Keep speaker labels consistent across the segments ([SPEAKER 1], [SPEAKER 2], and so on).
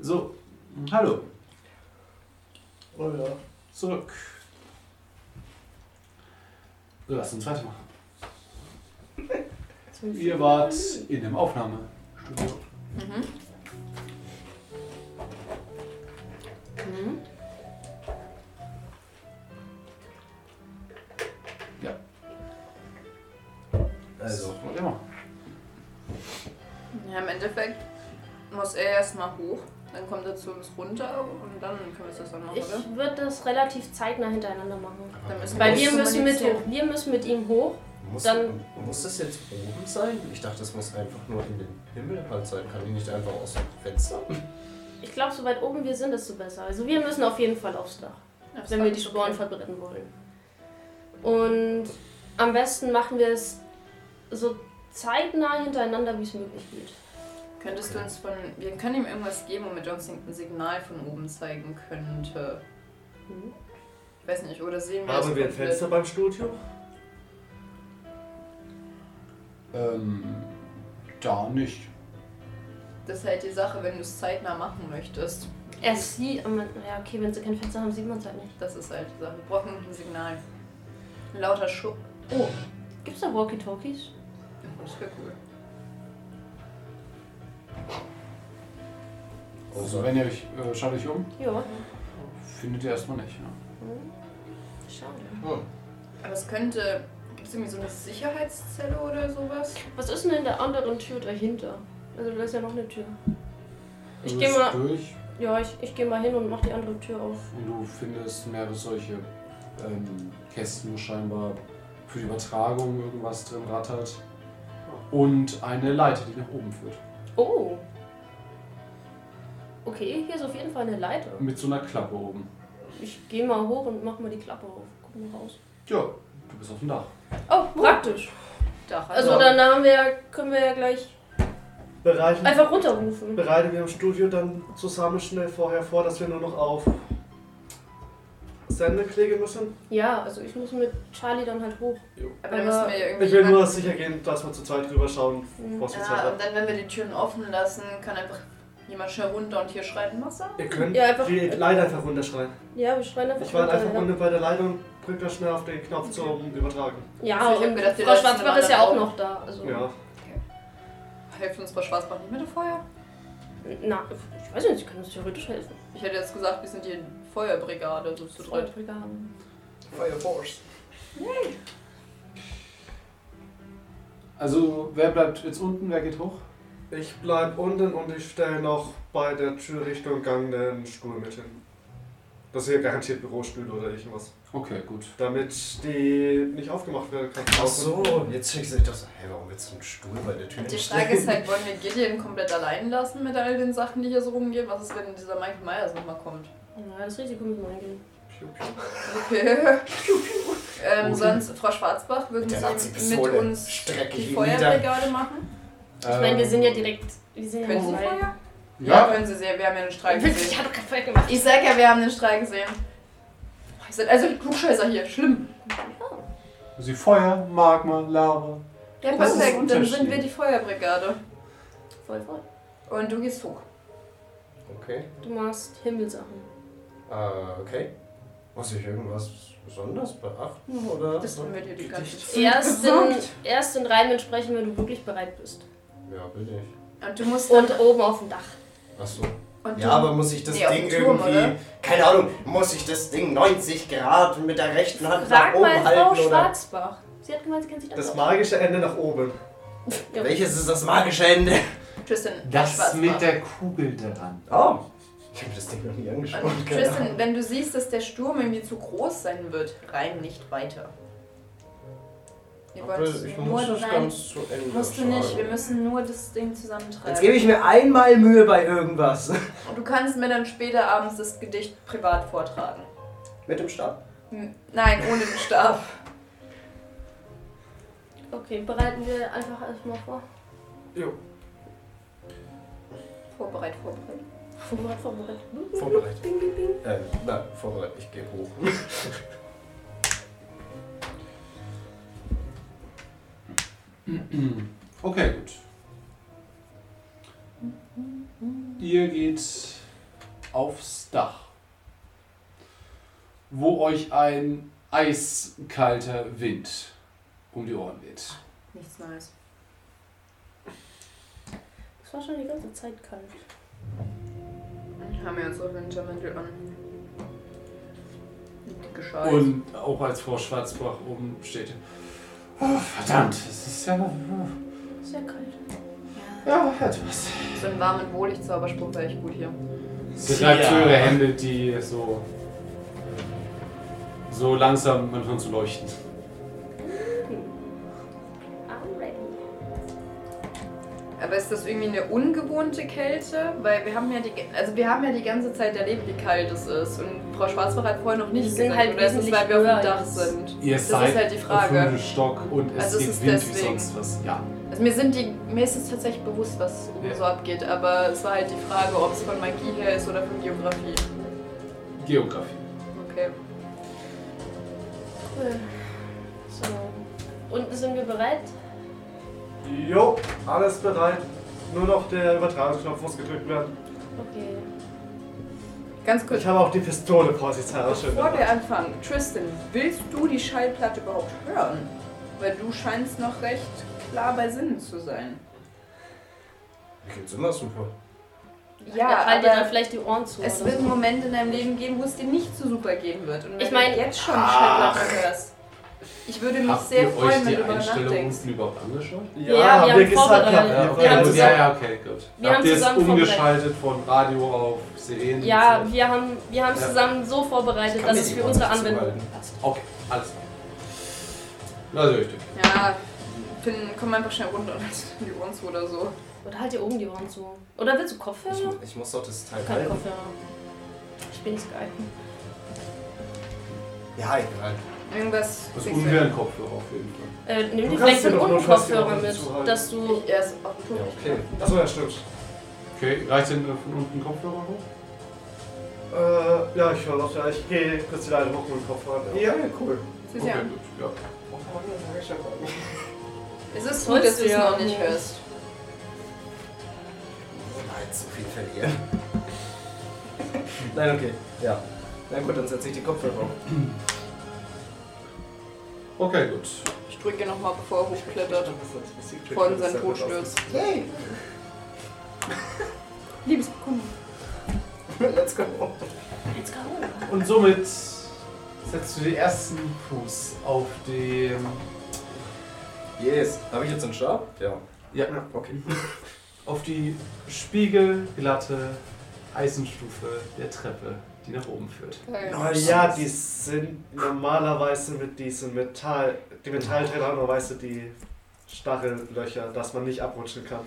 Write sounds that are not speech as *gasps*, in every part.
[SPEAKER 1] So, hallo,
[SPEAKER 2] Oh ja.
[SPEAKER 1] zurück. So, lasst uns weitermachen. Ihr wart in dem Aufnahmestudio.
[SPEAKER 3] Mhm. Mhm.
[SPEAKER 2] Also,
[SPEAKER 1] Wollt ihr machen?
[SPEAKER 3] Ja, im Endeffekt muss er erstmal hoch, dann kommt er zu uns runter und dann können wir das dann machen, oder?
[SPEAKER 4] Ich würde das relativ zeitnah hintereinander machen.
[SPEAKER 3] Dann müssen
[SPEAKER 4] Weil
[SPEAKER 3] Muss
[SPEAKER 4] wir
[SPEAKER 3] man
[SPEAKER 4] müssen, mit
[SPEAKER 3] jetzt
[SPEAKER 4] ihm,
[SPEAKER 3] hoch?
[SPEAKER 4] wir müssen mit ihm hoch.
[SPEAKER 2] muss,
[SPEAKER 4] dann-
[SPEAKER 2] muss das jetzt oben sein? Ich dachte, das muss einfach nur in den Himmel halt sein. Kann die nicht einfach aus dem Fenster?
[SPEAKER 4] Ich glaube, so weit oben wir sind, desto besser. Also wir müssen auf jeden Fall aufs Dach,
[SPEAKER 3] Ja,
[SPEAKER 4] wenn wir die
[SPEAKER 3] ist
[SPEAKER 4] Sporen verbrennen wollen. Und am besten machen wir es so zeitnah hintereinander, wie es möglich geht.
[SPEAKER 3] Könntest du uns von. Wir können ihm irgendwas geben, womit er uns ein Signal von oben zeigen könnte.
[SPEAKER 4] Hm.
[SPEAKER 3] Ich weiß nicht, oder
[SPEAKER 4] Also
[SPEAKER 3] sehen wir das
[SPEAKER 5] Haben wir ein
[SPEAKER 3] komplett?
[SPEAKER 5] Fenster beim Studio?
[SPEAKER 1] Ähm, da nicht.
[SPEAKER 3] Das ist halt die Sache, wenn du es zeitnah machen möchtest.
[SPEAKER 4] Er sieht, ja okay, wenn sie kein Fenster haben, sieht man es halt nicht.
[SPEAKER 3] Das ist halt die Sache. Wir brauchen ein Signal. Ein lauter Schuck. Oh,
[SPEAKER 4] Gibt's da Walkie-Talkies?
[SPEAKER 3] das wäre cool.
[SPEAKER 1] Also, wenn ihr euch, äh, schaut euch um,
[SPEAKER 4] Ja. Mhm.
[SPEAKER 1] findet ihr erstmal nicht. Ja.
[SPEAKER 4] Schade.
[SPEAKER 1] Oh,
[SPEAKER 2] Hm.
[SPEAKER 3] Aber es könnte. Gibt es irgendwie so eine Sicherheitszelle oder sowas?
[SPEAKER 4] Was ist denn in der anderen Tür dahinter? Also da ist ja noch eine Tür. Ich
[SPEAKER 1] Du
[SPEAKER 4] geh
[SPEAKER 1] bist
[SPEAKER 4] mal-
[SPEAKER 1] also durch
[SPEAKER 4] Ja, ich, ich gehe mal hin und mache die andere Tür auf.
[SPEAKER 1] und du findest mehrere solche ähm, Kästen, wo scheinbar für die Übertragung irgendwas drin rattert. Und eine Leiter, die nach oben führt.
[SPEAKER 4] Oh. Okay, hier ist auf jeden Fall eine Leiter.
[SPEAKER 1] Mit so einer Klappe oben.
[SPEAKER 4] Ich gehe mal hoch und mach mal die Klappe auf. Guck mal raus.
[SPEAKER 1] Ja, du bist auf dem Dach.
[SPEAKER 4] Oh, praktisch.
[SPEAKER 3] Dach.
[SPEAKER 4] Also dann haben wir, ja- können wir ja gleich
[SPEAKER 5] Bereiten,
[SPEAKER 4] einfach runterrufen.
[SPEAKER 5] bereiten wir im Studio dann zusammen schnell vorher vor, dass wir nur noch auf Sende kriegen müssen.
[SPEAKER 4] Ja, also ich muss mit Charlie dann halt hoch.
[SPEAKER 3] aber dann müssen wir ja irgendwie.
[SPEAKER 5] Ich will nur
[SPEAKER 3] jemanden-
[SPEAKER 5] sicher gehen, dass wir zu zweit drüber schauen, was wir
[SPEAKER 3] Ja,
[SPEAKER 5] Zeit
[SPEAKER 3] und dann, wenn wir die Türen offen lassen, kann einfach jemand schnell runter und hier schreien: Wasser?
[SPEAKER 5] Ihr könnt
[SPEAKER 4] Ja, einfach-
[SPEAKER 5] die Leiter einfach runterschreien.
[SPEAKER 4] Ja, wir schreien einfach
[SPEAKER 5] Ich war einfach
[SPEAKER 4] runter,
[SPEAKER 5] unten bei der Leiter und drück da schnell auf den Knopf zum Übertragen.
[SPEAKER 4] ja.
[SPEAKER 3] Also
[SPEAKER 4] ja,
[SPEAKER 3] ich hab
[SPEAKER 4] und
[SPEAKER 3] gedacht, die
[SPEAKER 4] Frau
[SPEAKER 3] Leute sind
[SPEAKER 4] Schwarzbach ist ja
[SPEAKER 3] alle
[SPEAKER 4] auch
[SPEAKER 3] da
[SPEAKER 4] noch da. Also,
[SPEAKER 5] Ja.
[SPEAKER 3] Hilft uns Frau Schwarzbach nicht mit dem Feuer?
[SPEAKER 4] Na, ich weiß nicht, sie können uns theoretisch helfen.
[SPEAKER 3] Ich hätte jetzt gesagt, wir sind die Feuerbrigade, so zu dritt.
[SPEAKER 4] haben.
[SPEAKER 2] Fire Force.
[SPEAKER 1] Also, wer bleibt jetzt unten, wer geht hoch?
[SPEAKER 5] Ich bleib unten und ich stelle noch bei der Tür Richtung Gang einen Stuhl mit hin. Das ist ja garantiert Bürostuhl oder irgendwas.
[SPEAKER 1] Okay, gut.
[SPEAKER 5] Damit die nicht aufgemacht werden kann.
[SPEAKER 2] Ach so, jetzt schickst du dich das. Hey, warum willst du einen Stuhl bei der Tür
[SPEAKER 3] Die
[SPEAKER 2] hinstellen?
[SPEAKER 3] Frage ist halt, wollen wir Gideon komplett allein lassen mit all den Sachen, die hier so rumgehen? Was ist, wenn dieser Michael Myers nochmal kommt?
[SPEAKER 4] Ja, das Risiko müssen wir eingehen.
[SPEAKER 5] Piu, piu.
[SPEAKER 3] Okay. ähm, sonst, Frau Schwarzbach, würden
[SPEAKER 2] Mit der
[SPEAKER 3] Sie mit
[SPEAKER 2] Nazi-Pistole
[SPEAKER 3] uns
[SPEAKER 2] strecke ich
[SPEAKER 3] die
[SPEAKER 2] ihn
[SPEAKER 3] Feuerbrigade machen?
[SPEAKER 1] Ich
[SPEAKER 4] Ich meine, wir sind ja direkt. Wir sind ja
[SPEAKER 3] Können Sie
[SPEAKER 4] nicht weit.
[SPEAKER 3] Feuer?
[SPEAKER 1] Ähm, Ja,
[SPEAKER 3] können Sie sehr. Wir haben ja einen
[SPEAKER 4] *laughs*
[SPEAKER 3] Streik
[SPEAKER 4] Wirklich, ich
[SPEAKER 3] gesehen.
[SPEAKER 4] habe kein Feuer gemacht.
[SPEAKER 3] Ich sag ja, wir haben einen Streik gesehen. Ihr seid also die Klugscheißer hier. Schlimm.
[SPEAKER 1] sie Feuer, Magma, Lava.
[SPEAKER 3] Ja,
[SPEAKER 4] Oh, das ist
[SPEAKER 3] perfekt. Dann sind
[SPEAKER 1] unterschiedlich.
[SPEAKER 3] wir die Feuerbrigade.
[SPEAKER 4] Voll, voll.
[SPEAKER 3] Und du gehst hoch.
[SPEAKER 2] Okay.
[SPEAKER 4] Du machst Himmelsachen.
[SPEAKER 2] Äh, okay. Muss ich irgendwas besonders beachten oder?
[SPEAKER 3] Das wird hier die ganze Zeit. *laughs*
[SPEAKER 4] Erst in, erst in Reimen sprechen, wenn du wirklich bereit bist.
[SPEAKER 2] Ja, bin ich.
[SPEAKER 3] Und du musst dann.
[SPEAKER 4] Und oben auf dem Dach.
[SPEAKER 2] Ach so.
[SPEAKER 3] Und
[SPEAKER 2] Ja,
[SPEAKER 3] du-
[SPEAKER 2] aber muss ich das
[SPEAKER 3] Nee, auf
[SPEAKER 2] Ding
[SPEAKER 3] dem Turm,
[SPEAKER 2] irgendwie.
[SPEAKER 3] oder?
[SPEAKER 2] Keine Ahnung, muss ich das Ding 90 Grad mit der rechten Hand nach
[SPEAKER 4] Frag
[SPEAKER 2] oben
[SPEAKER 4] mal Frau
[SPEAKER 2] halten oder?
[SPEAKER 4] Schwarzbach. Sie hat gemeint, sie kennt sich
[SPEAKER 5] Das
[SPEAKER 4] aus.
[SPEAKER 5] magische Ende nach oben.
[SPEAKER 4] Ja.
[SPEAKER 2] Welches ist das magische Ende?
[SPEAKER 3] Tristan,
[SPEAKER 1] Das
[SPEAKER 3] Schwarzbach.
[SPEAKER 1] mit der Kugel daran.
[SPEAKER 2] Oh. Ich habe das Ding noch nie angeschaut.
[SPEAKER 3] Und
[SPEAKER 2] Keine Ahnung.
[SPEAKER 3] Also, Tristan, wenn du siehst, dass der Sturm irgendwie zu groß sein wird, rein nicht weiter. Wir
[SPEAKER 2] Aber
[SPEAKER 3] wollen es
[SPEAKER 2] ich
[SPEAKER 3] nur
[SPEAKER 2] muss das
[SPEAKER 3] rein.
[SPEAKER 2] ganz zu Ende
[SPEAKER 3] Musst du nicht, wir
[SPEAKER 2] schauen.
[SPEAKER 3] müssen nur das Ding
[SPEAKER 2] Jetzt
[SPEAKER 3] zusammentreiben.
[SPEAKER 2] gebe ich mir einmal Mühe bei irgendwas. *laughs*
[SPEAKER 3] Und du kannst mir dann später abends das Gedicht privat vortragen.
[SPEAKER 2] Mit dem Stab.
[SPEAKER 3] Hm, Nein, ohne den Stab.
[SPEAKER 4] Okay, bereiten wir einfach erstmal vor. *laughs*
[SPEAKER 5] Jo.
[SPEAKER 3] Vorbereit, vorbereit.
[SPEAKER 4] Vorbereitet, vorbereitet.
[SPEAKER 2] Vorbereitet. Äh, na, vorbereitet. Ich gehe hoch.
[SPEAKER 1] Okay, gut. Ihr geht aufs Dach, wo euch ein eiskalter Wind um die Ohren weht.
[SPEAKER 3] Nichts Neues.
[SPEAKER 4] Es war schon die ganze Zeit kalt.
[SPEAKER 3] Haben wir unsere Wintermäntel an. Dicke Scheiße.
[SPEAKER 1] Und auch als Frau Schwarzbach oben steht. "Ah, verdammt, es ist ja,
[SPEAKER 4] Sehr kalt.
[SPEAKER 1] ja etwas.
[SPEAKER 3] So einen warmen Wohlig-Zauberspruch wäre echt gut hier.
[SPEAKER 1] Die Akteure Hände, die so, so langsam anfangen zu leuchten.
[SPEAKER 4] I'm ready.
[SPEAKER 3] Aber ist das irgendwie eine ungewohnte Kälte? Weil wir haben ja die, also wir haben ja die ganze Zeit erlebt, wie kalt es ist. Und Frau Schwarzbach hat vorher noch nicht
[SPEAKER 4] Wir sind
[SPEAKER 3] gesagt,
[SPEAKER 4] halt
[SPEAKER 3] oder ist es, weil wir
[SPEAKER 4] wesentlich
[SPEAKER 3] auf dem Dach
[SPEAKER 4] höher jetzt.
[SPEAKER 3] sind?
[SPEAKER 1] Ihr
[SPEAKER 3] Das ist
[SPEAKER 1] seid
[SPEAKER 3] halt die Frage.
[SPEAKER 1] auf fünften Stock und es
[SPEAKER 3] Also es
[SPEAKER 1] geht
[SPEAKER 3] ist
[SPEAKER 1] Wind wie
[SPEAKER 3] deswegen.
[SPEAKER 1] sonst was. Ja.
[SPEAKER 3] Also mir sind die, mir ist es tatsächlich bewusst, was oben
[SPEAKER 1] Ja.
[SPEAKER 3] so abgeht. Aber es war halt die Frage, ob es von Magie her ist oder von Geografie.
[SPEAKER 1] Geografie.
[SPEAKER 3] Okay.
[SPEAKER 4] Cool. So. Unten sind wir bereit.
[SPEAKER 5] Jo, alles bereit. Nur noch der Übertragungsknopf muss gedrückt werden.
[SPEAKER 4] Okay.
[SPEAKER 3] Ganz kurz.
[SPEAKER 5] Ich habe auch die Pistole vorsichtshalber schön
[SPEAKER 3] Bevor wir
[SPEAKER 5] dabei.
[SPEAKER 3] anfangen, Tristan, willst du die Schallplatte überhaupt hören? Weil du scheinst noch recht klar bei Sinnen zu sein.
[SPEAKER 2] Ich find's immer super.
[SPEAKER 4] Ja, halt dir dann vielleicht die Ohren zu.
[SPEAKER 3] es
[SPEAKER 4] oder
[SPEAKER 3] wird
[SPEAKER 4] so.
[SPEAKER 3] einen Moment in deinem Leben geben, wo es dir nicht so super gehen wird. Und wenn
[SPEAKER 4] Ich meine-
[SPEAKER 3] du jetzt schon die Schallplatte hörst, ich würde mich
[SPEAKER 1] Habt
[SPEAKER 3] sehr
[SPEAKER 1] ihr euch
[SPEAKER 3] freuen, wenn
[SPEAKER 1] die
[SPEAKER 3] du darüber
[SPEAKER 1] Einstellung
[SPEAKER 3] nachdenkst.
[SPEAKER 1] unten überhaupt angeschaut?
[SPEAKER 4] Ja, wir haben
[SPEAKER 5] Birk ist halt
[SPEAKER 4] vorbereitet.
[SPEAKER 5] klar.
[SPEAKER 4] Wir haben
[SPEAKER 1] gut,
[SPEAKER 4] zusammen-
[SPEAKER 1] ja, ja, okay, gut.
[SPEAKER 4] Wir
[SPEAKER 1] Habt
[SPEAKER 4] haben
[SPEAKER 1] ihr es
[SPEAKER 4] zusammen vorbereitet.
[SPEAKER 1] umgeschaltet von Radio auf Sirenen?
[SPEAKER 4] Ja,
[SPEAKER 1] So.
[SPEAKER 4] wir haben wir haben es
[SPEAKER 1] Ja.
[SPEAKER 4] zusammen so vorbereitet, dass es für unsere Anwendung
[SPEAKER 1] Okay, alles klar. Also richtig.
[SPEAKER 3] Ja, Finn, komm einfach schnell runter und halt die Ohren zu oder so.
[SPEAKER 4] Oder halt dir oben die Ohren zu. Oder willst du Kopfhörer?
[SPEAKER 2] Ich, ich muss doch das Teil
[SPEAKER 4] Kein
[SPEAKER 2] halten.
[SPEAKER 4] Kopfhörer. Ich bin nicht geeignet.
[SPEAKER 2] Ja, egal.
[SPEAKER 3] Irgendwas.
[SPEAKER 1] Das ist
[SPEAKER 3] kriegst du
[SPEAKER 1] ungefähr ein Kopfhörer auf jeden Fall.
[SPEAKER 4] Äh, nimm
[SPEAKER 5] Du
[SPEAKER 4] dir
[SPEAKER 5] kannst
[SPEAKER 4] vielleicht
[SPEAKER 5] dir
[SPEAKER 4] von
[SPEAKER 5] doch
[SPEAKER 4] unten
[SPEAKER 5] nur fast die
[SPEAKER 4] Kopfhörer
[SPEAKER 5] Ohren
[SPEAKER 4] mit,
[SPEAKER 5] zuhalten.
[SPEAKER 4] dass du.
[SPEAKER 3] hin. Ich erst auf den
[SPEAKER 2] Ja,
[SPEAKER 3] Punkt.
[SPEAKER 2] okay.
[SPEAKER 5] Achso, ja, stimmt.
[SPEAKER 1] Okay, reicht denn äh, von unten Kopfhörer hoch?
[SPEAKER 5] Äh, ja, ich höre noch. Ja, ich gehe kurz die Leine hoch mit dem Kopf an. Ja, ja, cool.
[SPEAKER 3] Es ist ja-
[SPEAKER 1] gut, ja.
[SPEAKER 2] Oh,
[SPEAKER 3] Es ist gut, dass du es
[SPEAKER 4] Ja.
[SPEAKER 3] noch nicht hörst.
[SPEAKER 2] Nein, zu Ah, viel verlieren. Nein, okay. Ja. Na gut, dann setze ich die Kopfhörer auf.
[SPEAKER 1] Okay, gut.
[SPEAKER 3] Ich drücke nochmal, bevor er hochklettert. Von seinem Tod stürzt.
[SPEAKER 2] Yay!
[SPEAKER 3] Liebesbekundung.
[SPEAKER 2] Let's go.
[SPEAKER 4] Let's go.
[SPEAKER 1] Und somit setzt du den ersten Fuß auf dem.
[SPEAKER 2] Yes. Habe ich jetzt einen Stab? Ja.
[SPEAKER 1] Ja,
[SPEAKER 2] Okay.
[SPEAKER 1] auf die spiegelglatte Eisenstufe der Treppe, die nach oben führt.
[SPEAKER 5] Oh ja, die sind normalerweise mit diesem Metall. Die Metallteile haben normalerweise die Stachellöcher, dass man nicht abrutschen kann.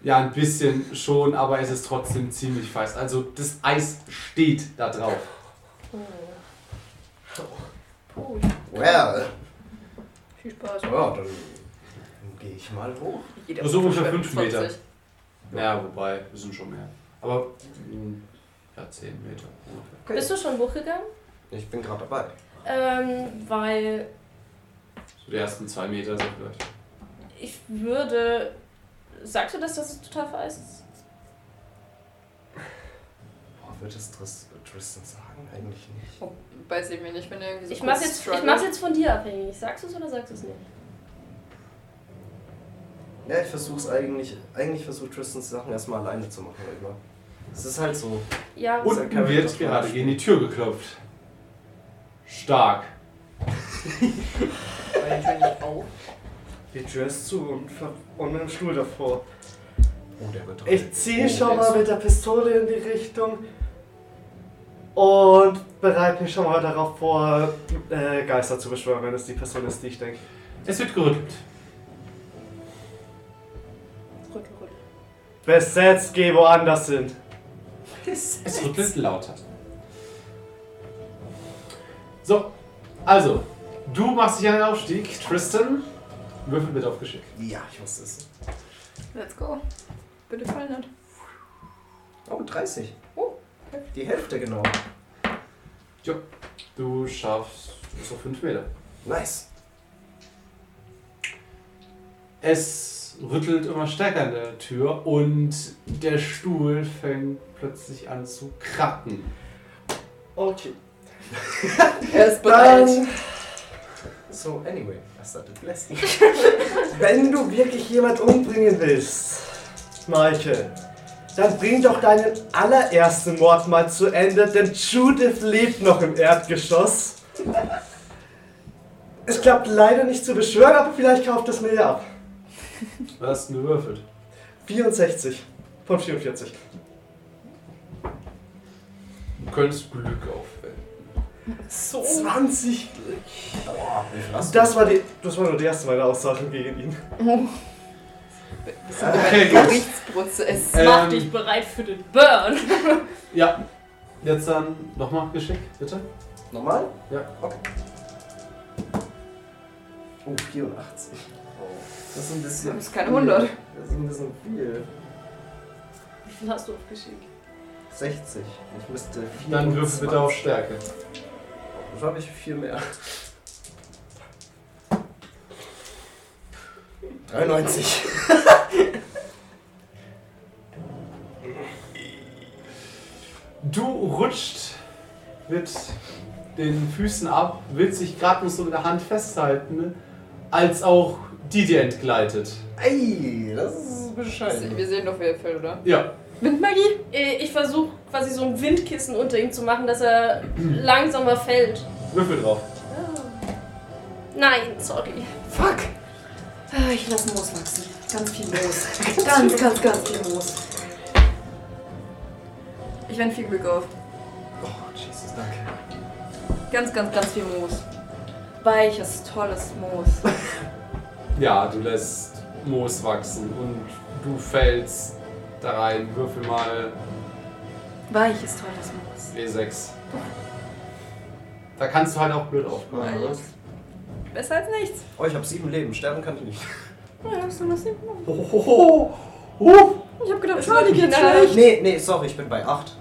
[SPEAKER 1] Ja, ein bisschen schon, aber es ist trotzdem ziemlich fest. Also das Eis steht da drauf.
[SPEAKER 2] Well.
[SPEAKER 3] Viel Spaß.
[SPEAKER 2] Ja, dann gehe ich mal hoch.
[SPEAKER 3] Jeder
[SPEAKER 1] So ungefähr
[SPEAKER 3] verschwendet
[SPEAKER 1] fünf Meter.
[SPEAKER 3] 20.
[SPEAKER 1] Ja, wobei, wir sind schon mehr. Aber mh, ja, 10 Meter ungefähr.
[SPEAKER 4] Bist du schon hochgegangen?
[SPEAKER 2] Ich bin gerade dabei.
[SPEAKER 4] Ähm, weil
[SPEAKER 1] So die ersten zwei Meter sind vielleicht.
[SPEAKER 4] ich würde. Sagst du das, dass es total vereist ist?
[SPEAKER 2] Boah, wird es Tris- Tristan sagen? Eigentlich nicht.
[SPEAKER 3] Oh, Weiß ich mir nicht, wenn er irgendwie so
[SPEAKER 5] Also
[SPEAKER 4] Ich mach's,
[SPEAKER 3] kurz
[SPEAKER 4] jetzt, ich
[SPEAKER 3] struggelt.
[SPEAKER 4] mach's jetzt von dir abhängig. Sagst du es oder sagst du es nicht?
[SPEAKER 2] Ja, ich versuch's eigentlich. Eigentlich versucht Tristans Sachen erstmal alleine zu machen, immer. Es ist halt so.
[SPEAKER 4] Ja,
[SPEAKER 2] Und-
[SPEAKER 1] Unten wird gerade gegen die Tür geklopft. Stark.
[SPEAKER 5] Die Tür ist zu und, ver- und mit dem Stuhl davor.
[SPEAKER 2] Oh, der wird
[SPEAKER 5] Ich ziehe schon mal mit der Pistole in die Richtung und bereite mich schon mal darauf vor, äh, Geister zu beschwören, wenn es die Person ist, die ich denke.
[SPEAKER 1] Es wird gerüttelt.
[SPEAKER 4] rüttel, rüttel.
[SPEAKER 5] Besetzt, geh woanders hin.
[SPEAKER 1] Es rüttelt lauter. So, also, du machst dich an den Aufstieg. Tristan, würfel bitte auf Geschick.
[SPEAKER 2] Ja, ich wusste es.
[SPEAKER 3] Let's go. Bitte fall nicht.
[SPEAKER 2] Oh, 30.
[SPEAKER 3] Oh,
[SPEAKER 2] die Hälfte genau.
[SPEAKER 1] Du schaffst bis auf 5 Meter.
[SPEAKER 2] Nice.
[SPEAKER 1] Es Es rüttelt immer stärker an der Tür und der Stuhl fängt plötzlich an zu kracken.
[SPEAKER 5] Okay.
[SPEAKER 3] Er ist bereit.
[SPEAKER 2] So, anyway, I started blasting.
[SPEAKER 5] Wenn du wirklich jemand umbringen willst, Michael, dann bring doch deinen allerersten Mord mal zu Ende, denn Judith lebt noch im Erdgeschoss. Es klappt leider nicht zu beschwören, aber vielleicht kauft es mir ja ab.
[SPEAKER 1] Was hast du denn gewürfelt?
[SPEAKER 5] 64 von 44.
[SPEAKER 1] Du könntest Glück aufwenden.
[SPEAKER 3] So.
[SPEAKER 5] 20!
[SPEAKER 2] Boah, wie viel hast du?
[SPEAKER 5] Das war, die, das war nur die erste meiner Aussagen gegen ihn.
[SPEAKER 1] Okay, gut.
[SPEAKER 3] Gerichtsprozess.
[SPEAKER 1] Ähm,
[SPEAKER 4] Mach dich bereit für den Burn. *laughs*
[SPEAKER 1] Ja. Jetzt dann nochmal Geschick, bitte.
[SPEAKER 2] Normal?
[SPEAKER 1] Ja.
[SPEAKER 2] Okay. Oh, 84. Oh. Das ist ein bisschen.
[SPEAKER 3] Das ist keine 100.
[SPEAKER 2] Das ist ein bisschen viel.
[SPEAKER 4] Wie viel hast du aufgeschickt?
[SPEAKER 2] 60. Ich müsste 4.
[SPEAKER 1] Dann würfel bitte auf Stärke.
[SPEAKER 2] Schon habe ich viel mehr. 93.
[SPEAKER 1] Du rutscht mit den Füßen ab, willst dich gerade noch so mit der Hand festhalten, als auch die dir entgleitet.
[SPEAKER 2] Ey, das ist
[SPEAKER 3] Wir
[SPEAKER 2] bescheiden.
[SPEAKER 3] sehen doch, wer fällt, oder?
[SPEAKER 1] Ja,
[SPEAKER 3] Windmagie?
[SPEAKER 4] Äh, Ich versuche quasi so ein Windkissen unter ihm zu machen, dass er langsamer fällt.
[SPEAKER 1] würfel drauf.
[SPEAKER 4] Nein, sorry.
[SPEAKER 3] Fuck! Ah, Ich lasse Moos wachsen. Ganz viel Moos. ganz, ganz, ganz viel Moos. Ich wende viel Glück auf.
[SPEAKER 2] Oh, Jesus, danke.
[SPEAKER 3] Ganz, ganz, ganz viel Moos. Weiches, tolles Moos.
[SPEAKER 1] Ja, du lässt Moos wachsen und du fällst da rein. Würfel mal
[SPEAKER 3] Weiches, tolles Moos.
[SPEAKER 1] W6. Da kannst du halt auch blöd aufkommen.
[SPEAKER 3] Weiches. Besser als nichts.
[SPEAKER 2] Oh, ich habe sieben Leben. Sterben kann ich nicht.
[SPEAKER 3] Ja, hast du was hin? oh,
[SPEAKER 1] Hohoho! Huh!
[SPEAKER 3] Ich hab gedacht, Charlie geht's
[SPEAKER 4] Nein.
[SPEAKER 3] schlecht.
[SPEAKER 2] Nee, nee, sorry, ich bin bei 8.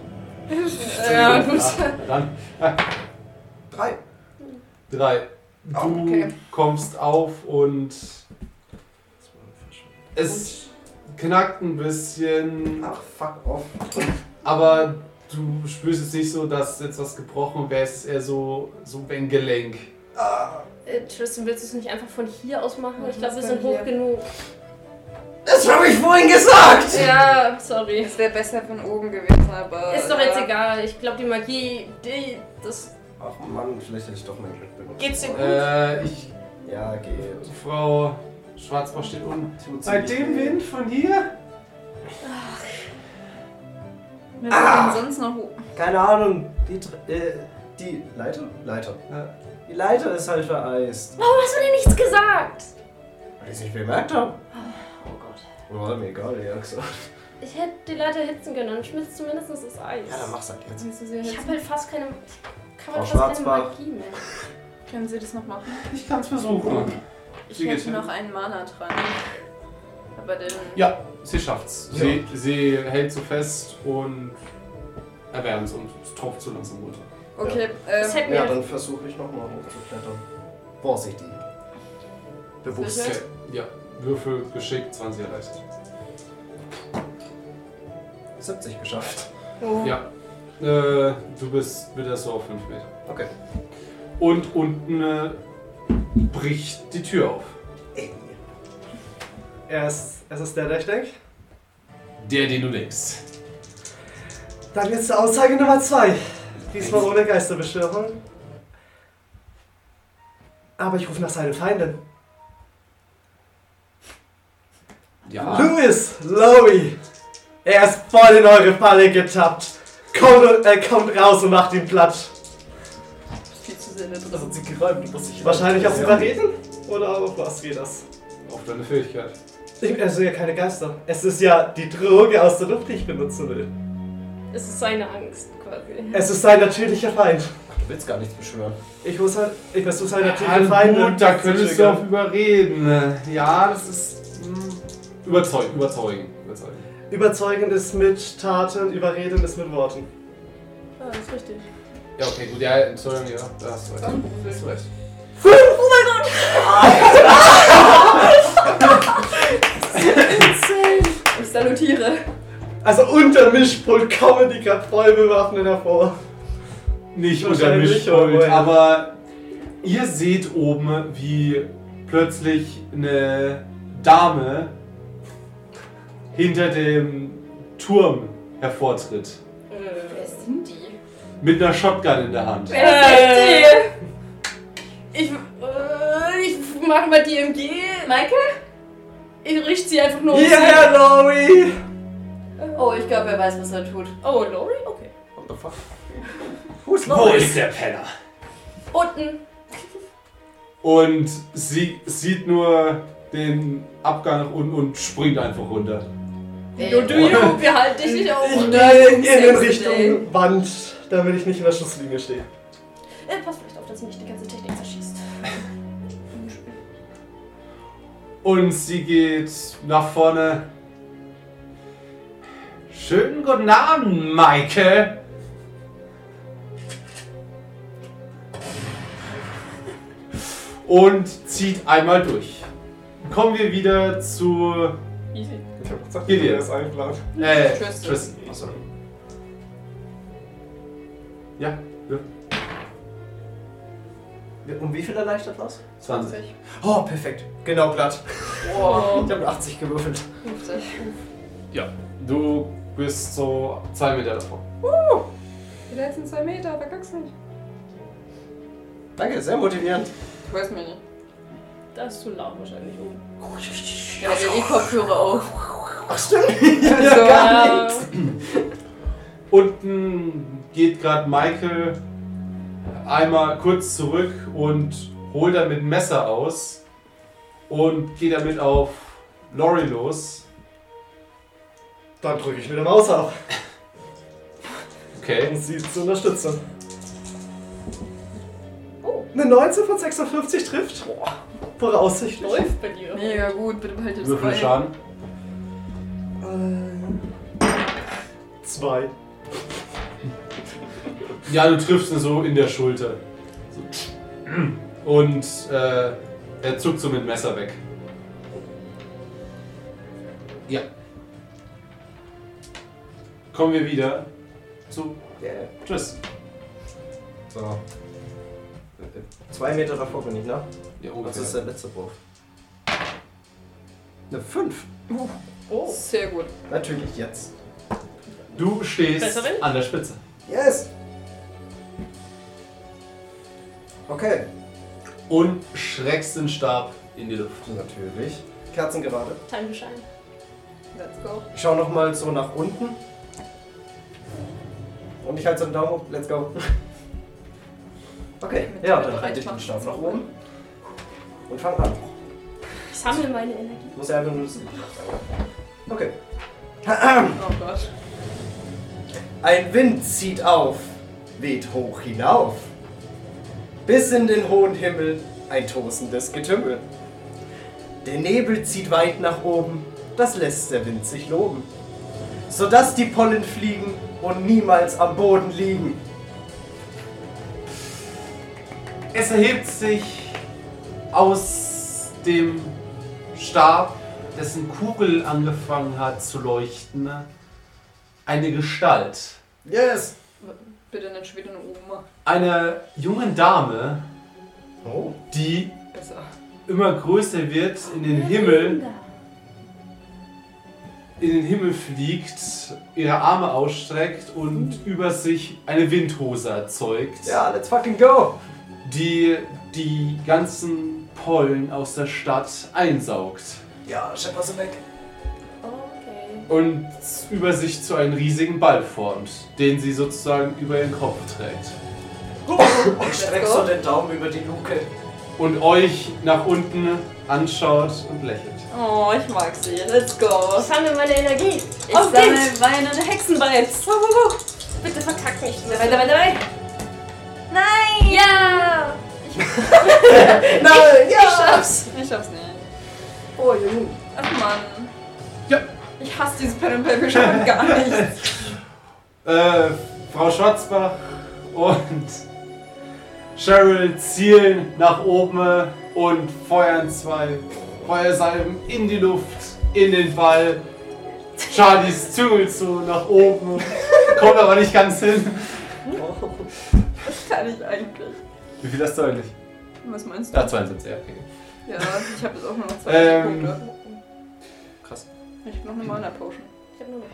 [SPEAKER 4] Ja, gut.
[SPEAKER 1] Ah, Dann
[SPEAKER 2] 3.
[SPEAKER 1] drei. Du
[SPEAKER 3] Okay.
[SPEAKER 1] kommst auf und es knackt ein bisschen,
[SPEAKER 2] Ach, fuck off.
[SPEAKER 1] aber du spürst jetzt nicht so, dass jetzt was gebrochen wäre. Es ist eher so, so wie ein Gelenk.
[SPEAKER 4] Äh, Tristan, willst du es nicht einfach von hier aus machen?
[SPEAKER 3] Ja,
[SPEAKER 4] Ich glaube, wir
[SPEAKER 3] das
[SPEAKER 4] sind
[SPEAKER 3] kann
[SPEAKER 4] hoch
[SPEAKER 3] hier.
[SPEAKER 4] genug.
[SPEAKER 2] Das habe ich vorhin gesagt!
[SPEAKER 4] Ja, sorry.
[SPEAKER 3] Es wäre besser von oben gewesen, aber.
[SPEAKER 4] Ist doch jetzt
[SPEAKER 3] Ja.
[SPEAKER 4] egal. Ich glaube, die Magie, die, das
[SPEAKER 2] Ach Mann, vielleicht hätte ich doch mein Glück benutzt.
[SPEAKER 4] Geht's dir gut?
[SPEAKER 1] Äh, ich,
[SPEAKER 2] Ja, geht.
[SPEAKER 1] Frau Schwarzbach steht unten.
[SPEAKER 2] Tut's
[SPEAKER 1] Bei
[SPEAKER 2] nicht
[SPEAKER 1] dem
[SPEAKER 2] weh.
[SPEAKER 1] Wind von hier?
[SPEAKER 3] Wir ah. sonst noch hoch.
[SPEAKER 2] Keine Ahnung, die, Tr- äh, die Leiter? Leiter.
[SPEAKER 1] Ja.
[SPEAKER 2] Die Leiter ist halt vereist.
[SPEAKER 4] Warum hast du denn nichts gesagt?
[SPEAKER 2] Weil ich nicht bemerkt habe.
[SPEAKER 4] Oh Gott.
[SPEAKER 2] Oh, war mir egal, ja gesagt.
[SPEAKER 4] Ich hätte die Leiter hitzen können, dann schmilzt zumindest das Eis.
[SPEAKER 2] Ja, dann mach's halt jetzt.
[SPEAKER 3] Kannst du sie
[SPEAKER 4] ich
[SPEAKER 3] jetzt?
[SPEAKER 4] habe halt fast keine. Ich kann halt
[SPEAKER 2] Frau
[SPEAKER 4] fast keine
[SPEAKER 2] Schwarzbach.
[SPEAKER 4] Magie mehr.
[SPEAKER 3] Können sie das noch machen?
[SPEAKER 1] Ich kann's versuchen.
[SPEAKER 3] Ich
[SPEAKER 1] Sie geht
[SPEAKER 3] hätte
[SPEAKER 1] hin.
[SPEAKER 3] noch einen Mana dran. Aber den.
[SPEAKER 1] Ja, sie schafft's.
[SPEAKER 2] Ja.
[SPEAKER 1] Sie, sie hält so fest und erwärmt es und es tropft so langsam runter.
[SPEAKER 3] Okay,
[SPEAKER 4] Das
[SPEAKER 3] ähm.
[SPEAKER 4] hätten
[SPEAKER 2] Ja,
[SPEAKER 4] wir.
[SPEAKER 2] dann versuche ich nochmal hochzuklettern. Vorsichtig. Bewusst.
[SPEAKER 3] Sicher?
[SPEAKER 1] Ja, Würfel geschickt, 20 erleichtert.
[SPEAKER 2] 70 geschafft.
[SPEAKER 3] Oh.
[SPEAKER 1] Ja. Äh, du bist wieder so auf 5 Meter.
[SPEAKER 2] Okay.
[SPEAKER 1] Und unten äh, bricht die Tür auf.
[SPEAKER 2] Ey.
[SPEAKER 5] Er ist, es ist der, der ich denke.
[SPEAKER 1] Der, den du legst.
[SPEAKER 5] Dann jetzt Aussage Nummer 2. Diesmal ohne Geisterbeschwörung. Aber ich rufe nach seinen Feinden.
[SPEAKER 1] Ja.
[SPEAKER 5] Louis, Lowy. Er ist voll in eure Falle getappt. Kommt, und- äh, kommt raus und macht ihn platt.
[SPEAKER 3] Viel zu sehr drin.
[SPEAKER 2] Das hat sie geräumt, du musst dich
[SPEAKER 5] Wahrscheinlich auf
[SPEAKER 2] Ja.
[SPEAKER 5] Überreden? Oder auf was geht das?
[SPEAKER 1] Auf deine Fähigkeit.
[SPEAKER 5] Ich also ja keine Geister. Es ist ja die Droge aus der Luft, die ich benutzen will.
[SPEAKER 4] Es ist seine Angst quasi.
[SPEAKER 5] Es ist sein natürlicher Feind.
[SPEAKER 2] Ach, du willst gar nichts beschwören.
[SPEAKER 5] Ich muss halt, ich versuche seinen natürlichen Feind.
[SPEAKER 1] Ja, gut, da
[SPEAKER 5] zu
[SPEAKER 1] könntest du
[SPEAKER 5] triggern.
[SPEAKER 1] auf überreden. ne? Ja, das ist. Mh, überzeugen, überzeugen, überzeugen.
[SPEAKER 5] Überzeugend ist mit Taten, überreden ist mit Worten.
[SPEAKER 4] Ja, das ist richtig.
[SPEAKER 1] Ja, okay, gut, ja, Entschuldigung, ja, da hast du recht. Da hast du recht.
[SPEAKER 3] Oh mein Gott! salutiere.
[SPEAKER 5] Also unter Mischpult kommen die gerade voll bewaffnet hervor.
[SPEAKER 1] Nicht unter
[SPEAKER 5] Wahrscheinlich nicht,
[SPEAKER 1] Mischpult,
[SPEAKER 5] aber-
[SPEAKER 1] aber ihr seht oben, wie plötzlich eine Dame hinter dem Turm hervortritt.
[SPEAKER 3] Wer sind die?
[SPEAKER 1] Mit einer Shotgun in der Hand.
[SPEAKER 3] Wer sind
[SPEAKER 4] Ich, äh, ich mach mal die MG.
[SPEAKER 3] die? Michael?
[SPEAKER 4] Ich richte sie einfach nur um.
[SPEAKER 5] Hierher, Lori!
[SPEAKER 3] Oh, ich glaube, er weiß, was er tut.
[SPEAKER 4] Oh, Lori? Okay.
[SPEAKER 2] What the fuck?
[SPEAKER 5] Who's
[SPEAKER 1] Wo ist der Penner?
[SPEAKER 4] Unten.
[SPEAKER 1] Und sie sieht nur den Abgang nach unten und springt einfach runter.
[SPEAKER 4] You do you. Wir halten dich nicht auf.
[SPEAKER 5] Ich gehe
[SPEAKER 3] Lori
[SPEAKER 5] in
[SPEAKER 3] sexy
[SPEAKER 5] Richtung Wand, damit ich nicht in der Schusslinie stehe.
[SPEAKER 4] Äh, pass vielleicht auf, dass sie nicht die ganze Technik zerschießt.
[SPEAKER 1] Und sie geht nach vorne. Schönen guten Abend, Maike. Und zieht einmal durch. Kommen wir wieder zu
[SPEAKER 4] Easy.
[SPEAKER 5] Ich hab gesagt,
[SPEAKER 1] Hier, hier.
[SPEAKER 5] das einplant.
[SPEAKER 1] äh,
[SPEAKER 3] Tristan.
[SPEAKER 1] Tristan. Achso. Ja, ja,
[SPEAKER 2] Um wie viel erleichtert was?
[SPEAKER 1] 20.
[SPEAKER 2] Oh, perfekt. Genau glatt.
[SPEAKER 3] Wow.
[SPEAKER 2] Ich habe 80 gewürfelt.
[SPEAKER 3] 50.
[SPEAKER 1] Ja, du bist so zwei Meter davon.
[SPEAKER 3] Die letzten zwei Meter, verkackst nicht.
[SPEAKER 2] Danke, sehr motivierend.
[SPEAKER 3] Du weißt mich nicht.
[SPEAKER 4] Das ist zu laut wahrscheinlich. Oh.
[SPEAKER 3] Ja, der E-Kopfhörer eh auf. Also,
[SPEAKER 2] Ach stimmt.
[SPEAKER 3] Ja, so.
[SPEAKER 4] Äh,
[SPEAKER 1] Unten geht gerade Michael einmal kurz zurück und holt damit ein Messer aus und geht damit auf Lori los.
[SPEAKER 5] Dann drücke ich mit der Maus auf, um
[SPEAKER 1] Okay.
[SPEAKER 5] sie zu unterstützen.
[SPEAKER 4] Oh.
[SPEAKER 5] Eine 19 von 56 trifft. Voraussichtlich.
[SPEAKER 4] läuft bei dir.
[SPEAKER 3] Mega gut, bitte behalte das
[SPEAKER 1] Würfel
[SPEAKER 3] bei.
[SPEAKER 1] Schaden.
[SPEAKER 5] Äh, Zwei.
[SPEAKER 1] Ja, du triffst ihn so in der Schulter. So. Und äh, er zuckt so mit dem Messer weg. Ja. Kommen wir wieder zu
[SPEAKER 2] Yeah.
[SPEAKER 1] Tschüss.
[SPEAKER 2] So. Zwei Meter davor bin ich, ne?
[SPEAKER 1] Ja,
[SPEAKER 2] Das ist der letzte Wurf. Eine 5.
[SPEAKER 4] Oh.
[SPEAKER 3] Sehr gut.
[SPEAKER 2] Natürlich jetzt.
[SPEAKER 1] Du stehst
[SPEAKER 4] Besserin?
[SPEAKER 1] an der Spitze.
[SPEAKER 2] Yes! Okay.
[SPEAKER 1] und schreckst den Stab in die Luft.
[SPEAKER 2] Natürlich. Kerzen gerade.
[SPEAKER 4] Time to shine.
[SPEAKER 3] Let's go.
[SPEAKER 2] Ich schau nochmal so nach unten. Und ich halte so einen Daumen hoch. Let's go. Okay.
[SPEAKER 3] Mit
[SPEAKER 2] Ja,
[SPEAKER 3] der
[SPEAKER 2] dann halte ich den Stab nach oben. Und fang an.
[SPEAKER 4] Ich sammle meine Energie.
[SPEAKER 2] Muss ja einfach nur das Licht aufsagen. Okay.
[SPEAKER 3] Oh Gott.
[SPEAKER 2] Ein Wind zieht auf, weht hoch hinauf. Bis in den hohen Himmel ein tosendes Getümmel. Der Nebel zieht weit nach oben, das lässt der Wind sich loben. Sodass die Pollen fliegen und niemals am Boden liegen.
[SPEAKER 1] Es erhebt sich aus dem Stab, dessen Kugel angefangen hat zu leuchten, eine Gestalt.
[SPEAKER 2] Yes!
[SPEAKER 3] Bitte nicht schon wieder eine Oma.
[SPEAKER 1] Einer jungen Dame,
[SPEAKER 2] Oh.
[SPEAKER 1] die
[SPEAKER 3] Besser.
[SPEAKER 1] immer größer wird, in den Himmel, in den Himmel fliegt, ihre Arme ausstreckt und über sich eine Windhose erzeugt.
[SPEAKER 2] Ja, let's fucking go!
[SPEAKER 1] die die ganzen Pollen aus der Stadt einsaugt
[SPEAKER 2] Ja, schepper sie weg.
[SPEAKER 4] Okay.
[SPEAKER 1] und über sich zu einem riesigen Ball formt, den sie sozusagen über ihren Kopf trägt.
[SPEAKER 2] Und Oh, streck so den Daumen über die Luke.
[SPEAKER 1] Und euch nach unten anschaut und lächelt.
[SPEAKER 3] Oh, ich mag sie. Let's go.
[SPEAKER 4] Ich sammle meine Energie.
[SPEAKER 3] Ich
[SPEAKER 4] Auf geht's.
[SPEAKER 3] sammle meine Hexenbites. Wuh, wuh, wuh.
[SPEAKER 4] Bitte verkack nicht.
[SPEAKER 3] Dabei, dabei, dabei. Nein!
[SPEAKER 4] Ja!
[SPEAKER 2] Nein!
[SPEAKER 3] Ich schaff's. Ich schaff's nicht.
[SPEAKER 2] Oh, Junge.
[SPEAKER 3] Ach Mann.
[SPEAKER 1] Ja.
[SPEAKER 3] Ich hasse diese Pen and
[SPEAKER 1] *laughs*
[SPEAKER 3] Paper schon gar nicht.
[SPEAKER 1] Äh, Frau Schwarzbach und Cheryl zielen nach oben und feuern zwei Feuersalben in die Luft, in den Ball. Charlies züngelt so nach oben, kommt aber nicht ganz hin.
[SPEAKER 3] Das kann ich eigentlich.
[SPEAKER 1] Wie viel hast du eigentlich?
[SPEAKER 3] Was meinst du?
[SPEAKER 1] Ja, 72, ja, okay.
[SPEAKER 3] Ja, ich habe jetzt auch nur noch zwei
[SPEAKER 1] Ähm.
[SPEAKER 3] Punkte.
[SPEAKER 1] Krass.
[SPEAKER 3] Ich habe noch eine Mana Potion.
[SPEAKER 4] Ich hab nur noch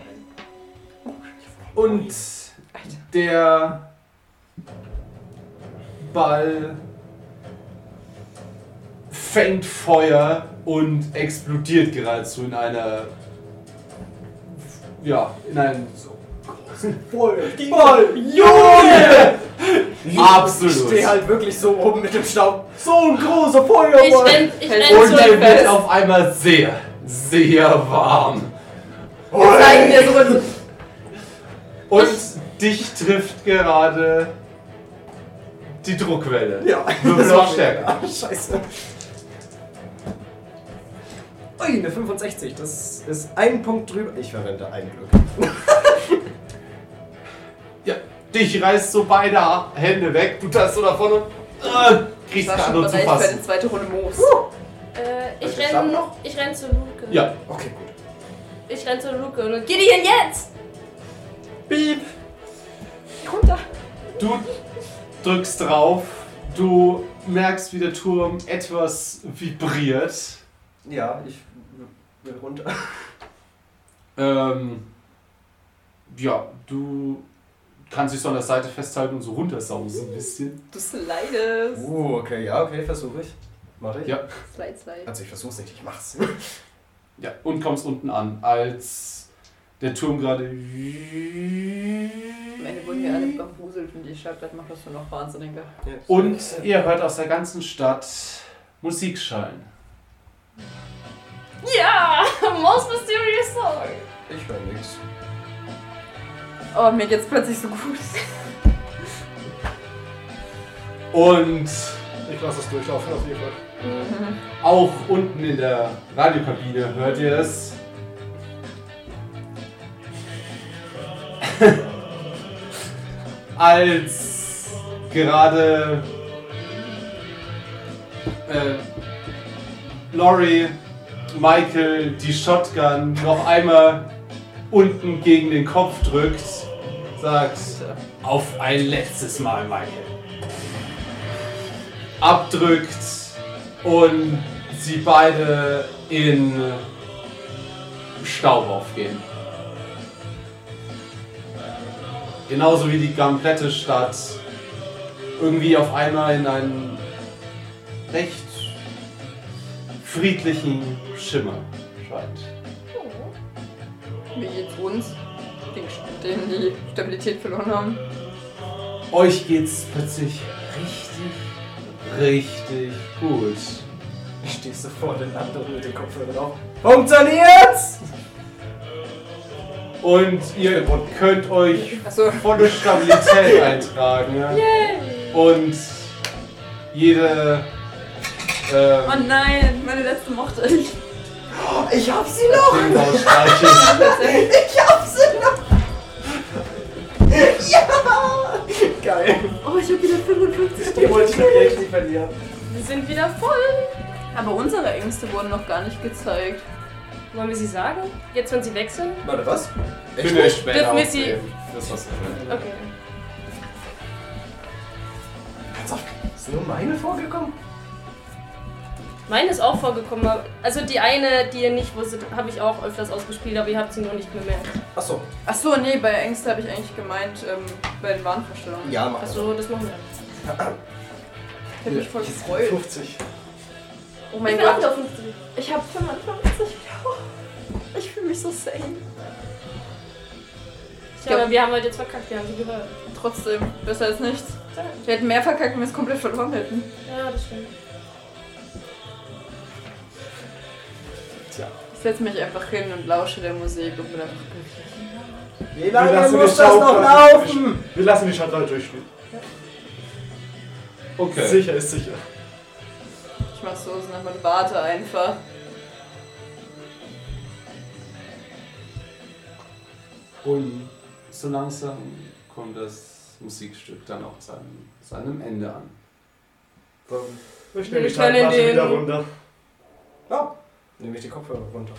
[SPEAKER 4] einen.
[SPEAKER 1] Und
[SPEAKER 3] Alter.
[SPEAKER 1] der Ball fängt Feuer und explodiert geradezu in einer. Ja, in einem.
[SPEAKER 2] Voll.
[SPEAKER 1] Voll! Junge!
[SPEAKER 2] Ich
[SPEAKER 1] Absolut!
[SPEAKER 2] stehe halt wirklich so oben mit dem Staub.
[SPEAKER 1] So ein großer
[SPEAKER 4] Ich
[SPEAKER 1] Feuerball!
[SPEAKER 4] renn, ich
[SPEAKER 3] Hält
[SPEAKER 4] renn
[SPEAKER 1] Und
[SPEAKER 4] zurück.
[SPEAKER 1] ihr wird auf einmal sehr, sehr warm.
[SPEAKER 3] Zeigen wir so.
[SPEAKER 1] Und dich trifft gerade die Druckwelle.
[SPEAKER 2] Ja.
[SPEAKER 1] Würfel auf Stärke.
[SPEAKER 2] *laughs* Ah, scheiße. Ui, eine 65. Das ist ein Punkt drüber. Ich verwende ein Glück.
[SPEAKER 1] Ja, dich reißt so beide Hände weg. Du tanzt so davon und äh, kriegst
[SPEAKER 3] war
[SPEAKER 1] keine
[SPEAKER 3] schon
[SPEAKER 1] andere zu
[SPEAKER 3] bereit für eine
[SPEAKER 1] fassen.
[SPEAKER 3] zweite Runde
[SPEAKER 4] Äh,
[SPEAKER 3] Moos.
[SPEAKER 4] ich
[SPEAKER 2] Warte, schaffen
[SPEAKER 4] renn
[SPEAKER 2] noch?
[SPEAKER 4] Ich renn zu Luke.
[SPEAKER 1] Ja,
[SPEAKER 2] Okay, gut.
[SPEAKER 4] Ich renn zu Luke und Gideon jetzt!
[SPEAKER 2] Piep.
[SPEAKER 3] Runter.
[SPEAKER 1] du drückst drauf. Du merkst, wie der Turm etwas vibriert.
[SPEAKER 2] Ja, ich will runter.
[SPEAKER 1] Ähm, ja, du kannst dich so an der Seite festhalten und so runtersausen ein bisschen.
[SPEAKER 3] Du slidest.
[SPEAKER 2] Uh, okay, ja, okay, versuche ich. Mache ich.
[SPEAKER 1] Ja.
[SPEAKER 3] Slide, slide.
[SPEAKER 2] Also ich versuch's nicht, ich mach's.
[SPEAKER 1] Ja, und kommst unten an, als der Turm gerade.
[SPEAKER 3] Am Ende wurden wir alle
[SPEAKER 1] Hm.
[SPEAKER 3] verwuselt und die Stadtblatt macht das nur noch wahnsinniger.
[SPEAKER 1] Und ihr hört aus der ganzen Stadt Musik schallen.
[SPEAKER 4] Ja! *laughs* Most mysterious song!
[SPEAKER 2] Ich höre nichts.
[SPEAKER 3] Oh, mir geht's plötzlich so
[SPEAKER 1] *laughs*
[SPEAKER 3] gut.
[SPEAKER 1] Und
[SPEAKER 5] Ich lasse es durchlaufen auf jeden Fall.
[SPEAKER 1] auch unten in der Radiokabine hört ihr es. *laughs* als gerade äh, Laurie, Michael die Shotgun noch einmal unten gegen den Kopf drückt, sagt auf ein letztes Mal, Michael. Abdrückt und sie beide in Staub aufgehen. Genauso wie die komplette Stadt irgendwie auf einmal in einen recht friedlichen Schimmer scheint. Oh.
[SPEAKER 3] Wie geht's uns? Den, den die Stabilität verloren haben.
[SPEAKER 1] Euch geht's plötzlich richtig, richtig gut.
[SPEAKER 2] Ich stehe sofort in anderen mit den Kopfhörern auf. Funktioniert's?
[SPEAKER 1] Und ihr könnt euch
[SPEAKER 3] Achso,
[SPEAKER 1] volle Stabilität eintragen. ja? Und jede.
[SPEAKER 3] oh
[SPEAKER 1] Ähm,
[SPEAKER 3] nein, meine letzte mochte ich.
[SPEAKER 2] Ich hab sie noch! *laughs*
[SPEAKER 1] Ding ausstreichen.
[SPEAKER 2] Geil.
[SPEAKER 3] Oh, ich hab wieder 55
[SPEAKER 2] Die wollte ich natürlich nicht verlieren.
[SPEAKER 4] Wir sind wieder voll!
[SPEAKER 3] Aber unsere Ängste wurden noch gar nicht gezeigt.
[SPEAKER 4] Wollen wir sie sagen? Jetzt, wenn sie weg sind?
[SPEAKER 2] Warte, was?
[SPEAKER 1] Könnt ihr euch später
[SPEAKER 4] Dürfen wir sie-
[SPEAKER 1] aufheben. Das war's.
[SPEAKER 4] Okay.
[SPEAKER 2] Ernsthaft? Ist nur meine vorgekommen?
[SPEAKER 4] Meine ist auch vorgekommen. aber- Also die eine, die ihr nicht wusstet, habe ich auch öfters ausgespielt, aber ihr habt sie nur nicht bemerkt.
[SPEAKER 2] Achso.
[SPEAKER 3] Achso, nee, bei Ängste habe ich eigentlich gemeint, ähm, bei den Wahnvorstellungen.
[SPEAKER 2] Ja, mach
[SPEAKER 4] Achso, Also, das machen wir.
[SPEAKER 3] Ich hab mich voll gefreut.
[SPEAKER 5] 50.
[SPEAKER 3] Oh
[SPEAKER 4] Ich
[SPEAKER 3] mein
[SPEAKER 4] bin auch
[SPEAKER 3] Gott,
[SPEAKER 4] wieder 50.
[SPEAKER 3] ich hab 55 wieder. Ich fühle mich so safe.
[SPEAKER 4] Ich glaube, wir haben heute jetzt verkackt, wir haben sie gehört.
[SPEAKER 3] Trotzdem, besser als nichts. Wir hätten mehr verkackt, wenn wir es komplett verloren hätten.
[SPEAKER 4] Ja, das stimmt.
[SPEAKER 2] Tja.
[SPEAKER 3] Ich setze mich einfach hin und lausche der Musik und bin einfach glücklich.
[SPEAKER 2] Wie
[SPEAKER 5] Wir
[SPEAKER 2] lange
[SPEAKER 5] lassen
[SPEAKER 2] muss
[SPEAKER 5] die
[SPEAKER 2] das
[SPEAKER 5] Staub-
[SPEAKER 2] noch laufen?
[SPEAKER 5] Wir lassen die Schandale durchspielen.
[SPEAKER 1] Okay.
[SPEAKER 5] Sicher ist sicher.
[SPEAKER 3] Ich mach so nach und warte einfach.
[SPEAKER 1] Und so langsam kommt das Musikstück dann auch zu einem, zu einem Ende an.
[SPEAKER 5] Ich nehme
[SPEAKER 4] Wir
[SPEAKER 5] die
[SPEAKER 4] können
[SPEAKER 5] Schandale
[SPEAKER 4] den-
[SPEAKER 5] wieder runter.
[SPEAKER 2] Ja. Nehme ich die Kopfhörer runter.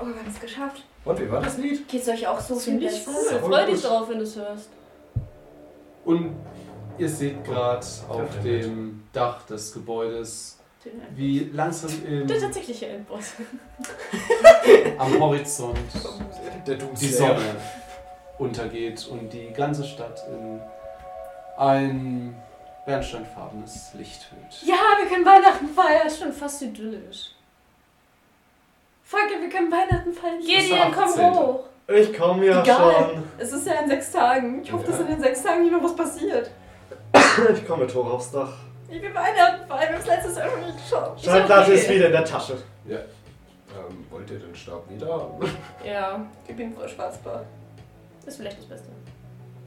[SPEAKER 3] Oh, wir haben es geschafft.
[SPEAKER 2] Und wie war das Lied?
[SPEAKER 3] Geht's euch auch so viel
[SPEAKER 4] Ziemlich
[SPEAKER 3] besser?
[SPEAKER 4] cool. Freu dich drauf, wenn du es hörst.
[SPEAKER 1] Und ihr seht gerade auf dem Dach des Gebäudes,
[SPEAKER 4] Hm.
[SPEAKER 1] wie langsam im,
[SPEAKER 4] Der tatsächliche Endboss.
[SPEAKER 1] am Horizont
[SPEAKER 2] Der Doom
[SPEAKER 1] die
[SPEAKER 2] Slayer.
[SPEAKER 1] Sonne untergeht und die ganze Stadt in ein bernsteinfarbenes Licht hüllt.
[SPEAKER 4] Ja, wir können Weihnachten feiern. Schon fast idyllisch.
[SPEAKER 3] Fuck, wir können Weihnachten feiern.
[SPEAKER 4] Gideon, komm
[SPEAKER 1] 18..
[SPEAKER 4] hoch.
[SPEAKER 5] Ich komme ja
[SPEAKER 3] Egal. Es ist ja in sechs Tagen. Ich hoffe,
[SPEAKER 1] Ja.
[SPEAKER 3] dass in den sechs Tagen nicht noch was passiert.
[SPEAKER 5] schon. Ich komme mit Tor aufs Dach.
[SPEAKER 3] Ich will Weihnachten feiern. Wir haben es letztes Jahr schon nicht geschafft.
[SPEAKER 5] Schallplatte ist wieder in der Tasche.
[SPEAKER 2] Ähm, wollt ihr den Stab wieder haben?
[SPEAKER 4] Ja,
[SPEAKER 3] Ich bin Frau Schwarzbart.
[SPEAKER 4] ist vielleicht das Beste.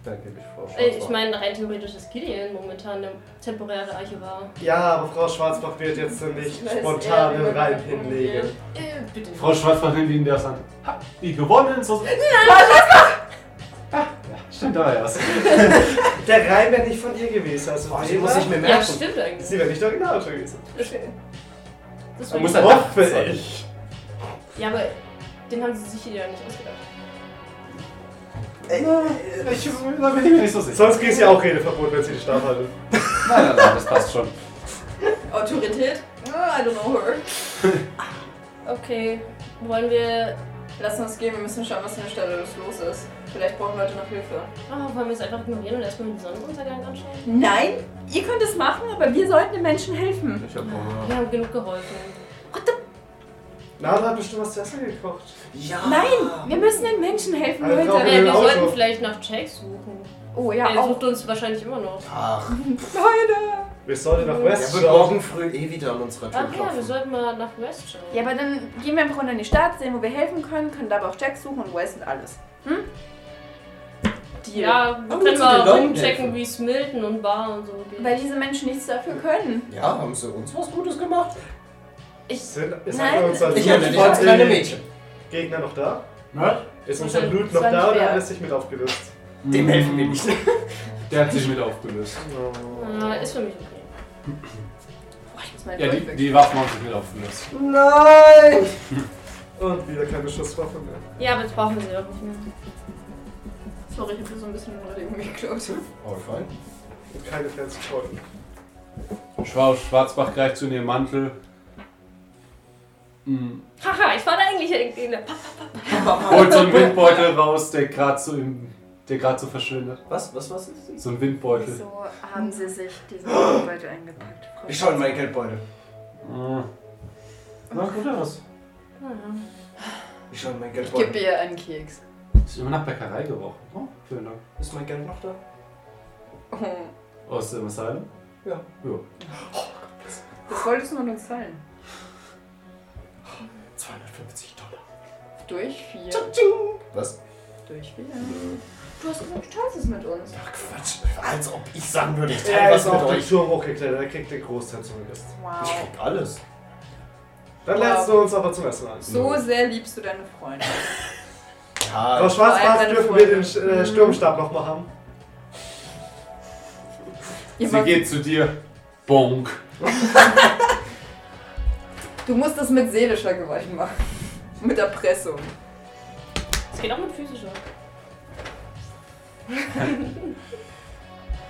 [SPEAKER 2] Dann gebe ich Frau
[SPEAKER 4] Ey, Äh, Ich
[SPEAKER 2] Schwarz.
[SPEAKER 4] meine, rein theoretisch ist Gideon momentan der temporäre Archivar.
[SPEAKER 5] Ja, aber Frau Schwarzbach wird jetzt nämlich
[SPEAKER 3] Ich weiß, ja,
[SPEAKER 5] spontan im
[SPEAKER 3] wir
[SPEAKER 5] Reim
[SPEAKER 3] machen das
[SPEAKER 5] hinlegen.
[SPEAKER 4] Äh, bitte.
[SPEAKER 1] Frau Schwarzbach nimmt ihn in der Hand. Habt ihr gewonnen? So Nein, Ah, ja, stimmt da erst.
[SPEAKER 2] Also,
[SPEAKER 5] Der Reim wäre nicht von ihr gewesen. Also
[SPEAKER 2] Oh,
[SPEAKER 5] den
[SPEAKER 2] den muss ich mir
[SPEAKER 4] Ja,
[SPEAKER 2] merken.
[SPEAKER 4] stimmt eigentlich.
[SPEAKER 5] Sie wäre nicht original gewesen.
[SPEAKER 4] Das
[SPEAKER 1] Man
[SPEAKER 4] war-
[SPEAKER 1] muss halt
[SPEAKER 5] Hoffe
[SPEAKER 1] sein.
[SPEAKER 5] ich.
[SPEAKER 4] ja, aber den haben sie sich hier ja nicht ausgedacht.
[SPEAKER 2] Ey,
[SPEAKER 1] Ich da bin ich mir nicht so sicher.
[SPEAKER 5] Sonst kriegst du ja auch Redeverbot, wenn sie den Stab halten.
[SPEAKER 1] Nein, nein, nein, das passt schon.
[SPEAKER 3] Autorität? Ah, I don't know her.
[SPEAKER 4] Okay, wollen wir.
[SPEAKER 3] Lass uns gehen, wir müssen schauen, was in der Stelle los ist. Vielleicht brauchen Leute noch Hilfe.
[SPEAKER 4] Oh, wollen wir es einfach ignorieren und erstmal den Sonnenuntergang anschauen?
[SPEAKER 3] Nein, ihr könnt es machen, aber wir sollten den Menschen helfen.
[SPEAKER 2] Ich hab Hunger.
[SPEAKER 4] Wir haben genug geholfen.
[SPEAKER 5] Na, da hat bestimmt was zu essen gekocht.
[SPEAKER 2] Ja!
[SPEAKER 3] Nein, wir müssen den Menschen helfen,
[SPEAKER 5] Also
[SPEAKER 3] Leute.
[SPEAKER 5] brauchen
[SPEAKER 4] Äh,
[SPEAKER 5] im
[SPEAKER 4] wir
[SPEAKER 5] Auto.
[SPEAKER 4] sollten vielleicht nach Jake suchen.
[SPEAKER 3] Oh
[SPEAKER 4] er
[SPEAKER 3] ja, auch.
[SPEAKER 4] sucht uns wahrscheinlich immer noch.
[SPEAKER 2] Ach,
[SPEAKER 3] Leute.
[SPEAKER 5] Wir sollten nach
[SPEAKER 2] er
[SPEAKER 5] West
[SPEAKER 2] wird
[SPEAKER 5] schauen.
[SPEAKER 2] morgen früh eh wieder an unserer Tür
[SPEAKER 4] Ach ja, wir
[SPEAKER 2] klopfen.
[SPEAKER 4] sollten mal nach West schauen.
[SPEAKER 3] Ja, aber dann gehen wir einfach runter in die Stadt, sehen, wo wir helfen können, können da aber auch Jack suchen und Wes und alles. Hm? Deal.
[SPEAKER 4] Ja, wir
[SPEAKER 2] Aber
[SPEAKER 4] können
[SPEAKER 2] zu den
[SPEAKER 4] mal
[SPEAKER 2] Leuten
[SPEAKER 4] rumchecken,
[SPEAKER 2] helfen.
[SPEAKER 4] wie es Milton und Bar und so geht.
[SPEAKER 3] Weil diese Menschen nichts dafür können.
[SPEAKER 2] ja, haben sie uns was Gutes gemacht?
[SPEAKER 5] Sind, ist
[SPEAKER 3] Nein,
[SPEAKER 5] einer unserer
[SPEAKER 2] Ich erinnere mich
[SPEAKER 5] Loot
[SPEAKER 2] ans kleine
[SPEAKER 5] von den
[SPEAKER 2] Mädchen.
[SPEAKER 5] Gegner noch da?
[SPEAKER 1] Ne?
[SPEAKER 5] Ist
[SPEAKER 4] Das
[SPEAKER 5] unser
[SPEAKER 4] war-
[SPEAKER 5] Blut
[SPEAKER 3] das
[SPEAKER 5] noch
[SPEAKER 3] war ein
[SPEAKER 5] da oder
[SPEAKER 3] Schwert.
[SPEAKER 5] hat es sich mit aufgelöst?
[SPEAKER 2] Dem helfen wir nicht.
[SPEAKER 1] *laughs* Der hat sich mit aufgelöst.
[SPEAKER 3] Ah,
[SPEAKER 5] Oh.
[SPEAKER 4] Äh, ist für mich okay.
[SPEAKER 3] Boah, ich muss meinen
[SPEAKER 1] Ja,
[SPEAKER 3] Dolch
[SPEAKER 1] die,
[SPEAKER 3] weg-
[SPEAKER 1] die Waffen haben sich mit aufgelöst.
[SPEAKER 5] Nein! Und wieder keine Schusswaffe mehr.
[SPEAKER 4] Ja, aber jetzt brauchen wir sie auch nicht mehr.
[SPEAKER 3] Sorry, ich hab dir so ein bisschen in Überlegung geklaut.
[SPEAKER 2] Oh, fein.
[SPEAKER 5] Und keine Fans folgen.
[SPEAKER 1] Schwar Schwarzbach greift zu in ihren Mantel. Hm.
[SPEAKER 4] Haha, ich war da eigentlich in der Papp.
[SPEAKER 1] Holt so einen Windbeutel raus, der gerade so, im- der grad so verschwindet.
[SPEAKER 2] Was, was, was ist das?
[SPEAKER 1] So ein Windbeutel.
[SPEAKER 3] Wieso haben sie sich *gasps* diesen Arbeit eingepackt?
[SPEAKER 2] Ich schau in meinen Geldbeutel.
[SPEAKER 1] Hm. Na gut aus.
[SPEAKER 4] Ah,
[SPEAKER 2] Ich schau in meinen
[SPEAKER 3] Ich gebe
[SPEAKER 2] Geldbeutel.
[SPEAKER 3] dir einen Keks.
[SPEAKER 1] Ist immer nach Bäckerei gerochen. Oh, vielen Dank.
[SPEAKER 2] Ist mein Geld noch da?
[SPEAKER 3] Oh,
[SPEAKER 1] Aus dem Asylum?
[SPEAKER 2] Ja.
[SPEAKER 1] Ja.
[SPEAKER 3] das wolltest du mit uns teilen.
[SPEAKER 2] 250 Dollar.
[SPEAKER 3] Durch vier.
[SPEAKER 2] Was?
[SPEAKER 3] Durch vier. Du hast gesagt, du teilst es mit uns.
[SPEAKER 2] Ach Quatsch. Als ob ich sagen würde, ich
[SPEAKER 5] Er
[SPEAKER 2] teile was
[SPEAKER 5] ist
[SPEAKER 2] mit
[SPEAKER 5] auf den
[SPEAKER 2] euch.
[SPEAKER 5] Turm hochgeklettert, er kriegt den Großteil zumindest.
[SPEAKER 2] Ich
[SPEAKER 3] Wow.
[SPEAKER 2] krieg alles.
[SPEAKER 5] Dann
[SPEAKER 3] Wow.
[SPEAKER 5] lädst du uns aber zum Essen ein.
[SPEAKER 3] So sehr liebst du deine Freunde.
[SPEAKER 5] Frau
[SPEAKER 2] Ja,
[SPEAKER 3] Vor
[SPEAKER 5] Schwarzbach
[SPEAKER 3] allem
[SPEAKER 5] dürfen wir
[SPEAKER 3] meine
[SPEAKER 5] den äh, Sturmstab nochmal haben.
[SPEAKER 1] Sie geht zu dir. Bonk.
[SPEAKER 3] Du musst das mit seelischer Gewalt machen. *laughs* Mit Erpressung.
[SPEAKER 4] Es geht auch mit physischer.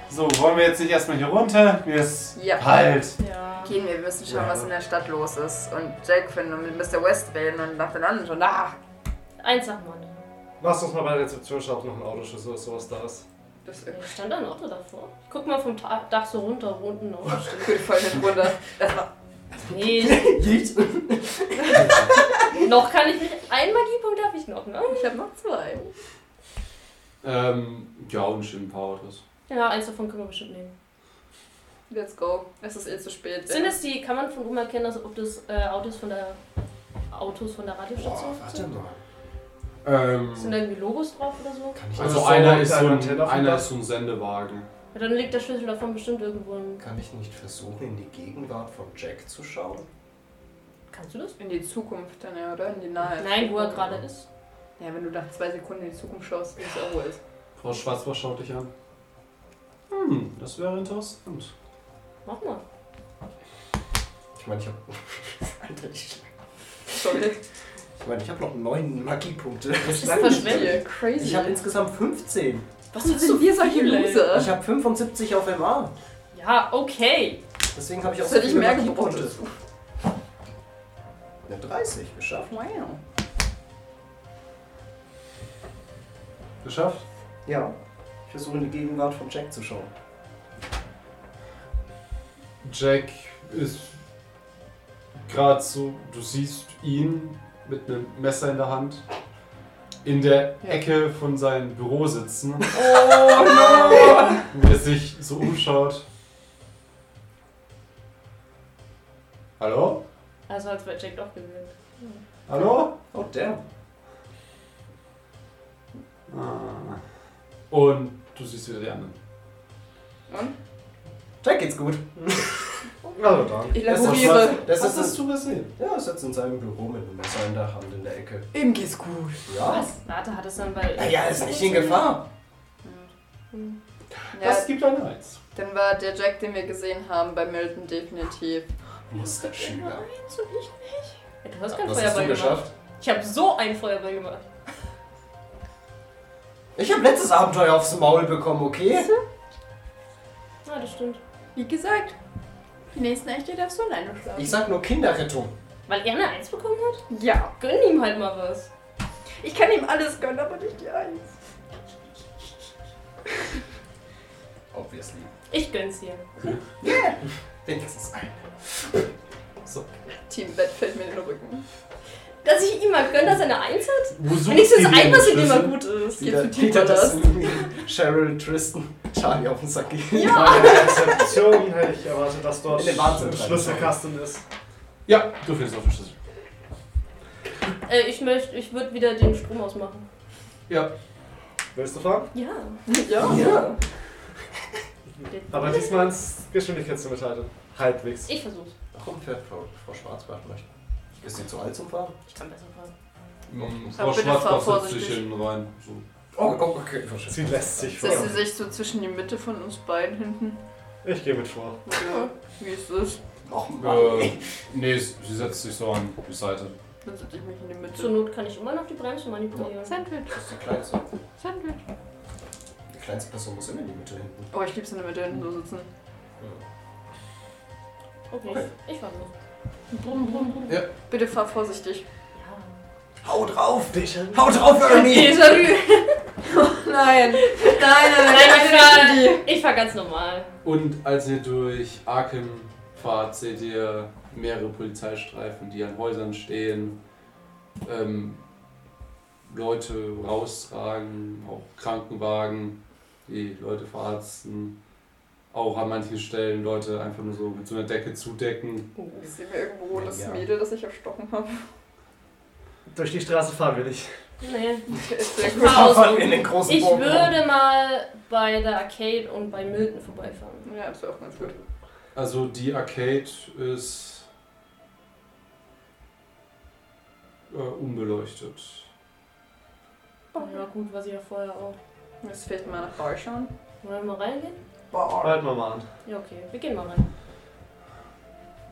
[SPEAKER 1] So, wollen wir jetzt nicht erstmal hier runter? Mir ist
[SPEAKER 3] Ja.
[SPEAKER 1] kalt.
[SPEAKER 4] Ja.
[SPEAKER 3] Gehen wir, wir müssen schauen,
[SPEAKER 5] Ja.
[SPEAKER 3] was in der Stadt los ist. Und Jack finden und mit Mr. West reden und nach den anderen schon. Ah,
[SPEAKER 4] Eins sag mal.
[SPEAKER 5] Lass uns mal bei der Rezeption schauen, ob noch ein Autoschlüssel oder sowas da ist.
[SPEAKER 3] das ist irgendwie
[SPEAKER 4] Stand da ein Auto davor? Ich guck mal vom Ta Dach so runter, unten auf.
[SPEAKER 3] cool, voll nicht runter. Das war
[SPEAKER 4] Nee,
[SPEAKER 2] Jeet.
[SPEAKER 4] noch kann ich nicht. Ein Magiepunkt habe ich noch, ne?
[SPEAKER 3] ich habe noch zwei.
[SPEAKER 1] Ähm, ja, und schön ein paar Autos.
[SPEAKER 4] Ja, Genau, eins davon können wir bestimmt nehmen.
[SPEAKER 3] Let's go. Es ist eh zu spät.
[SPEAKER 4] Sind das die, kann man von oben erkennen, dass, ob das äh, Autos von der Autos von der Radiostation
[SPEAKER 2] Boah, warte
[SPEAKER 4] sind?
[SPEAKER 2] mal.
[SPEAKER 4] Sind
[SPEAKER 1] Ähm,
[SPEAKER 4] da irgendwie Logos drauf oder so?
[SPEAKER 2] Kann ich,
[SPEAKER 1] also
[SPEAKER 5] so
[SPEAKER 1] einer
[SPEAKER 5] eine
[SPEAKER 1] ist so ein,
[SPEAKER 5] Antenne auf dem
[SPEAKER 1] einer
[SPEAKER 5] Dach?
[SPEAKER 1] ist so ein Sendewagen.
[SPEAKER 4] Ja, dann liegt der Schlüssel davon bestimmt irgendwo im.
[SPEAKER 2] kann ich nicht versuchen, in die Gegenwart von Jack zu schauen?
[SPEAKER 4] Kannst du das?
[SPEAKER 3] In die Zukunft dann, ja, oder? In die Nahe.
[SPEAKER 4] Nein, wo er gerade ist.
[SPEAKER 3] Ja, wenn du nach zwei Sekunden in die Zukunft schaust, ist es auch ist.
[SPEAKER 1] Frau Schwarzbach schaut dich an. Hm, das wäre interessant.
[SPEAKER 4] Mach mal.
[SPEAKER 2] Ich meine, ich hab. *laughs* Alter, ich schlag.
[SPEAKER 3] *laughs* Sorry.
[SPEAKER 2] Ich Ich meine, ich habe noch neun Magie-Punkte.
[SPEAKER 3] Das verschwinde. Crazy.
[SPEAKER 2] Ich habe insgesamt 15.
[SPEAKER 3] Was hast du wir solche
[SPEAKER 4] viele?
[SPEAKER 3] Loser?
[SPEAKER 2] Ich habe 75 auf MA.
[SPEAKER 4] Ja, okay.
[SPEAKER 2] Deswegen habe ich auch
[SPEAKER 3] Das hätte ich mehr
[SPEAKER 2] Magiepunkte.
[SPEAKER 3] gebraucht.
[SPEAKER 2] Eine 30 geschafft.
[SPEAKER 3] Oh, Wow.
[SPEAKER 1] Geschafft?
[SPEAKER 2] Ja. Ich versuche in die Gegenwart von Jack zu schauen.
[SPEAKER 1] Jack ist gerade so, du siehst ihn mit einem Messer in der Hand in der Ecke von seinem Büro
[SPEAKER 3] *laughs*
[SPEAKER 1] sitzen. Oh no! Wie er sich so umschaut. Hallo?
[SPEAKER 4] Also als bei Jack doch gewinnt.
[SPEAKER 1] Hallo?
[SPEAKER 2] Oh, damn.
[SPEAKER 1] Ah. Und du siehst wieder die anderen.
[SPEAKER 2] Jack geht's gut.
[SPEAKER 5] Also dann.
[SPEAKER 3] Ich
[SPEAKER 2] Das ist-
[SPEAKER 3] laboriere.
[SPEAKER 2] Das
[SPEAKER 1] Was
[SPEAKER 2] ist,
[SPEAKER 1] hast du gesehen?
[SPEAKER 2] ja, ist jetzt in seinem Büro mit einem Messer in der Hand in der Ecke.
[SPEAKER 3] Ihm geht's gut.
[SPEAKER 2] Ja.
[SPEAKER 4] Warte, hat es dann bei.
[SPEAKER 2] Naja, ist nicht in Gefahr.
[SPEAKER 3] Ja,
[SPEAKER 1] Das gibt eine Eins.
[SPEAKER 3] dann war der Jack, den wir gesehen haben, bei Milton definitiv.
[SPEAKER 2] Musterschüler.
[SPEAKER 4] Ja, du hast keinen
[SPEAKER 2] Was hast
[SPEAKER 4] Feuerball
[SPEAKER 2] du
[SPEAKER 4] gemacht.
[SPEAKER 2] geschafft?
[SPEAKER 4] Ich habe so einen Feuerball gemacht.
[SPEAKER 2] Ich habe letztes Abenteuer aufs Maul bekommen, okay?
[SPEAKER 4] Ja, Ah, das stimmt.
[SPEAKER 3] Wie gesagt, die nächsten Nächte darfst du alleine schlafen.
[SPEAKER 2] Ich sag nur Kinderrettung.
[SPEAKER 4] Weil er eine Eins bekommen hat?
[SPEAKER 3] ja.
[SPEAKER 4] Gönn ihm halt mal was.
[SPEAKER 3] Ich kann ihm alles gönnen, aber nicht die Eins.
[SPEAKER 2] Obviously.
[SPEAKER 4] Ich gönn's dir.
[SPEAKER 2] Wenigstens eine.
[SPEAKER 3] Team Bett fällt mir in den Rücken.
[SPEAKER 4] Dass ich ihm mal gönn, dass er eine Eins hat?
[SPEAKER 1] Wo sucht
[SPEAKER 4] Wenigstens
[SPEAKER 1] ihr den
[SPEAKER 4] ein, was in dem er
[SPEAKER 1] Schlüssel?
[SPEAKER 4] gut ist.
[SPEAKER 3] Geht zu tief
[SPEAKER 2] Peter
[SPEAKER 3] oder was?
[SPEAKER 2] Dustin, *laughs* Cheryl, Tristan, Charlie auf den Sack gehen.
[SPEAKER 5] Ja. Bei der Rezeption hätte ich erwartet, dass dort
[SPEAKER 2] In den Wahnsinn
[SPEAKER 5] ein Schlüsselkasten ist.
[SPEAKER 1] Ja, du findest auf den Schlüssel.
[SPEAKER 4] Äh, ich möchte, ich würde wieder den Strom ausmachen.
[SPEAKER 1] Ja,
[SPEAKER 5] Willst du fahren?
[SPEAKER 4] Ja.
[SPEAKER 3] Ja.
[SPEAKER 2] Ja.
[SPEAKER 5] Aber diesmal ins Geschwindigkeitslimit halten. Halbwegs.
[SPEAKER 4] Ich versuch's.
[SPEAKER 2] Warum fährt Frau, Frau Schwarzbach nicht? Ist sie zu alt zum Fahren?
[SPEAKER 4] Ich kann besser fahren.
[SPEAKER 1] Mhm.
[SPEAKER 3] Aber
[SPEAKER 1] Frau
[SPEAKER 3] bitte fahr
[SPEAKER 1] Schwarzbach setzt
[SPEAKER 3] vorsichtig.
[SPEAKER 1] sich hinten rein. So.
[SPEAKER 2] Oh, oh okay, verstehe.
[SPEAKER 5] Sie lässt sich
[SPEAKER 3] Setzt sie
[SPEAKER 5] fahren.
[SPEAKER 3] sich so zwischen die Mitte von uns beiden hinten.
[SPEAKER 5] Ich gehe mit vor.
[SPEAKER 3] Ja. Wie ist das?
[SPEAKER 2] Oh, Mann.
[SPEAKER 1] Äh, nee, sie setzt sich so an die Seite.
[SPEAKER 3] Dann setze ich mich in die Mitte.
[SPEAKER 4] Zur Not kann ich immer noch die Bremse manipulieren.
[SPEAKER 3] Sandwich,
[SPEAKER 2] Das ist die kleinste.
[SPEAKER 3] Sandwich.
[SPEAKER 2] Die kleinste Person muss immer in die Mitte hinten.
[SPEAKER 3] Oh, ich lieb's in der Mitte hinten so sitzen.
[SPEAKER 4] Okay,
[SPEAKER 2] Okay.
[SPEAKER 4] ich fahr los.
[SPEAKER 3] Brumm, brumm, brumm.
[SPEAKER 2] Ja.
[SPEAKER 3] Bitte
[SPEAKER 4] *laughs*
[SPEAKER 3] fahr vorsichtig.
[SPEAKER 4] Ja.
[SPEAKER 2] Hau drauf! Hau drauf, Ernie!
[SPEAKER 3] Déjà-vu! Oh nein! Nein, nein, nein,
[SPEAKER 4] Nein, ich
[SPEAKER 3] nein, nein,
[SPEAKER 4] fahr, ich fahr ganz normal.
[SPEAKER 1] Und als ihr durch Arkham fahrt, seht ihr mehrere Polizeistreifen, die an Häusern stehen, ähm, Leute raustragen, auch Krankenwagen, die Leute verarzten, auch an manchen Stellen Leute einfach nur so mit so einer Decke zudecken.
[SPEAKER 3] die. Ich sehe mir irgendwo das
[SPEAKER 2] Ja.
[SPEAKER 3] Mädel, das ich erstochen
[SPEAKER 4] *laughs*
[SPEAKER 3] habe.
[SPEAKER 5] Durch die Straße fahren will ich.
[SPEAKER 4] Nee.
[SPEAKER 3] Der ist sehr
[SPEAKER 4] Ich
[SPEAKER 3] gut.
[SPEAKER 4] fahr aus.
[SPEAKER 2] *laughs* In den großen
[SPEAKER 4] Ich
[SPEAKER 2] Bogen.
[SPEAKER 4] würde mal bei der Arcade und bei Milton vorbeifahren.
[SPEAKER 3] Ja, das wäre auch ganz gut.
[SPEAKER 1] Also die Arcade ist äh, unbeleuchtet.
[SPEAKER 4] Oh, Ja gut, was ich ja vorher auch.
[SPEAKER 3] Müsst vielleicht mal nach Bar schauen.
[SPEAKER 4] Wollen wir mal reingehen?
[SPEAKER 5] Halt mal mal an.
[SPEAKER 4] Ja, okay. Wir gehen mal rein.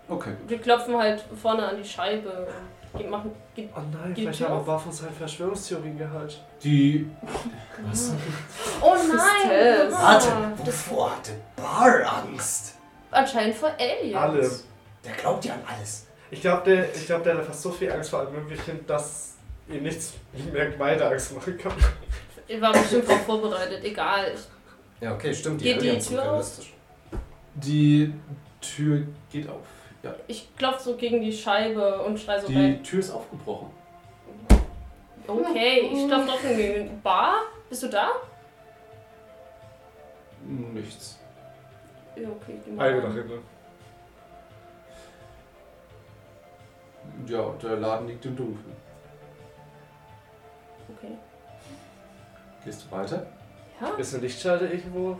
[SPEAKER 1] Okay.
[SPEAKER 4] Wir klopfen halt vorne an die Scheibe. und Machen, ge-
[SPEAKER 5] Oh nein,
[SPEAKER 4] Geht
[SPEAKER 5] vielleicht
[SPEAKER 4] die
[SPEAKER 5] haben auch
[SPEAKER 4] auf?
[SPEAKER 5] Waffen seine Verschwörungstheorien gehalten.
[SPEAKER 1] Die
[SPEAKER 4] oh
[SPEAKER 3] das?
[SPEAKER 4] nein!
[SPEAKER 2] Warte,
[SPEAKER 4] Ah, Das-
[SPEAKER 2] wovor hatte Bar Angst?
[SPEAKER 4] Anscheinend vor Aliens.
[SPEAKER 5] Alle.
[SPEAKER 2] Der glaubt ja an alles.
[SPEAKER 5] Ich glaube, der, ich glaub, der hat fast so viel Angst vor allem Möglichen, dass ihm nichts mehr weiter Angst machen kann.
[SPEAKER 4] Ich war bestimmt drauf vorbereitet. Egal.
[SPEAKER 2] Ja, okay, stimmt.
[SPEAKER 4] Geht die
[SPEAKER 2] Aliens sind
[SPEAKER 4] Tür auf?
[SPEAKER 2] realistisch.
[SPEAKER 1] Die Tür geht auf. Ja.
[SPEAKER 4] Ich klopf so gegen die Scheibe und schrei so
[SPEAKER 1] Die
[SPEAKER 4] rein.
[SPEAKER 1] Tür ist aufgebrochen.
[SPEAKER 4] Okay, ich klopf trotzdem gegen die Bar. Bist du da?
[SPEAKER 1] Nichts.
[SPEAKER 4] Ja, okay. ich geh mal
[SPEAKER 5] Eine nach
[SPEAKER 4] rein.
[SPEAKER 5] hinten.
[SPEAKER 1] Ja, der Laden liegt im Dunkeln.
[SPEAKER 4] Okay.
[SPEAKER 1] Gehst du weiter?
[SPEAKER 4] Ja?
[SPEAKER 5] Ist eine Lichtschalter irgendwo?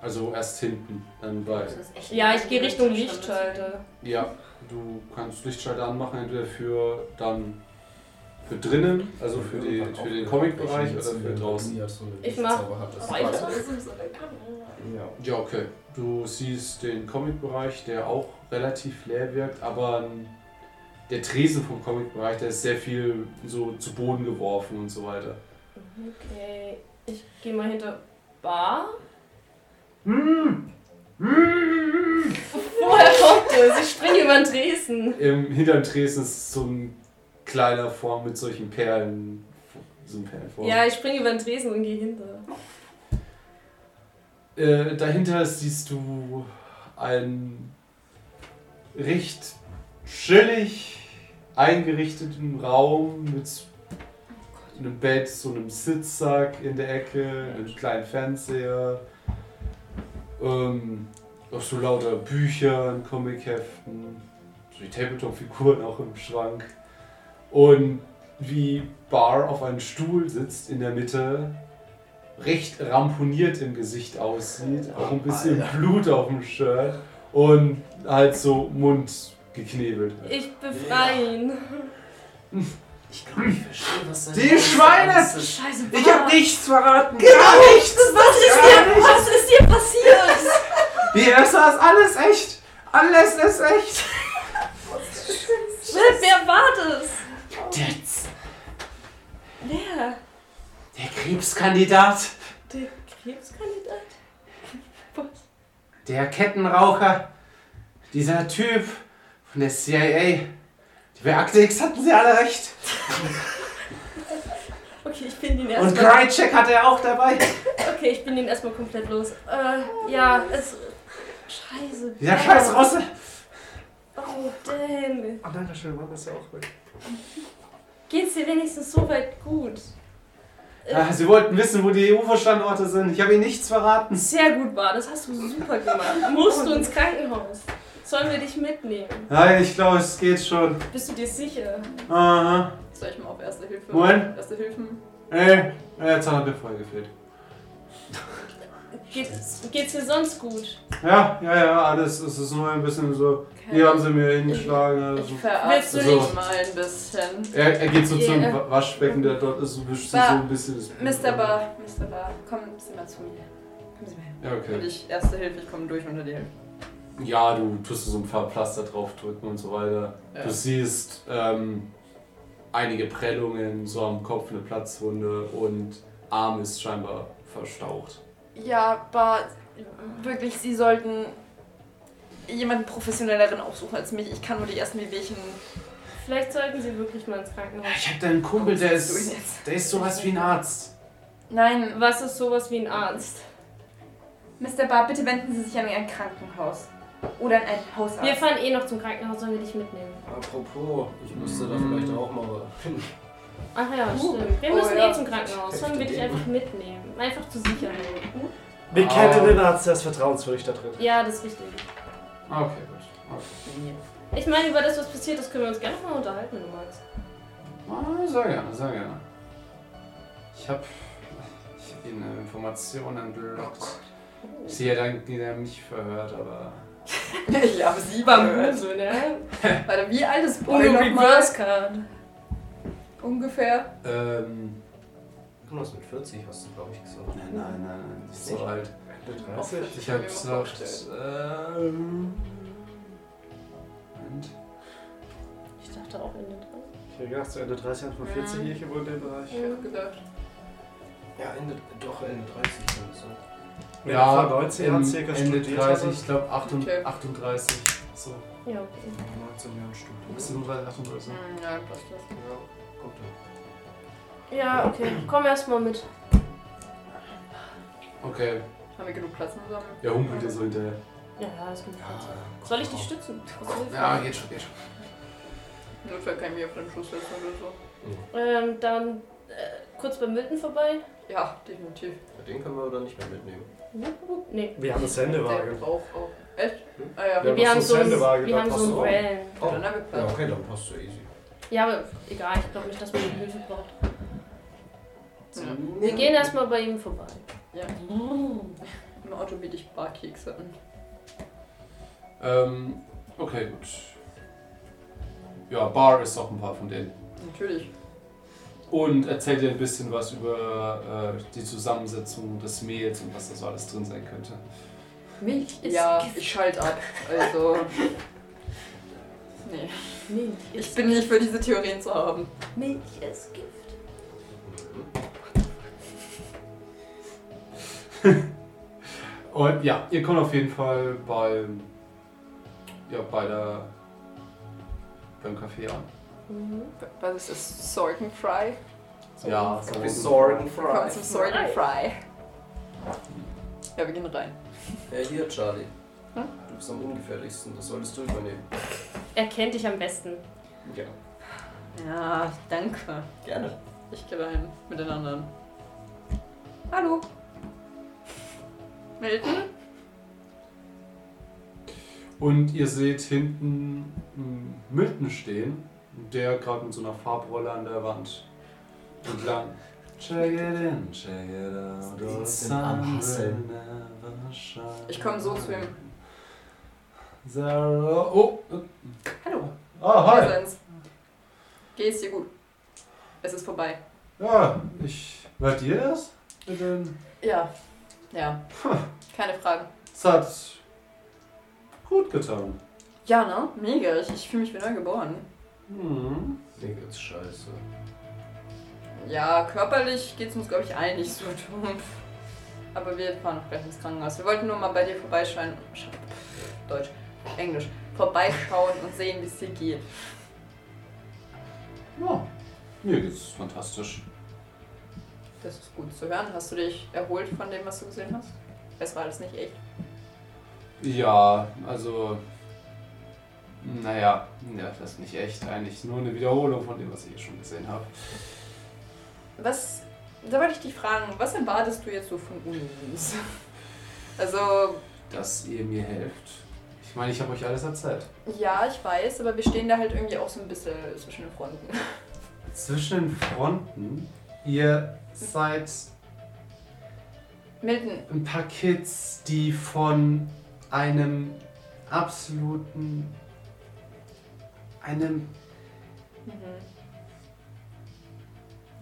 [SPEAKER 1] Also erst hinten, dann
[SPEAKER 3] Also
[SPEAKER 1] bei.
[SPEAKER 4] Ja, ich gehe Richtung Lichtschalter.
[SPEAKER 1] Ja, du kannst Lichtschalter anmachen, entweder für dann für drinnen, also für, die, für den Comic-Bereich oder für draußen.
[SPEAKER 4] Ich mach beides.
[SPEAKER 2] Ja.
[SPEAKER 1] Ja, okay. Du siehst den Comic-Bereich, der auch relativ leer wirkt, aber ähm, der Tresen vom Comic-Bereich, da ist sehr viel so zu Boden geworfen und so weiter.
[SPEAKER 4] Okay, ich gehe mal hinter Bar. Woher kommt das? Ich springe über den Dresden.
[SPEAKER 1] Im, hinter dem Tresen ist so ein kleiner Form mit solchen Perlen. So ein Perlenform.
[SPEAKER 4] Ja, ich springe über den Tresen und gehe hinter.
[SPEAKER 1] Äh, dahinter siehst du einen recht chillig eingerichteten Raum mit einem Bett, so einem Sitzsack in der Ecke, einem kleinen Fernseher, ähm, auch so lauter Büchern, Comicheften, so die Tabletop-Figuren auch im Schrank und wie Bar auf einem Stuhl sitzt in der Mitte, recht ramponiert im Gesicht aussieht, auch ein bisschen Blut auf dem Shirt und halt so Mund geknebelt.
[SPEAKER 4] Ich befreie ihn.
[SPEAKER 2] Ich glaube, ich verstehe, was das
[SPEAKER 1] Die Schweine!
[SPEAKER 4] Scheiße, Bar.
[SPEAKER 6] Ich hab nichts verraten!
[SPEAKER 4] Gar nichts! Was ist dir, was ist dir passiert?
[SPEAKER 6] *laughs* Wie, das war alles echt! Alles ist echt!
[SPEAKER 4] Wer, wer war das?
[SPEAKER 6] Jetzt,
[SPEAKER 4] Wer?
[SPEAKER 6] der Krebskandidat,
[SPEAKER 4] Der Krebskandidat?
[SPEAKER 6] der Kettenraucher, dieser Typ von der CIA. Die bei Akte X hatten sie alle recht.
[SPEAKER 4] Okay, ich bin ihn
[SPEAKER 6] Und
[SPEAKER 4] erstmal.
[SPEAKER 6] Krychek hatte er auch dabei.
[SPEAKER 4] Okay, ich bin ihn erstmal komplett los. Äh, ja, es. Scheiße.
[SPEAKER 6] Dieser scheiß Russe.
[SPEAKER 4] Oh, damn. it.
[SPEAKER 5] An deiner Stelle war das ja auch weg.
[SPEAKER 4] Geht's dir wenigstens so weit gut? Äh,
[SPEAKER 1] Ah, Sie wollten wissen, wo die UFO-Standorte sind. Ich habe Ihnen nichts verraten.
[SPEAKER 4] Sehr gut war, das hast du super gemacht. Musst du ins Krankenhaus? Sollen wir dich mitnehmen?
[SPEAKER 1] Nein, ich glaube, es geht schon.
[SPEAKER 4] Bist du dir sicher?
[SPEAKER 1] Aha.
[SPEAKER 3] Soll ich mal auf Erste Hilfe?
[SPEAKER 1] Moin.
[SPEAKER 3] Erste Hilfen.
[SPEAKER 1] Ey, jetzt hat mir voll gefehlt.
[SPEAKER 4] Geht's, geht's dir sonst gut?
[SPEAKER 1] Ja, ja, ja, alles. Es ist nur ein bisschen so. Hier haben sie mir hingeschlagen. Also.
[SPEAKER 3] Ich verarsche
[SPEAKER 4] Willst
[SPEAKER 1] du
[SPEAKER 3] dich
[SPEAKER 1] nicht?
[SPEAKER 3] mal ein bisschen.
[SPEAKER 1] Er, er geht so zum
[SPEAKER 4] Yeah.
[SPEAKER 1] Wa- Waschbecken, der dort ist, und wischt sich
[SPEAKER 3] Ba-
[SPEAKER 1] so ein bisschen das Blut
[SPEAKER 3] Mr.
[SPEAKER 1] ab.
[SPEAKER 3] Bar, Mr. Bar, kommen Sie mal zu mir. Kommen Sie mal her.
[SPEAKER 1] Ja,
[SPEAKER 3] Und
[SPEAKER 1] okay.
[SPEAKER 3] ich Erste Hilfe, ich komme durch unter die Hilfe.
[SPEAKER 1] Ja, du tust so ein paar Pflaster draufdrücken und so weiter.
[SPEAKER 3] Ja.
[SPEAKER 1] Du siehst ähm, einige Prellungen, so am Kopf eine Platzwunde und Arm ist scheinbar verstaucht.
[SPEAKER 3] Ja, Bar, wirklich, Sie sollten jemanden professionelleren aufsuchen als mich. Ich kann nur die ersten Wehwehchen.
[SPEAKER 4] Vielleicht sollten sie wirklich mal ins Krankenhaus.
[SPEAKER 1] Ich hab da einen Kumpel, der
[SPEAKER 3] durch
[SPEAKER 1] ist,
[SPEAKER 3] jetzt.
[SPEAKER 1] der ist sowas wie ein Arzt.
[SPEAKER 3] Nein,
[SPEAKER 4] Was ist sowas wie ein Arzt?
[SPEAKER 3] Mr. Bar, bitte wenden Sie sich an ein Krankenhaus. Oder an einen Hausarzt.
[SPEAKER 4] Wir fahren eh noch zum Krankenhaus, sollen wir dich mitnehmen?
[SPEAKER 2] Apropos, ich müsste da
[SPEAKER 1] Mhm.
[SPEAKER 2] vielleicht auch mal hin.
[SPEAKER 4] Ach ja,
[SPEAKER 3] Uh,
[SPEAKER 4] stimmt. Wir
[SPEAKER 3] oh
[SPEAKER 4] müssen
[SPEAKER 3] ja.
[SPEAKER 4] eh zum Krankenhaus, sollen wir dich einfach mitnehmen? Einfach zur Sicherheit.
[SPEAKER 5] Wie
[SPEAKER 1] Ah.
[SPEAKER 5] kennt ihr den Arzt, der ist vertrauenswürdig da drin?
[SPEAKER 4] Ja, das ist richtig.
[SPEAKER 1] Ah, Okay, gut. Okay.
[SPEAKER 4] Ich meine, über das, was passiert ist, können wir uns gerne mal unterhalten, wenn du magst.
[SPEAKER 1] Ah, sehr gerne, sehr gerne. Ich habe ich hab äh, Ihnen eine Information entlockt. Sie hat dann die haben mich verhört, aber.
[SPEAKER 3] *laughs* Ich habe Sie beim
[SPEAKER 4] Also, ne?
[SPEAKER 3] Warte, wie alt ist Boy
[SPEAKER 4] Ohne
[SPEAKER 3] nochmal?
[SPEAKER 4] Reverse Card.
[SPEAKER 3] Ungefähr.
[SPEAKER 1] Ähm.
[SPEAKER 2] Irgendwas mit 40 hast du, glaube ich, gesagt.
[SPEAKER 1] Nein, nein, nein, nein. Das ist so halt. alt.
[SPEAKER 5] Ende 30?
[SPEAKER 1] Ich habe gesagt. Ähm. Moment.
[SPEAKER 4] Ich dachte auch in den Tag.
[SPEAKER 5] Ich hätte gedacht, so Ende 30 hat man 40 hier irgendwo in dem Bereich.
[SPEAKER 3] Ich hab gedacht.
[SPEAKER 2] Ja, Ende, doch Ende 30 oder so.
[SPEAKER 5] Wenn er vor 19 Jahren
[SPEAKER 1] im
[SPEAKER 5] circa
[SPEAKER 1] Ende
[SPEAKER 5] studiert
[SPEAKER 1] 30,
[SPEAKER 5] hat.
[SPEAKER 1] ich glaube
[SPEAKER 3] Okay.
[SPEAKER 1] 38. So.
[SPEAKER 4] Ja, okay.
[SPEAKER 2] 19 Jahren Studium.
[SPEAKER 1] 37, 38.
[SPEAKER 3] Hm, ja, passt das.
[SPEAKER 2] Ja, kommt doch.
[SPEAKER 4] Ja, okay. Komm erstmal mit.
[SPEAKER 1] Okay.
[SPEAKER 3] Haben wir genug Platz zusammen?
[SPEAKER 1] Er humpelt dir so hinterher.
[SPEAKER 4] Ja, ja, ist gut. Soll ich dich stützen? Hast du Hilfe?
[SPEAKER 1] Ja, geht schon, geht schon.
[SPEAKER 3] Im Notfall kann ich mich auf den Schuss setzen oder so.
[SPEAKER 4] Ähm, dann äh, kurz beim Milton vorbei.
[SPEAKER 3] Ja, definitiv.
[SPEAKER 2] Den können wir aber dann nicht mehr mitnehmen.
[SPEAKER 4] Nee.
[SPEAKER 5] Wir haben das
[SPEAKER 3] Der
[SPEAKER 5] Sendewagen.
[SPEAKER 3] braucht auch. Echt? Ah ja,
[SPEAKER 5] Ja,
[SPEAKER 4] Wir,
[SPEAKER 5] aber so
[SPEAKER 4] haben
[SPEAKER 5] ein
[SPEAKER 4] so ein,
[SPEAKER 5] Sendewagen,
[SPEAKER 4] wir
[SPEAKER 5] da
[SPEAKER 4] haben
[SPEAKER 5] passt
[SPEAKER 4] so
[SPEAKER 5] auch.
[SPEAKER 4] einen Van.
[SPEAKER 3] dann haben wir
[SPEAKER 2] Oh. Ja,
[SPEAKER 3] Platz.
[SPEAKER 2] okay, dann passt du easy.
[SPEAKER 4] Ja, aber egal, ich glaube nicht, dass man die Hilfe braucht.
[SPEAKER 3] Ja.
[SPEAKER 4] Wir gehen erstmal bei ihm vorbei.
[SPEAKER 3] ne? Ja. Mhm. Im Auto biete ich Barkekse an.
[SPEAKER 1] Ähm, okay, gut. Ja, Bar ist auch ein paar von denen.
[SPEAKER 3] Natürlich.
[SPEAKER 1] Und erzählt dir ein bisschen was über äh, die Zusammensetzung des Mehls und was da so alles drin sein könnte.
[SPEAKER 3] Milch ist Ja, ich schalte ab. Also. Nee.
[SPEAKER 4] Milch
[SPEAKER 3] Ich
[SPEAKER 4] ist
[SPEAKER 3] bin nicht für diese Theorien zu haben.
[SPEAKER 4] Milch ist Gift.
[SPEAKER 1] Und ja, ihr kommt auf jeden Fall beim, ja, bei der, beim Café an.
[SPEAKER 4] Mhm.
[SPEAKER 3] Was ist das? Sorgenfry?
[SPEAKER 1] Ja, so
[SPEAKER 3] Kommt
[SPEAKER 2] Sorgenfrei.
[SPEAKER 3] zum Sorgenfry. Ja, wir gehen rein.
[SPEAKER 2] Ja, hier, Charlie.
[SPEAKER 3] Hm?
[SPEAKER 2] Du bist am ungefährlichsten, das solltest du übernehmen.
[SPEAKER 4] Er kennt dich am besten.
[SPEAKER 2] Ja,
[SPEAKER 3] Ja, danke.
[SPEAKER 2] gerne.
[SPEAKER 3] Ich gehe rein mit den anderen. Hallo. Milton?
[SPEAKER 1] Und ihr seht hinten einen Milton stehen, der gerade mit so einer Farbrolle an der Wand entlang. Check it in, check it out.
[SPEAKER 2] Instant
[SPEAKER 1] the sun
[SPEAKER 2] am
[SPEAKER 1] will
[SPEAKER 2] Hasseln.
[SPEAKER 1] never shine.
[SPEAKER 3] Ich komm so zu ihm.
[SPEAKER 1] Sarah. Oh,
[SPEAKER 3] Hallo.
[SPEAKER 1] ah,
[SPEAKER 3] Wir
[SPEAKER 1] hi.
[SPEAKER 3] sind's. Geht's dir gut? Es ist vorbei.
[SPEAKER 1] Ja, Ah, ich. Wart ihr das? Mit den-
[SPEAKER 3] Ja. Ja. Keine Fragen.
[SPEAKER 1] Es hat gut getan.
[SPEAKER 3] Ja, ne? Mega. Ich, ich fühle mich wie neu geboren.
[SPEAKER 1] Hm.
[SPEAKER 2] Mega ist scheiße.
[SPEAKER 3] Ja, körperlich geht's uns, glaube ich, allen nicht so dumm. *laughs* Aber wir fahren auch gleich ins Krankenhaus. Wir wollten nur mal bei dir vorbeischauen. Sch- Deutsch. Englisch. Vorbeischauen und sehen, wie es dir geht.
[SPEAKER 1] Ja, mir geht's fantastisch.
[SPEAKER 3] Das ist gut zu hören. Hast du dich erholt von dem, was du gesehen hast? Es war alles nicht echt.
[SPEAKER 1] Ja, also. Naja, ja, das ist nicht echt. Eigentlich nur eine Wiederholung von dem, was ich eh schon gesehen habe.
[SPEAKER 3] Was, da wollte ich dich fragen, was erwartest du jetzt so von uns? *laughs* Also,
[SPEAKER 1] Dass ihr mir helft. Ich meine, ich habe euch alles erzählt.
[SPEAKER 3] ja, ich weiß, aber wir stehen da halt irgendwie auch so ein bisschen zwischen den Fronten. *laughs*
[SPEAKER 1] Zwischen den Fronten, ihr seid
[SPEAKER 3] Milton,
[SPEAKER 1] ein paar Kids, die von einem absoluten. einem
[SPEAKER 3] Mhm.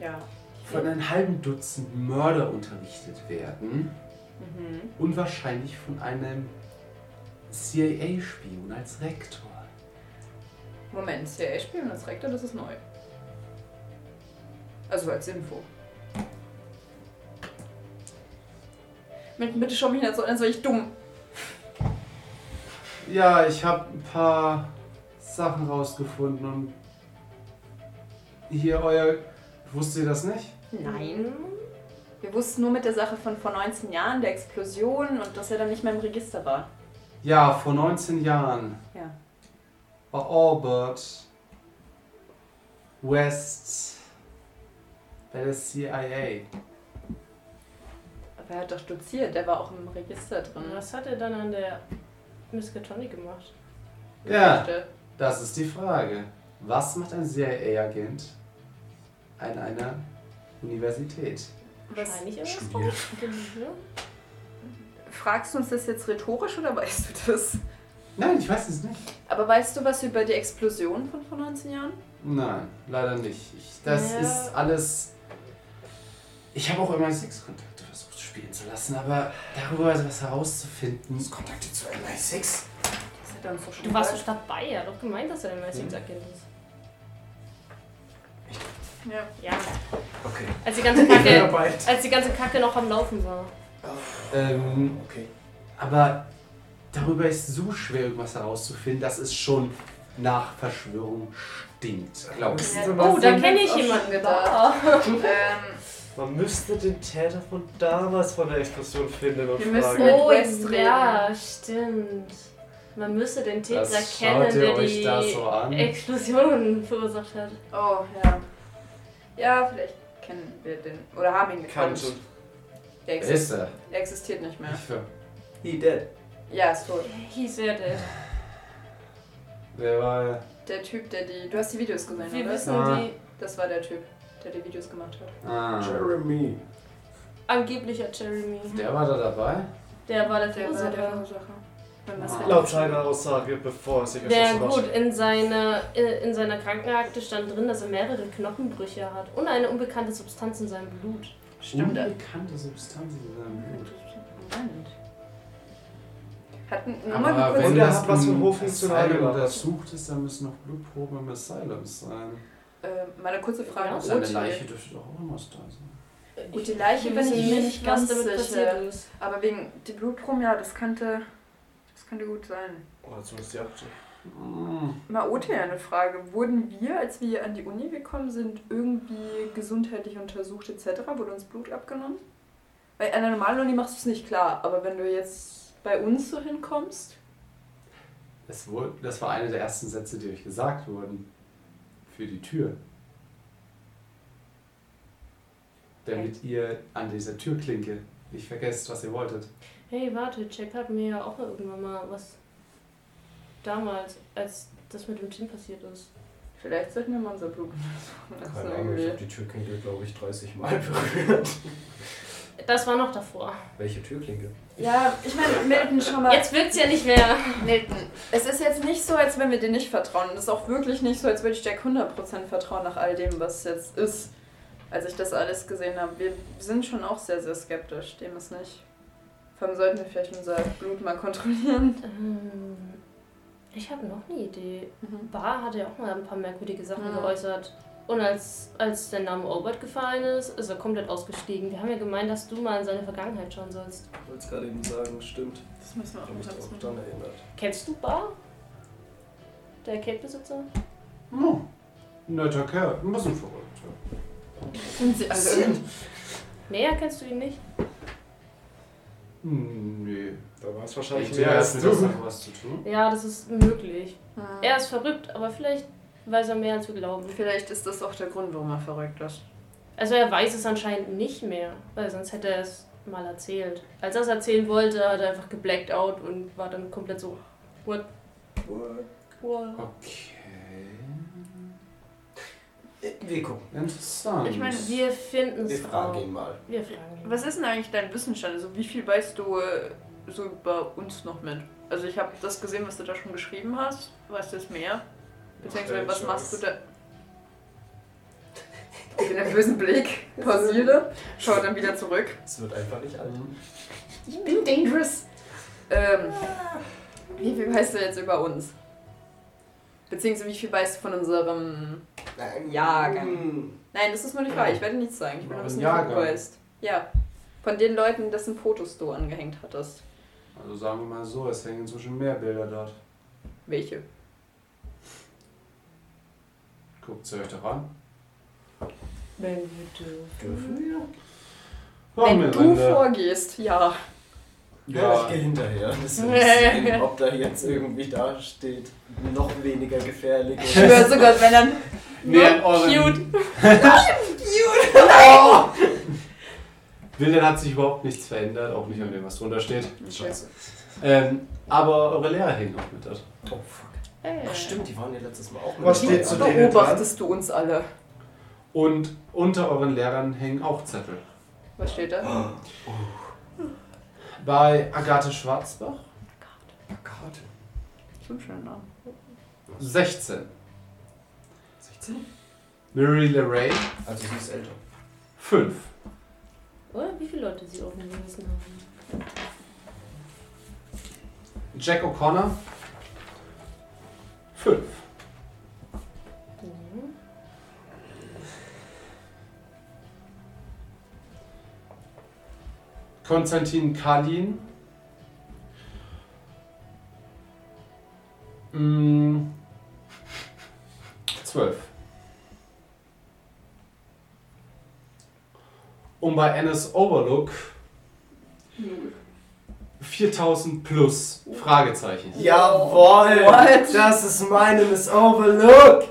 [SPEAKER 3] ja.
[SPEAKER 1] von einem halben Dutzend Mörder unterrichtet werden und wahrscheinlich von einem CIA-Spion als Rektor.
[SPEAKER 3] Moment, CIA spielen als Rektor, das ist neu. Also als Info. Milton, bitte schau mich nicht so an, als wäre ich dumm.
[SPEAKER 1] Ja, ich habe ein paar Sachen rausgefunden und hier euer... Wusstet ihr das nicht?
[SPEAKER 3] Nein. Wir wussten nur mit der Sache von vor 19 Jahren, der Explosion und dass er dann nicht mehr im Register war.
[SPEAKER 1] Ja, vor 19 Jahren
[SPEAKER 3] Ja.
[SPEAKER 1] war Albert West bei der CIA.
[SPEAKER 3] Aber er hat doch doziert, er war auch im Register drin.
[SPEAKER 4] Und was hat er dann an der Miskatonic gemacht?
[SPEAKER 1] Ja, Das ist die Frage. Was macht ein CIA-Agent an einer Universität?
[SPEAKER 3] Was,
[SPEAKER 4] Wahrscheinlich Mhm. irgendwas
[SPEAKER 6] Studiert.
[SPEAKER 4] falsch. Ja.
[SPEAKER 3] fragst du uns das jetzt rhetorisch oder weißt du das?
[SPEAKER 1] Nein, ich weiß es nicht.
[SPEAKER 3] Aber weißt du was über die Explosion von vor 19 Jahren?
[SPEAKER 1] Nein, leider nicht. Ich, das
[SPEAKER 4] Ja.
[SPEAKER 1] ist alles. Ich habe auch immer Sexkontakte versucht spielen zu lassen, aber darüber was herauszufinden.
[SPEAKER 4] halt
[SPEAKER 2] Kontakte zu MI6?
[SPEAKER 3] Das hat er uns doch schon
[SPEAKER 4] Du warst
[SPEAKER 3] gesagt.
[SPEAKER 4] doch dabei, er hat doch gemeint, dass er der
[SPEAKER 1] Hm.
[SPEAKER 4] Messings-Agent ist.
[SPEAKER 3] Ja.
[SPEAKER 4] Ja,
[SPEAKER 2] Okay.
[SPEAKER 4] als die ganze
[SPEAKER 2] Ich bin
[SPEAKER 4] Kacke,
[SPEAKER 2] dabei.
[SPEAKER 4] als die ganze Kacke noch am Laufen war.
[SPEAKER 1] Ähm,
[SPEAKER 2] Okay.
[SPEAKER 1] aber darüber ist so schwer, irgendwas herauszufinden, dass es schon nach Verschwörung stinkt. Glaub ich.
[SPEAKER 3] Ja.
[SPEAKER 4] Oh, da kenne
[SPEAKER 3] auch
[SPEAKER 4] ich
[SPEAKER 3] schon
[SPEAKER 4] jemanden
[SPEAKER 3] gedacht.
[SPEAKER 4] gedacht.
[SPEAKER 3] ähm,
[SPEAKER 5] Man müsste den Täter von damals von der Explosion finden und
[SPEAKER 3] Wir müssen
[SPEAKER 5] fragen.
[SPEAKER 3] mit
[SPEAKER 4] Oh
[SPEAKER 3] West reden.
[SPEAKER 4] ja, stimmt. Man müsste den Täter
[SPEAKER 1] Das
[SPEAKER 4] kennen,
[SPEAKER 1] schaut ihr
[SPEAKER 4] der
[SPEAKER 1] euch
[SPEAKER 4] die
[SPEAKER 1] da so an.
[SPEAKER 4] Explosionen verursacht hat.
[SPEAKER 3] oh, ja. Ja, vielleicht kennen wir den. Oder haben ihn
[SPEAKER 5] Kann
[SPEAKER 3] gekannt.
[SPEAKER 5] schon.
[SPEAKER 1] Wer
[SPEAKER 3] Der, exist
[SPEAKER 1] ist er?
[SPEAKER 3] der existiert nicht mehr.
[SPEAKER 1] Ich ver-
[SPEAKER 2] He dead.
[SPEAKER 3] Ja, ist tot.
[SPEAKER 4] He's very dead.
[SPEAKER 1] Wer war er?
[SPEAKER 3] Der Typ, der die. Du hast die Videos gesehen,
[SPEAKER 4] Wir
[SPEAKER 3] oder?
[SPEAKER 4] wissen
[SPEAKER 1] Ah.
[SPEAKER 4] die
[SPEAKER 3] Das war der Typ, der die Videos gemacht hat.
[SPEAKER 1] Ah,
[SPEAKER 2] Jeremy.
[SPEAKER 4] angeblicher Jeremy.
[SPEAKER 1] der war da dabei?
[SPEAKER 4] Der war der
[SPEAKER 3] Der war der
[SPEAKER 4] Verursacher.
[SPEAKER 3] Verursacher. Wenn man es
[SPEAKER 1] Ah.
[SPEAKER 3] richtig-
[SPEAKER 5] Laut seiner Aussage, bevor er sich
[SPEAKER 4] Der
[SPEAKER 5] erschossen hat.
[SPEAKER 4] gut, in, seine, äh, in seiner Krankenakte stand drin, dass er mehrere Knochenbrüche hat und eine unbekannte Substanz in seinem Blut.
[SPEAKER 3] Stimmt.
[SPEAKER 1] Unbekannte Substanzen in seinem Blut.
[SPEAKER 3] Moment. Hatten, nur mal
[SPEAKER 1] Aber
[SPEAKER 3] kurz.
[SPEAKER 1] wenn
[SPEAKER 5] Und er
[SPEAKER 1] das
[SPEAKER 5] hat was von
[SPEAKER 1] ein
[SPEAKER 5] hochfunktional
[SPEAKER 1] Asylum
[SPEAKER 5] gemacht.
[SPEAKER 1] untersucht ist, dann müssen noch Blutproben im Asylum sein.
[SPEAKER 3] Äh, meine kurze Frage.
[SPEAKER 4] Ja,
[SPEAKER 1] Seine
[SPEAKER 3] Ruth,
[SPEAKER 1] Leiche dürfte doch auch immer da sein.
[SPEAKER 3] Äh, Gut, die Leiche bin
[SPEAKER 4] weiß
[SPEAKER 3] ich mir nicht
[SPEAKER 4] nicht, was
[SPEAKER 3] ganz
[SPEAKER 4] damit
[SPEAKER 3] sicher.
[SPEAKER 4] passiert ist.
[SPEAKER 3] Aber wegen dem Blutproben, ja, das könnte, das könnte gut sein.
[SPEAKER 5] Oder zumindest die Akte.
[SPEAKER 1] Mm.
[SPEAKER 3] Mal OT eine Frage. Wurden wir, als wir an die Uni gekommen sind, irgendwie gesundheitlich untersucht etc.? Wurde uns Blut abgenommen? Bei einer normalen Uni machst du es nicht klar, aber wenn du jetzt bei uns so hinkommst,
[SPEAKER 1] Das, wurde, das war einer der ersten Sätze, die euch gesagt wurden. Für die Tür. Damit ihr an dieser Türklinke nicht vergesst, was ihr wolltet.
[SPEAKER 4] Hey, warte, Jack hat mir ja auch irgendwann mal was damals, als das mit dem Team passiert ist.
[SPEAKER 3] vielleicht sollten wir mal unser Blut untersuchen. Das
[SPEAKER 2] Keine
[SPEAKER 3] ist
[SPEAKER 2] Ahnung, ich
[SPEAKER 3] irgendwie-
[SPEAKER 2] habe die Türklinke, glaube ich, 30 Mal *laughs* berührt.
[SPEAKER 4] Das war noch davor.
[SPEAKER 2] Welche Türklinke?
[SPEAKER 3] Ja, ich meine, Milton schon mal.
[SPEAKER 4] Jetzt wird's ja nicht mehr.
[SPEAKER 3] Milton, es ist jetzt nicht so, als wenn wir dir nicht vertrauen. Es ist auch wirklich nicht so, als würde ich Jack 100% vertrauen nach all dem, was jetzt ist. Als ich das alles gesehen habe. Wir sind schon auch sehr, sehr skeptisch. Dem ist nicht. Vor allem sollten wir vielleicht unser Blut mal kontrollieren.
[SPEAKER 4] Ähm, ich habe noch eine Idee.
[SPEAKER 3] Mhm.
[SPEAKER 4] Bar hat ja auch mal ein paar merkwürdige Sachen
[SPEAKER 3] Mhm.
[SPEAKER 4] geäußert. Und als, als der Name Obert gefallen ist, ist er komplett ausgestiegen. Wir haben ja gemeint, dass du mal in seine Vergangenheit schauen sollst.
[SPEAKER 2] Ich wollte es gerade eben sagen, stimmt.
[SPEAKER 3] Das müssen wir
[SPEAKER 2] Ich
[SPEAKER 3] auch
[SPEAKER 2] habe mich auch
[SPEAKER 3] untersuchen.
[SPEAKER 2] dran erinnert.
[SPEAKER 4] Kennst du Bar? Der Kate-Besitzer?
[SPEAKER 1] Oh, netter Kerl. Ein bisschen verrückt. ja.
[SPEAKER 3] Sind sie also
[SPEAKER 4] Näher kennst du ihn nicht?
[SPEAKER 1] Hm, Nee.
[SPEAKER 5] Da war es wahrscheinlich
[SPEAKER 1] Ja,
[SPEAKER 5] mehr
[SPEAKER 1] hat
[SPEAKER 5] als
[SPEAKER 1] mit
[SPEAKER 5] du.
[SPEAKER 1] der Sache was zu tun.
[SPEAKER 4] Ja, das ist möglich.
[SPEAKER 3] irgendwie-
[SPEAKER 4] Er ist verrückt, aber vielleicht weiß er mehr, als wir glauben.
[SPEAKER 3] Vielleicht ist das auch der Grund, warum er verrückt ist.
[SPEAKER 4] Also er weiß es anscheinend nicht mehr, weil sonst hätte er es mal erzählt. Als er es erzählen wollte, hat er einfach geblackt out und war dann komplett so, what? What?
[SPEAKER 1] Okay.
[SPEAKER 2] Wir gucken.
[SPEAKER 1] Interessant.
[SPEAKER 3] Ich meine,
[SPEAKER 4] Wir finden
[SPEAKER 2] Wir
[SPEAKER 4] es
[SPEAKER 2] fragen
[SPEAKER 4] raus.
[SPEAKER 2] ihn mal.
[SPEAKER 4] Wir fragen ihn.
[SPEAKER 3] Was ist denn eigentlich dein Wissensstand? Also wie viel weißt du äh, so über uns noch mit? Also ich habe das gesehen, was du da schon geschrieben hast. Weißt du jetzt mehr? Beziehungsweise
[SPEAKER 2] Ach,
[SPEAKER 3] was
[SPEAKER 2] Scheiß.
[SPEAKER 3] machst du da? Den nervösen *laughs* Blick, pausiere, schaut dann wieder zurück.
[SPEAKER 2] Es wird einfach nicht alt.
[SPEAKER 3] Ich bin dangerous. Ähm, wie viel weißt du jetzt über uns? Beziehungsweise wie viel weißt du von unserem... Jahrgang. Nein, das ist nur nicht wahr. Ich werde nichts sagen. Ich will nur
[SPEAKER 1] Aber
[SPEAKER 3] wissen, wie
[SPEAKER 1] ein
[SPEAKER 3] viel du
[SPEAKER 1] Jahrgang.
[SPEAKER 3] weißt. Ja. Von den Leuten, dessen Fotos du angehängt hattest.
[SPEAKER 1] Also sagen wir mal so, es hängen inzwischen mehr Bilder dort.
[SPEAKER 3] Welche?
[SPEAKER 1] Guckt sie euch doch an.
[SPEAKER 4] Wenn wir dürfen.
[SPEAKER 2] Dürfen wir?
[SPEAKER 1] Machen
[SPEAKER 3] Wenn
[SPEAKER 1] wir
[SPEAKER 3] du
[SPEAKER 1] Rinde.
[SPEAKER 3] vorgehst, ja.
[SPEAKER 1] *laughs*
[SPEAKER 2] Ja, ich
[SPEAKER 1] Ja,
[SPEAKER 2] gehe hinterher. Das will
[SPEAKER 3] Nee.
[SPEAKER 2] ich sehen, ob da jetzt irgendwie da steht, noch weniger gefährlich.
[SPEAKER 3] Ich schwöre zu Gott, wenn dann.
[SPEAKER 1] Nee,
[SPEAKER 3] Not
[SPEAKER 1] euren-
[SPEAKER 3] cute.
[SPEAKER 1] Bildern hat sich überhaupt nichts verändert, auch nicht an dem, was drunter steht.
[SPEAKER 2] Scheiße.
[SPEAKER 1] Ähm, aber eure Lehrer hängen noch mit dort.
[SPEAKER 2] Oh fuck.
[SPEAKER 4] Hey.
[SPEAKER 2] Ach stimmt, die waren ja letztes Mal auch
[SPEAKER 5] Was
[SPEAKER 2] mit
[SPEAKER 5] steht
[SPEAKER 2] dabei.
[SPEAKER 5] zu
[SPEAKER 3] Oder
[SPEAKER 5] denen dran?
[SPEAKER 3] beobachtest du uns alle?
[SPEAKER 1] Und unter euren Lehrern hängen auch Zettel.
[SPEAKER 3] Was steht da?
[SPEAKER 1] Bei Agathe Schwarzbach
[SPEAKER 2] Gott.
[SPEAKER 3] So ein schöner Name.
[SPEAKER 1] 16.
[SPEAKER 2] 16?
[SPEAKER 1] Mary LeRae
[SPEAKER 2] Also sie ist älter.
[SPEAKER 1] 5.
[SPEAKER 4] Oder wie viele Leute sie auf dem Gewissen haben.
[SPEAKER 1] Jack O'Connor 5.
[SPEAKER 4] Mhm.
[SPEAKER 1] Konstantin Kalin. Mm, 12. Und bei Ennis Overlook 4000 plus Fragezeichen.
[SPEAKER 2] Oh. Jawohl!
[SPEAKER 3] What?
[SPEAKER 2] Das ist meine Miss Overlook!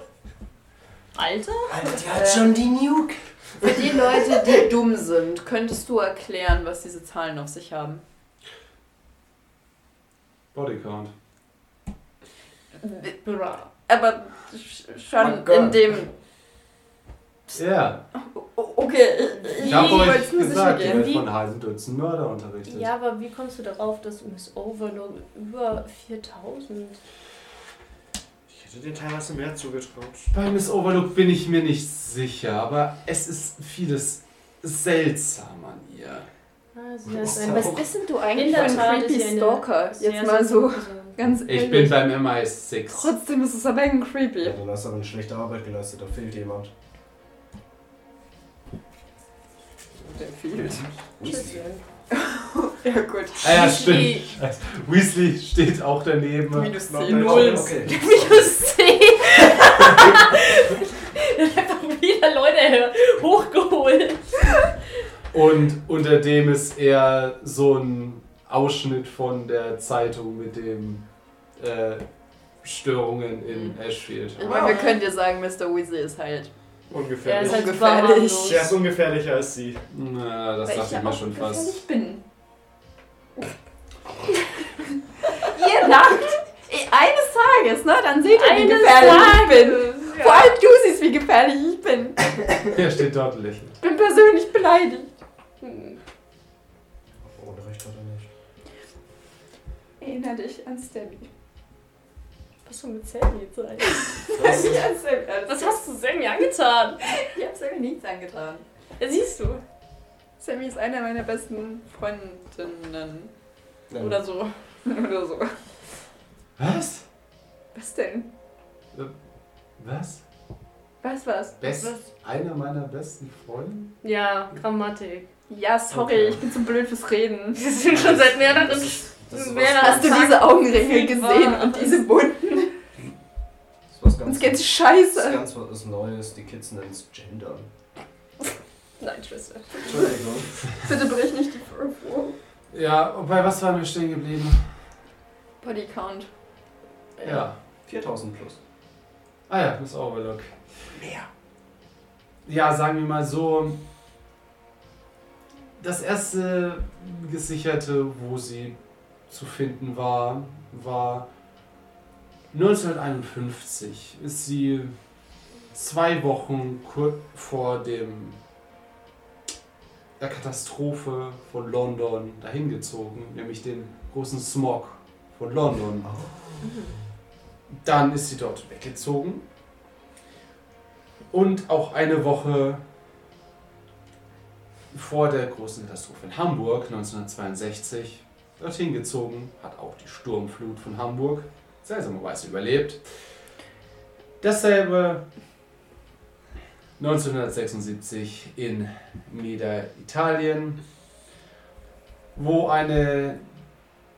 [SPEAKER 4] Alter?
[SPEAKER 2] Alter, die hat schon die Nuke!
[SPEAKER 3] Für die Leute, *laughs* die dumm sind, könntest du erklären, was diese Zahlen auf sich haben?
[SPEAKER 1] Bodycount.
[SPEAKER 4] Bra.
[SPEAKER 3] Aber sch-
[SPEAKER 2] Oh
[SPEAKER 3] schon
[SPEAKER 2] mein Gott.
[SPEAKER 3] in dem.
[SPEAKER 1] Ja,
[SPEAKER 3] O- Okay,
[SPEAKER 1] ich habe euch gesagt,
[SPEAKER 3] wollt's
[SPEAKER 1] ihr
[SPEAKER 3] sicher gehen.
[SPEAKER 1] werdet von einem halben Dutzend Mörder unterrichtet.
[SPEAKER 4] Ja, aber wie kommst du darauf, dass Miss Overlook über 4000?
[SPEAKER 5] Ich hätte dir teilweise mehr zugetraut.
[SPEAKER 1] Bei Miss Overlook bin ich mir nicht sicher, aber es ist vieles seltsam an ihr.
[SPEAKER 4] Ah, sie ist ein
[SPEAKER 2] Was
[SPEAKER 4] was
[SPEAKER 2] auch-
[SPEAKER 4] bist
[SPEAKER 3] denn du
[SPEAKER 4] In
[SPEAKER 3] eigentlich
[SPEAKER 4] der
[SPEAKER 3] für
[SPEAKER 4] Tat
[SPEAKER 3] ein
[SPEAKER 4] ist
[SPEAKER 3] creepy
[SPEAKER 4] sie eine-
[SPEAKER 3] Stalker?
[SPEAKER 4] sie
[SPEAKER 3] Jetzt
[SPEAKER 4] ist
[SPEAKER 3] mal
[SPEAKER 4] eine
[SPEAKER 3] so
[SPEAKER 4] gute-
[SPEAKER 3] ganz
[SPEAKER 1] Ich bin
[SPEAKER 3] ehrlich.
[SPEAKER 1] beim MI6.
[SPEAKER 3] Trotzdem ist es aber ein
[SPEAKER 2] Ja,
[SPEAKER 3] creepy.
[SPEAKER 1] Also,
[SPEAKER 2] dann hast du aber eine schlechte Arbeit geleistet, da fehlt jemand.
[SPEAKER 3] Der fehlt.
[SPEAKER 4] *laughs* Schüsseln.
[SPEAKER 3] Ja gut.
[SPEAKER 1] Ah ja, stimmt. Weasley steht auch daneben.
[SPEAKER 3] Minus
[SPEAKER 2] Noch
[SPEAKER 3] 10.
[SPEAKER 2] nicht.
[SPEAKER 3] Null.
[SPEAKER 2] Okay.
[SPEAKER 4] *laughs* Minus 10. einfach wieder Leute hochgeholt.
[SPEAKER 1] Und unter dem ist eher so ein Ausschnitt von der Zeitung mit dem äh, Störungen in
[SPEAKER 3] Mhm.
[SPEAKER 1] Ashfield.
[SPEAKER 3] Ich meine, wir können dir sagen, Mr. Weasley ist halt.
[SPEAKER 4] Er
[SPEAKER 5] Ungefährlich.
[SPEAKER 4] ist halt super
[SPEAKER 3] Ungefährlich.
[SPEAKER 4] harmlos.
[SPEAKER 5] Der ist ungefährlicher als sie.
[SPEAKER 1] Na, das dachte ich mir schon fast.
[SPEAKER 3] Ich bin.
[SPEAKER 4] Ihr lacht.
[SPEAKER 3] Eh, Eines Tages, ne? Dann seht ihr, wie
[SPEAKER 4] Eines
[SPEAKER 3] gefährlich ich bin.
[SPEAKER 4] Tages.
[SPEAKER 3] Vor allem du siehst, wie gefährlich ich bin.
[SPEAKER 1] Er steht dort und lächelt.
[SPEAKER 3] Ich bin persönlich beleidigt.
[SPEAKER 4] Hm.
[SPEAKER 2] Ohne Recht hat er nicht.
[SPEAKER 3] Erinnere dich an Stabby.
[SPEAKER 4] Was soll mit Sammy jetzt sein?
[SPEAKER 3] *laughs* Nicht an Stabby.
[SPEAKER 4] Was hast du Sammy angetan?
[SPEAKER 3] Ich habe Sammy nichts angetan.
[SPEAKER 4] Ja, Siehst du?
[SPEAKER 3] Sammy ist einer meiner besten Freundinnen.
[SPEAKER 2] Ja.
[SPEAKER 3] Oder so. *laughs* Oder so.
[SPEAKER 1] Was?
[SPEAKER 3] Was denn?
[SPEAKER 1] Was?
[SPEAKER 3] Was war's?
[SPEAKER 1] Best, einer meiner besten Freunde?
[SPEAKER 4] Ja, Grammatik.
[SPEAKER 3] Ja, sorry,
[SPEAKER 1] Okay.
[SPEAKER 3] ich bin zu blöd fürs *laughs* Reden.
[SPEAKER 4] *laughs* Wir sind schon seit mehreren
[SPEAKER 2] Das ist, das ist was,
[SPEAKER 4] mehreren
[SPEAKER 3] Hast du
[SPEAKER 4] Tagen-
[SPEAKER 3] diese Augenringe
[SPEAKER 4] Viel
[SPEAKER 3] gesehen
[SPEAKER 4] wahr.
[SPEAKER 3] und diese Wunden?
[SPEAKER 2] das ist was ganz,
[SPEAKER 3] Uns geht's
[SPEAKER 2] das ist
[SPEAKER 3] scheiße.
[SPEAKER 2] ganz was Neues. Die Kids nennen es Gendern.
[SPEAKER 4] Nein, Schwester.
[SPEAKER 2] Entschuldigung.
[SPEAKER 3] Bitte brich nicht die Fur vor.
[SPEAKER 1] Ja, und bei was waren wir stehen geblieben?
[SPEAKER 3] Body Count.
[SPEAKER 1] Ja.
[SPEAKER 2] 4000 plus.
[SPEAKER 1] Ah ja, Miss Overlock. Mehr. Ja, sagen wir mal so. Das erste gesicherte, wo sie zu finden war, war 1951. Ist sie zwei Wochen kurz vor dem der Katastrophe von London dahin gezogen, nämlich den großen Smog von London. Dann ist sie dort weggezogen. Und auch eine Woche vor der großen Katastrophe in Hamburg 1962 dorthin gezogen, hat auch die Sturmflut von Hamburg seltsamerweise überlebt. Dasselbe 1976 in Niederitalien, wo eine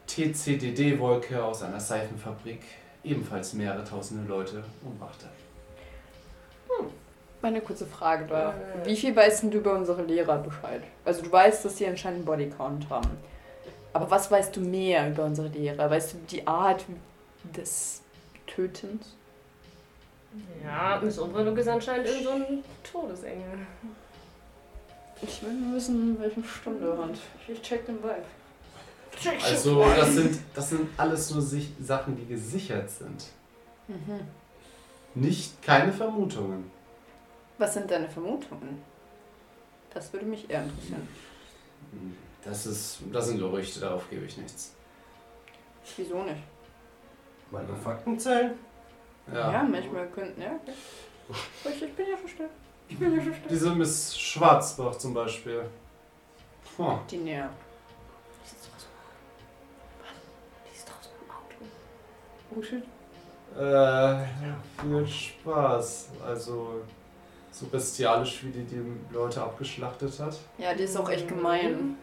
[SPEAKER 1] TCDD-Wolke aus einer Seifenfabrik ebenfalls mehrere tausende Leute umbrachte.
[SPEAKER 3] Meine kurze Frage da. Wie viel weißt denn du über unsere Lehrer Bescheid? Also du weißt, dass sie anscheinend einen Bodycount haben. Aber was weißt du mehr über unsere Lehrer? Weißt du die Art des Tötens?
[SPEAKER 4] Ja, Miss Overlook ist anscheinend irgend so ein Todesengel.
[SPEAKER 3] Ich will nur wissen, welche Stunde und ich check den Vibe.
[SPEAKER 1] Also das sind, das sind alles nur sich Sachen, die gesichert sind.
[SPEAKER 3] Mhm.
[SPEAKER 1] Nicht keine Vermutungen.
[SPEAKER 3] Was sind deine Vermutungen? Das würde mich eher interessieren.
[SPEAKER 1] Das, ist, das sind Gerüchte, darauf gebe ich nichts.
[SPEAKER 3] Wieso nicht?
[SPEAKER 2] Meine Fakten zählen?
[SPEAKER 1] Ja.
[SPEAKER 3] manchmal könnten, ja. Okay. Ruhig, Ich bin ja verstört. Ich bin ja verstört.
[SPEAKER 1] Diese Miss Schwarzbach zum Beispiel. Hm.
[SPEAKER 3] Die näher.
[SPEAKER 4] Die ist draußen im Auto.
[SPEAKER 3] Oh shit.
[SPEAKER 1] Äh, viel Spaß. Also so bestialisch, wie die die Leute abgeschlachtet hat.
[SPEAKER 3] Ja, die ist auch echt gemein.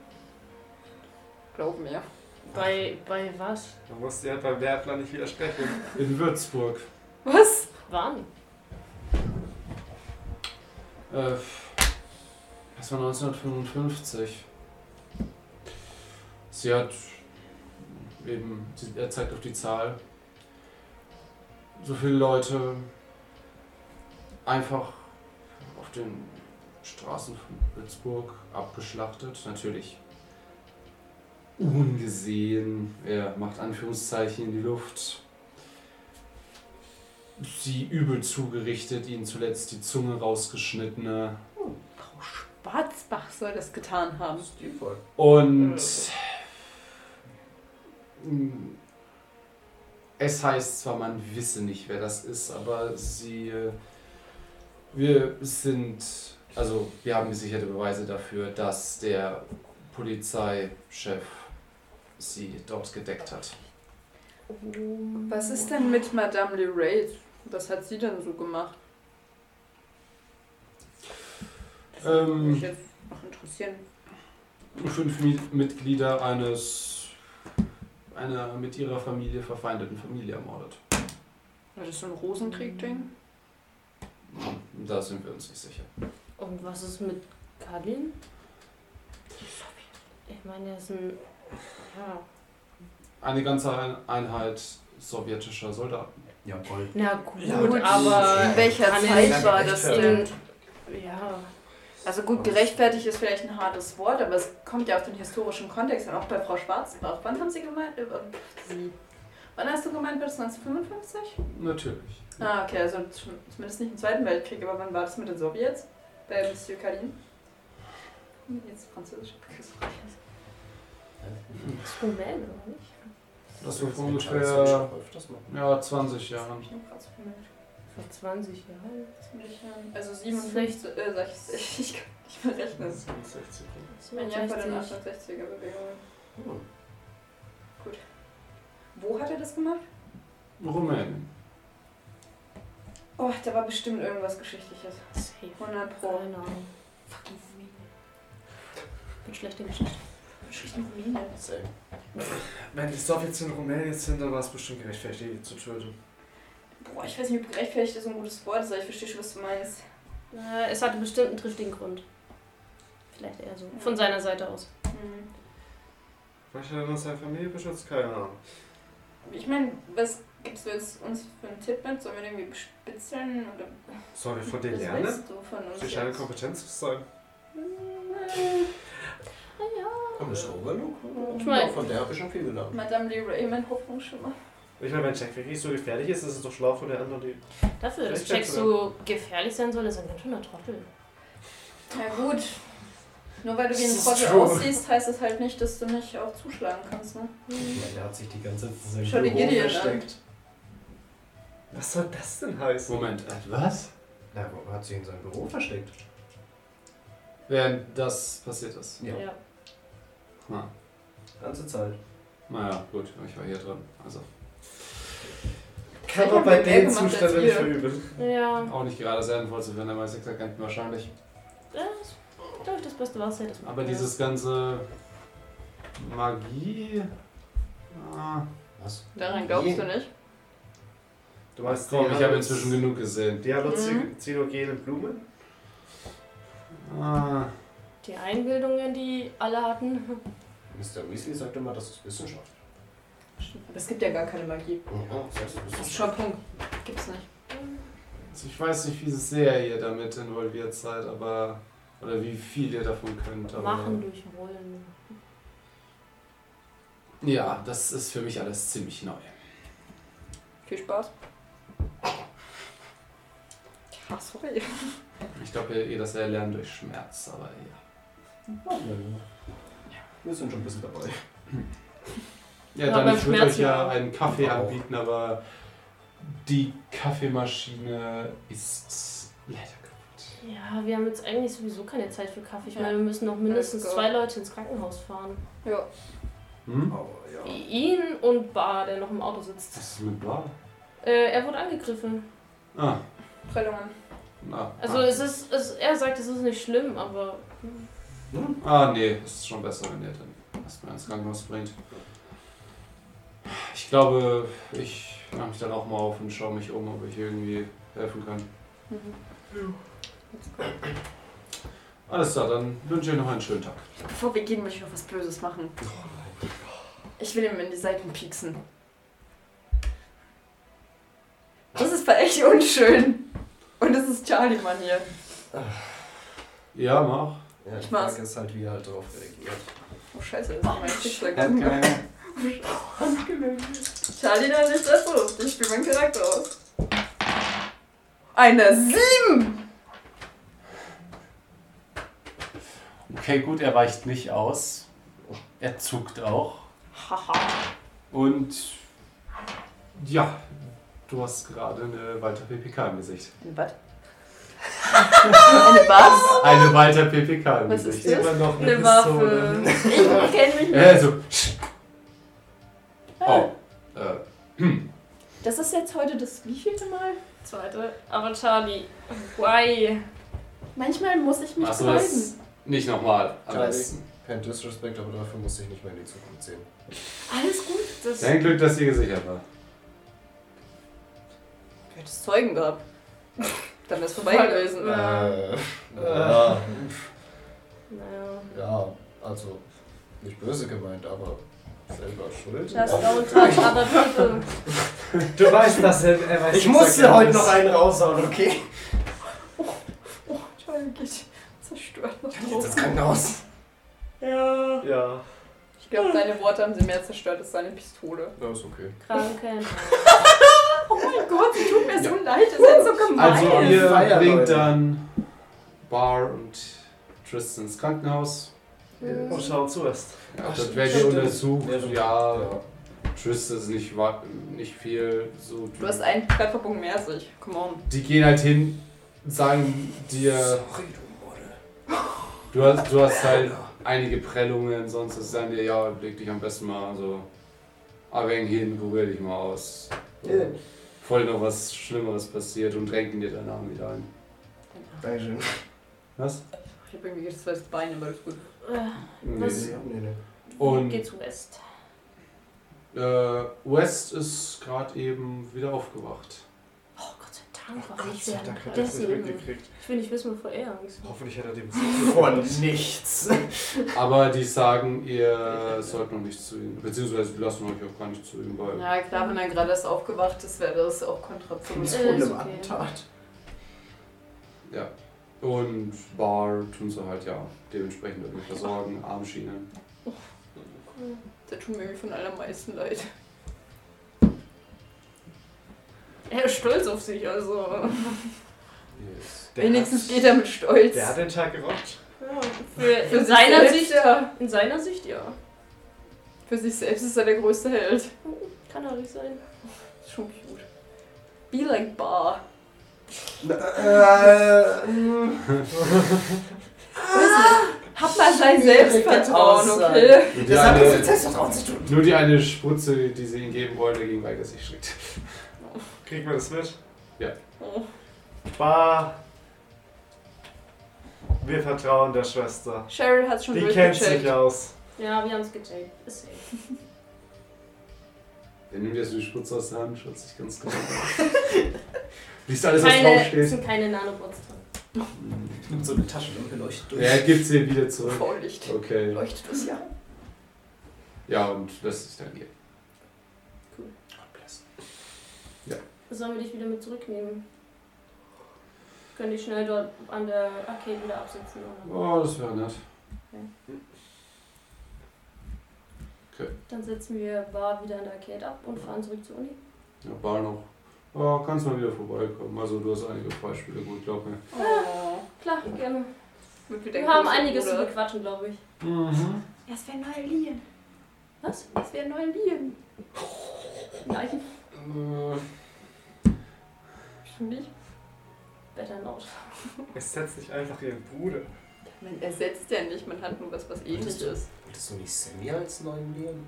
[SPEAKER 3] Glaub mir.
[SPEAKER 4] Bei, bei was?
[SPEAKER 5] Da musst du ja beim Werfler nicht widersprechen.
[SPEAKER 1] In Würzburg.
[SPEAKER 3] Was?
[SPEAKER 4] Wann?
[SPEAKER 1] Äh, das war 1955. Sie hat eben, sie- er zeigt auf die Zahl, so viele Leute einfach auf den Straßen von Würzburg abgeschlachtet. Natürlich ungesehen. Er macht Anführungszeichen in die Luft. Sie übel zugerichtet, ihnen zuletzt die Zunge rausgeschnittene.
[SPEAKER 3] Frau Schwarzbach soll das getan haben.
[SPEAKER 2] Stilvoll.
[SPEAKER 1] Und Mm, es heißt zwar, man wisse nicht, wer das ist, aber sie. äh, Wir sind. Also, wir haben gesicherte Beweise dafür, dass der
[SPEAKER 6] Polizeichef sie dort gedeckt hat.
[SPEAKER 4] um-
[SPEAKER 3] Was ist denn mit Madame LeRae? Was hat sie denn so gemacht? Das würde
[SPEAKER 1] Ähm.
[SPEAKER 3] mich jetzt noch interessieren.
[SPEAKER 1] fünf Mi- Mitglieder eines einer mit ihrer Familie verfeindeten Familie ermordet.
[SPEAKER 3] War das so ein Rosenkrieg-Ding?
[SPEAKER 1] Hm, Da sind wir uns nicht sicher.
[SPEAKER 4] Und Um was ist mit Kalin? Ich meine, er ist ein. Ja.
[SPEAKER 1] Eine ganze Ein- Einheit sowjetischer Soldaten.
[SPEAKER 7] Jawohl.
[SPEAKER 4] Na gut,
[SPEAKER 5] Ja,
[SPEAKER 3] Gut,
[SPEAKER 4] aber.
[SPEAKER 3] in welcher
[SPEAKER 4] kann
[SPEAKER 3] Zeit
[SPEAKER 4] er-
[SPEAKER 3] war das denn?
[SPEAKER 4] Äh, Ja.
[SPEAKER 3] Also gut, gerechtfertigt ist vielleicht ein hartes Wort, aber es kommt ja auf den historischen Kontext an, auch bei Frau Schwarzenbach. Wann haben Sie gemeint? äh, Sie. Wann hast du gemeint, bis 1955?
[SPEAKER 1] Natürlich.
[SPEAKER 3] Ah, okay, also zum- zumindest nicht im Zweiten Weltkrieg, aber wann war das mit den Sowjets? Bei Monsieur Kalin? Jetzt französische Begriffsreiches.
[SPEAKER 4] Ist Rumäne, oder nicht?
[SPEAKER 1] Das war vor ungefähr ja, 20 Jahren.
[SPEAKER 4] Vor 20 Jahren.
[SPEAKER 3] Also 57, äh, 60, ich *laughs* kann nicht mehr rechnen. Ein Jahr vor den 68er-Bewegungen. Gut. Wo hat er das gemacht?
[SPEAKER 1] Rumänien.
[SPEAKER 3] Oh, da war bestimmt irgendwas Geschichtliches.
[SPEAKER 4] Safe.
[SPEAKER 3] 100
[SPEAKER 4] Keine
[SPEAKER 3] Pro.
[SPEAKER 4] Ahnung.
[SPEAKER 3] Fucking Rumänien.
[SPEAKER 4] Mit schlechter Geschichte.
[SPEAKER 3] Geschichten Rumänien.
[SPEAKER 5] Wenn die Sowjets in Rumänien sind, dann war es bestimmt gerechtfertigt, die zu töten.
[SPEAKER 3] Boah, ich weiß nicht, ob gerechtfertigt ist so ein gutes Wort ist, aber ich verstehe schon, was du meinst.
[SPEAKER 4] Äh, es hatte bestimmt einen triftigen Grund. Vielleicht eher so. Von seiner Seite aus.
[SPEAKER 3] Hm.
[SPEAKER 5] Vielleicht hat er nur seine Familie beschützt, keine Ahnung.
[SPEAKER 3] Ich meine, was gibst du jetzt uns für einen Tipp mit? Sollen wir den irgendwie bespitzeln? Oder
[SPEAKER 5] Sollen wir von denen
[SPEAKER 3] was
[SPEAKER 5] lernen?
[SPEAKER 3] willst du von uns
[SPEAKER 5] Sie scheinen
[SPEAKER 3] jetzt?
[SPEAKER 5] kompetent zu sein.
[SPEAKER 4] Hm, äh.
[SPEAKER 7] Komm, das ist Overlook.
[SPEAKER 4] Ich mein-
[SPEAKER 7] Von der habe ich schon viel gelernt.
[SPEAKER 3] Madame Leroy, mein Hoffnungsschimmer.
[SPEAKER 5] Ich meine, wenn Jack wirklich so gefährlich ist, ist es doch schlau von der anderen, die.
[SPEAKER 4] Dafür, dass
[SPEAKER 5] Vielleicht
[SPEAKER 4] Jack
[SPEAKER 5] checkst du
[SPEAKER 4] so gefährlich sein soll, ist er ein ganz schöner Trottel.
[SPEAKER 3] Na gut. Nur weil du wie ein
[SPEAKER 5] Das ist
[SPEAKER 3] Trottel
[SPEAKER 5] true.
[SPEAKER 3] aussiehst, heißt das halt nicht, dass du nicht auch zuschlagen kannst, ne?
[SPEAKER 7] Ich meine, Der hat sich die ganze Zeit in seinem
[SPEAKER 3] Schau die
[SPEAKER 7] Büro
[SPEAKER 3] Gideon an.
[SPEAKER 7] versteckt.
[SPEAKER 5] Was soll das denn heißen?
[SPEAKER 1] Moment, äh, was?
[SPEAKER 7] Na, wo hat sie in seinem Büro versteckt?
[SPEAKER 1] Während das passiert ist.
[SPEAKER 7] Ja.
[SPEAKER 1] Na,
[SPEAKER 7] Ganze Zeit.
[SPEAKER 1] naja, gut, ich war hier drin. Also
[SPEAKER 5] Kann
[SPEAKER 3] Ich
[SPEAKER 5] man
[SPEAKER 3] hab
[SPEAKER 5] bei
[SPEAKER 3] mir mehr
[SPEAKER 5] den
[SPEAKER 3] gemacht als
[SPEAKER 5] Zuständen nicht
[SPEAKER 3] ihr.
[SPEAKER 5] verübeln.
[SPEAKER 4] Ja.
[SPEAKER 1] auch nicht gerade sehr sinnvoll zu finden, aber Sechserkanten wahrscheinlich.
[SPEAKER 4] Das glaube ich das Beste, halt, was er das macht.
[SPEAKER 1] Aber
[SPEAKER 4] ja.
[SPEAKER 1] dieses ganze Magie. Ah,
[SPEAKER 7] Was?
[SPEAKER 3] Daran glaubst du nicht.
[SPEAKER 5] Du meinst,
[SPEAKER 1] komm, ich habe
[SPEAKER 5] haben-
[SPEAKER 1] inzwischen genug gesehen.
[SPEAKER 5] Die haben
[SPEAKER 3] Mhm.
[SPEAKER 5] halluzinogene Blumen?
[SPEAKER 1] Ah,
[SPEAKER 4] Die Einbildungen, die alle hatten.
[SPEAKER 7] Mr. Weasley sagt immer, das ist Wissenschaft.
[SPEAKER 3] Aber es gibt ja gar keine Magie.
[SPEAKER 2] Oh,
[SPEAKER 7] Ja, das ist
[SPEAKER 3] Das ist
[SPEAKER 7] Wissenschaft.
[SPEAKER 3] schon ein Punkt. Gibt's nicht.
[SPEAKER 1] Also ich weiß nicht, wie sehr ihr damit involviert seid, aber. Oder wie viel ihr davon könnt. Aber
[SPEAKER 4] Machen durch Rollen.
[SPEAKER 1] Ja, das ist für mich alles ziemlich neu.
[SPEAKER 3] Viel Spaß. Ach, Ah, sorry.
[SPEAKER 1] Ich glaube, ihr, ihr das erlernt durch Schmerz, aber ja.
[SPEAKER 7] Ja, ja, ja. Wir sind schon ein bisschen dabei.
[SPEAKER 1] Ja,
[SPEAKER 4] Ja,
[SPEAKER 1] dann
[SPEAKER 4] beim
[SPEAKER 1] ich würde
[SPEAKER 4] Schmerz
[SPEAKER 1] euch ja
[SPEAKER 4] ja.
[SPEAKER 1] einen Kaffee
[SPEAKER 7] Auch.
[SPEAKER 1] anbieten, aber die Kaffeemaschine ist leider kaputt.
[SPEAKER 4] Ja, wir haben jetzt eigentlich sowieso keine Zeit für Kaffee. Ich
[SPEAKER 3] Ja.
[SPEAKER 4] meine, wir müssen noch mindestens
[SPEAKER 3] Let's go.
[SPEAKER 4] zwei Leute ins Krankenhaus fahren.
[SPEAKER 3] Ja.
[SPEAKER 1] Hm?
[SPEAKER 7] Aber ja.
[SPEAKER 4] Ihn und Bar, der noch im Auto sitzt.
[SPEAKER 1] Was ist mit Bar?
[SPEAKER 4] Äh, er wurde angegriffen.
[SPEAKER 1] Ah,
[SPEAKER 3] Prellungen.
[SPEAKER 1] na.
[SPEAKER 4] Also
[SPEAKER 1] ah.
[SPEAKER 4] es ist, es, er sagt, es ist nicht schlimm, aber
[SPEAKER 1] Ah, nee, es ist schon besser, wenn ihr dann erstmal ins Krankenhaus bringt. Ich glaube, ich mache mich dann auch mal auf und schaue mich um, ob ich irgendwie helfen kann.
[SPEAKER 3] Mhm.
[SPEAKER 1] Alles klar, dann wünsche ich euch noch einen schönen Tag.
[SPEAKER 3] Bevor wir gehen, möchte ich noch was Böses machen.
[SPEAKER 7] Oh
[SPEAKER 3] Ich will ihm in die Seiten pieksen. Das ist bei echt unschön. Und es ist Charlie Mann hier.
[SPEAKER 1] Ja, mach.
[SPEAKER 7] ja
[SPEAKER 3] Ich
[SPEAKER 7] ich mag
[SPEAKER 3] mach's.
[SPEAKER 7] es halt, wie er halt drauf reagiert.
[SPEAKER 3] Oh scheiße, das ist mein Schicksal.
[SPEAKER 7] Danke.
[SPEAKER 3] Charlie, da nicht das so. Ich spiele meinen Charakter aus. Eine Sieben!
[SPEAKER 6] Okay, gut, er weicht nicht aus. Er zuckt auch.
[SPEAKER 3] Haha.
[SPEAKER 1] Und
[SPEAKER 7] *laughs*
[SPEAKER 1] ja, du hast gerade eine weitere PK im Gesicht.
[SPEAKER 3] Was? Eine was?
[SPEAKER 1] Eine Walter PPK im
[SPEAKER 4] Was ist
[SPEAKER 1] Gesicht.
[SPEAKER 4] das?
[SPEAKER 5] Immer noch eine,
[SPEAKER 4] Eine Waffe.
[SPEAKER 5] Pistole.
[SPEAKER 4] Ich kenne mich nicht.
[SPEAKER 1] Äh, so. Oh. Äh,
[SPEAKER 3] Das ist jetzt heute das wievielte Mal?
[SPEAKER 4] Zweite. Aber Charlie, why?
[SPEAKER 3] Manchmal muss ich mich
[SPEAKER 1] Achso,
[SPEAKER 3] freuen.
[SPEAKER 1] das nicht nochmal. Am
[SPEAKER 2] Geil.
[SPEAKER 1] besten.
[SPEAKER 2] Kein Disrespect, aber dafür musste ich nicht mehr in die Zukunft sehen.
[SPEAKER 3] Alles gut. Das
[SPEAKER 1] Dein Glück, dass sie gesichert war.
[SPEAKER 3] Ich hätte es Zeugen gehabt. Dann wäre es vorbei
[SPEAKER 4] Voll.
[SPEAKER 3] gewesen.
[SPEAKER 4] Ja.
[SPEAKER 2] Äh, ja,
[SPEAKER 4] Naja.
[SPEAKER 2] ja, also nicht böse gemeint, aber selber schuld.
[SPEAKER 4] Das lautet, aber bitte.
[SPEAKER 5] Du weißt das, er er weiß
[SPEAKER 2] Ich
[SPEAKER 5] dass
[SPEAKER 2] muss
[SPEAKER 5] er
[SPEAKER 2] dir heute
[SPEAKER 5] ist.
[SPEAKER 2] noch einen raushauen, okay?
[SPEAKER 3] Oh, Entschuldigung, ich zerstört noch
[SPEAKER 2] Jetzt
[SPEAKER 3] drauf.
[SPEAKER 2] ins Krankenhaus.
[SPEAKER 4] Ja.
[SPEAKER 5] Ja.
[SPEAKER 3] Ich glaube, seine Worte haben sie mehr zerstört als seine Pistole.
[SPEAKER 2] Ja, ist okay.
[SPEAKER 4] Kranken.
[SPEAKER 3] Oh mein Gott, sie tut mir so leid. Das ist so gemein.
[SPEAKER 1] Also, ihr
[SPEAKER 2] Feier,
[SPEAKER 1] bringt
[SPEAKER 2] Leute.
[SPEAKER 1] dann Bar und Tristan ins Krankenhaus.
[SPEAKER 3] Mhm.
[SPEAKER 5] Und
[SPEAKER 4] Hm.
[SPEAKER 5] schauen zuerst.
[SPEAKER 1] Ja,
[SPEAKER 2] Ach,
[SPEAKER 1] das
[SPEAKER 2] stimmt,
[SPEAKER 1] werdet ihr
[SPEAKER 2] stimmt.
[SPEAKER 1] untersucht.
[SPEAKER 2] Ja, stimmt.
[SPEAKER 1] Ja,
[SPEAKER 2] Ja.
[SPEAKER 1] Tristan ist nicht, wa- nicht viel. So,
[SPEAKER 3] du hast einen Trefferpunkt mehr als ich. Come on.
[SPEAKER 1] die gehen halt hin, sagen dir,
[SPEAKER 2] Sorry, du Model.
[SPEAKER 1] du hast, du hast halt einige Prellungen, sonst ist dann dir, ja, leg dich am besten mal so. Aber hin, kurier dich mal aus.
[SPEAKER 2] Ja.
[SPEAKER 1] Voll noch was Schlimmeres passiert und renken dir deinen Namen wieder ein.
[SPEAKER 2] Dankeschön.
[SPEAKER 1] Was?
[SPEAKER 3] Ich habe irgendwie das zweite Bein, aber das ist gut.
[SPEAKER 4] Äh, Was?
[SPEAKER 1] Nee.
[SPEAKER 2] Nee, nee.
[SPEAKER 1] Und-
[SPEAKER 4] Geht's West.
[SPEAKER 1] Äh, West ist gerade eben wieder aufgewacht.
[SPEAKER 4] Oh Gott sei Dank, warum
[SPEAKER 5] Gott
[SPEAKER 4] ich
[SPEAKER 5] sei
[SPEAKER 4] sehr
[SPEAKER 5] Dank hat er das nicht
[SPEAKER 4] deswegen.
[SPEAKER 5] mitgekriegt.
[SPEAKER 4] Ich will nicht wissen, wovor er Angst hat.
[SPEAKER 5] Hoffentlich hat er dem
[SPEAKER 2] Von nichts.
[SPEAKER 1] Aber die sagen, ihr sollt noch nicht zu ihm. Beziehungsweise die lassen euch auch gar nicht zu ihm, weil.
[SPEAKER 3] Ja, klar, wenn er gerade erst aufgewacht ist, wäre das auch kontraproduktiv.
[SPEAKER 4] Äh, ist
[SPEAKER 2] einem
[SPEAKER 4] okay.
[SPEAKER 2] Attentat.
[SPEAKER 1] Ja. Und Bar tun sie halt ja dementsprechend irgendwie versorgen, Armschiene.
[SPEAKER 3] Der tut mir irgendwie von allermeisten leid.
[SPEAKER 4] Er ist stolz auf sich, also.
[SPEAKER 5] Der
[SPEAKER 3] Wenigstens
[SPEAKER 5] hat-
[SPEAKER 3] geht er mit Stolz.
[SPEAKER 5] Der hat den Tag gerockt.
[SPEAKER 4] Ja. Für, in,
[SPEAKER 3] Für
[SPEAKER 4] seiner
[SPEAKER 3] sich
[SPEAKER 4] Sicht,
[SPEAKER 3] selbst, ja.
[SPEAKER 4] in seiner Sicht, ja.
[SPEAKER 3] Für sich selbst ist er der größte Held.
[SPEAKER 4] Kann er nicht sein.
[SPEAKER 3] Ist Schon cute. Be like Bar. Hab mal sein Selbstvertrauen, okay?
[SPEAKER 1] Nur die,
[SPEAKER 2] Das hat nichts mit
[SPEAKER 1] eine,
[SPEAKER 2] Selbstvertrauen zu tun.
[SPEAKER 1] nur die eine Spritze, die sie ihm geben wollte, ging bei Gesicht schickt.
[SPEAKER 5] Kriegen wir das mit?
[SPEAKER 3] Oh.
[SPEAKER 5] Bah. Wir vertrauen der Schwester.
[SPEAKER 3] Cheryl hat's schon
[SPEAKER 5] Die kennt sich
[SPEAKER 3] durchgecheckt.
[SPEAKER 5] aus.
[SPEAKER 4] Ja, wir haben's gecheckt. Ist safe.
[SPEAKER 1] Dann nimmt er so die Spritze aus der Hand, schaut sich ganz genau an. Liest alles, was
[SPEAKER 4] Keine, es
[SPEAKER 1] draufsteht.
[SPEAKER 4] sind keine Nanobots drin.
[SPEAKER 2] Ich nehme so eine Taschenlampe leuchtet durch.
[SPEAKER 1] Er gibt sie wieder zurück.
[SPEAKER 3] Volllicht.
[SPEAKER 1] Okay.
[SPEAKER 3] Leuchtet es ja.
[SPEAKER 1] Ja, und lässt sich dann gehen.
[SPEAKER 4] Sollen wir dich wieder mit zurücknehmen? Können dich schnell dort an der Arcade wieder absetzen. Oder?
[SPEAKER 1] Oh, das wäre nett.
[SPEAKER 4] Dann setzen wir Bar wieder an der Arcade ab und fahren zurück zur Uni.
[SPEAKER 1] Ja, Bar noch. Oh, kannst mal wieder vorbeikommen. Also, du hast einige Freispiele, gut, glaub mir.
[SPEAKER 3] Oh.
[SPEAKER 4] Klar, gerne.
[SPEAKER 3] Wird wieder
[SPEAKER 4] Ah. Wir
[SPEAKER 3] ein
[SPEAKER 4] haben
[SPEAKER 3] großer
[SPEAKER 4] einiges zu
[SPEAKER 3] Bruder.
[SPEAKER 4] bequatschen, glaube ich.
[SPEAKER 1] Mhm.
[SPEAKER 3] Ja, es wäre neue Lien.
[SPEAKER 4] Was?
[SPEAKER 3] Es wäre neue Lien.
[SPEAKER 4] Nein,
[SPEAKER 1] Äh,
[SPEAKER 3] Finde ich.
[SPEAKER 4] better not.
[SPEAKER 5] Es setzt nicht einfach ihren Bruder.
[SPEAKER 3] Man ersetzt ja nicht, man hat nur was, was ähnlich ist.
[SPEAKER 2] Wolltest du nicht Sammy als neuen nehmen?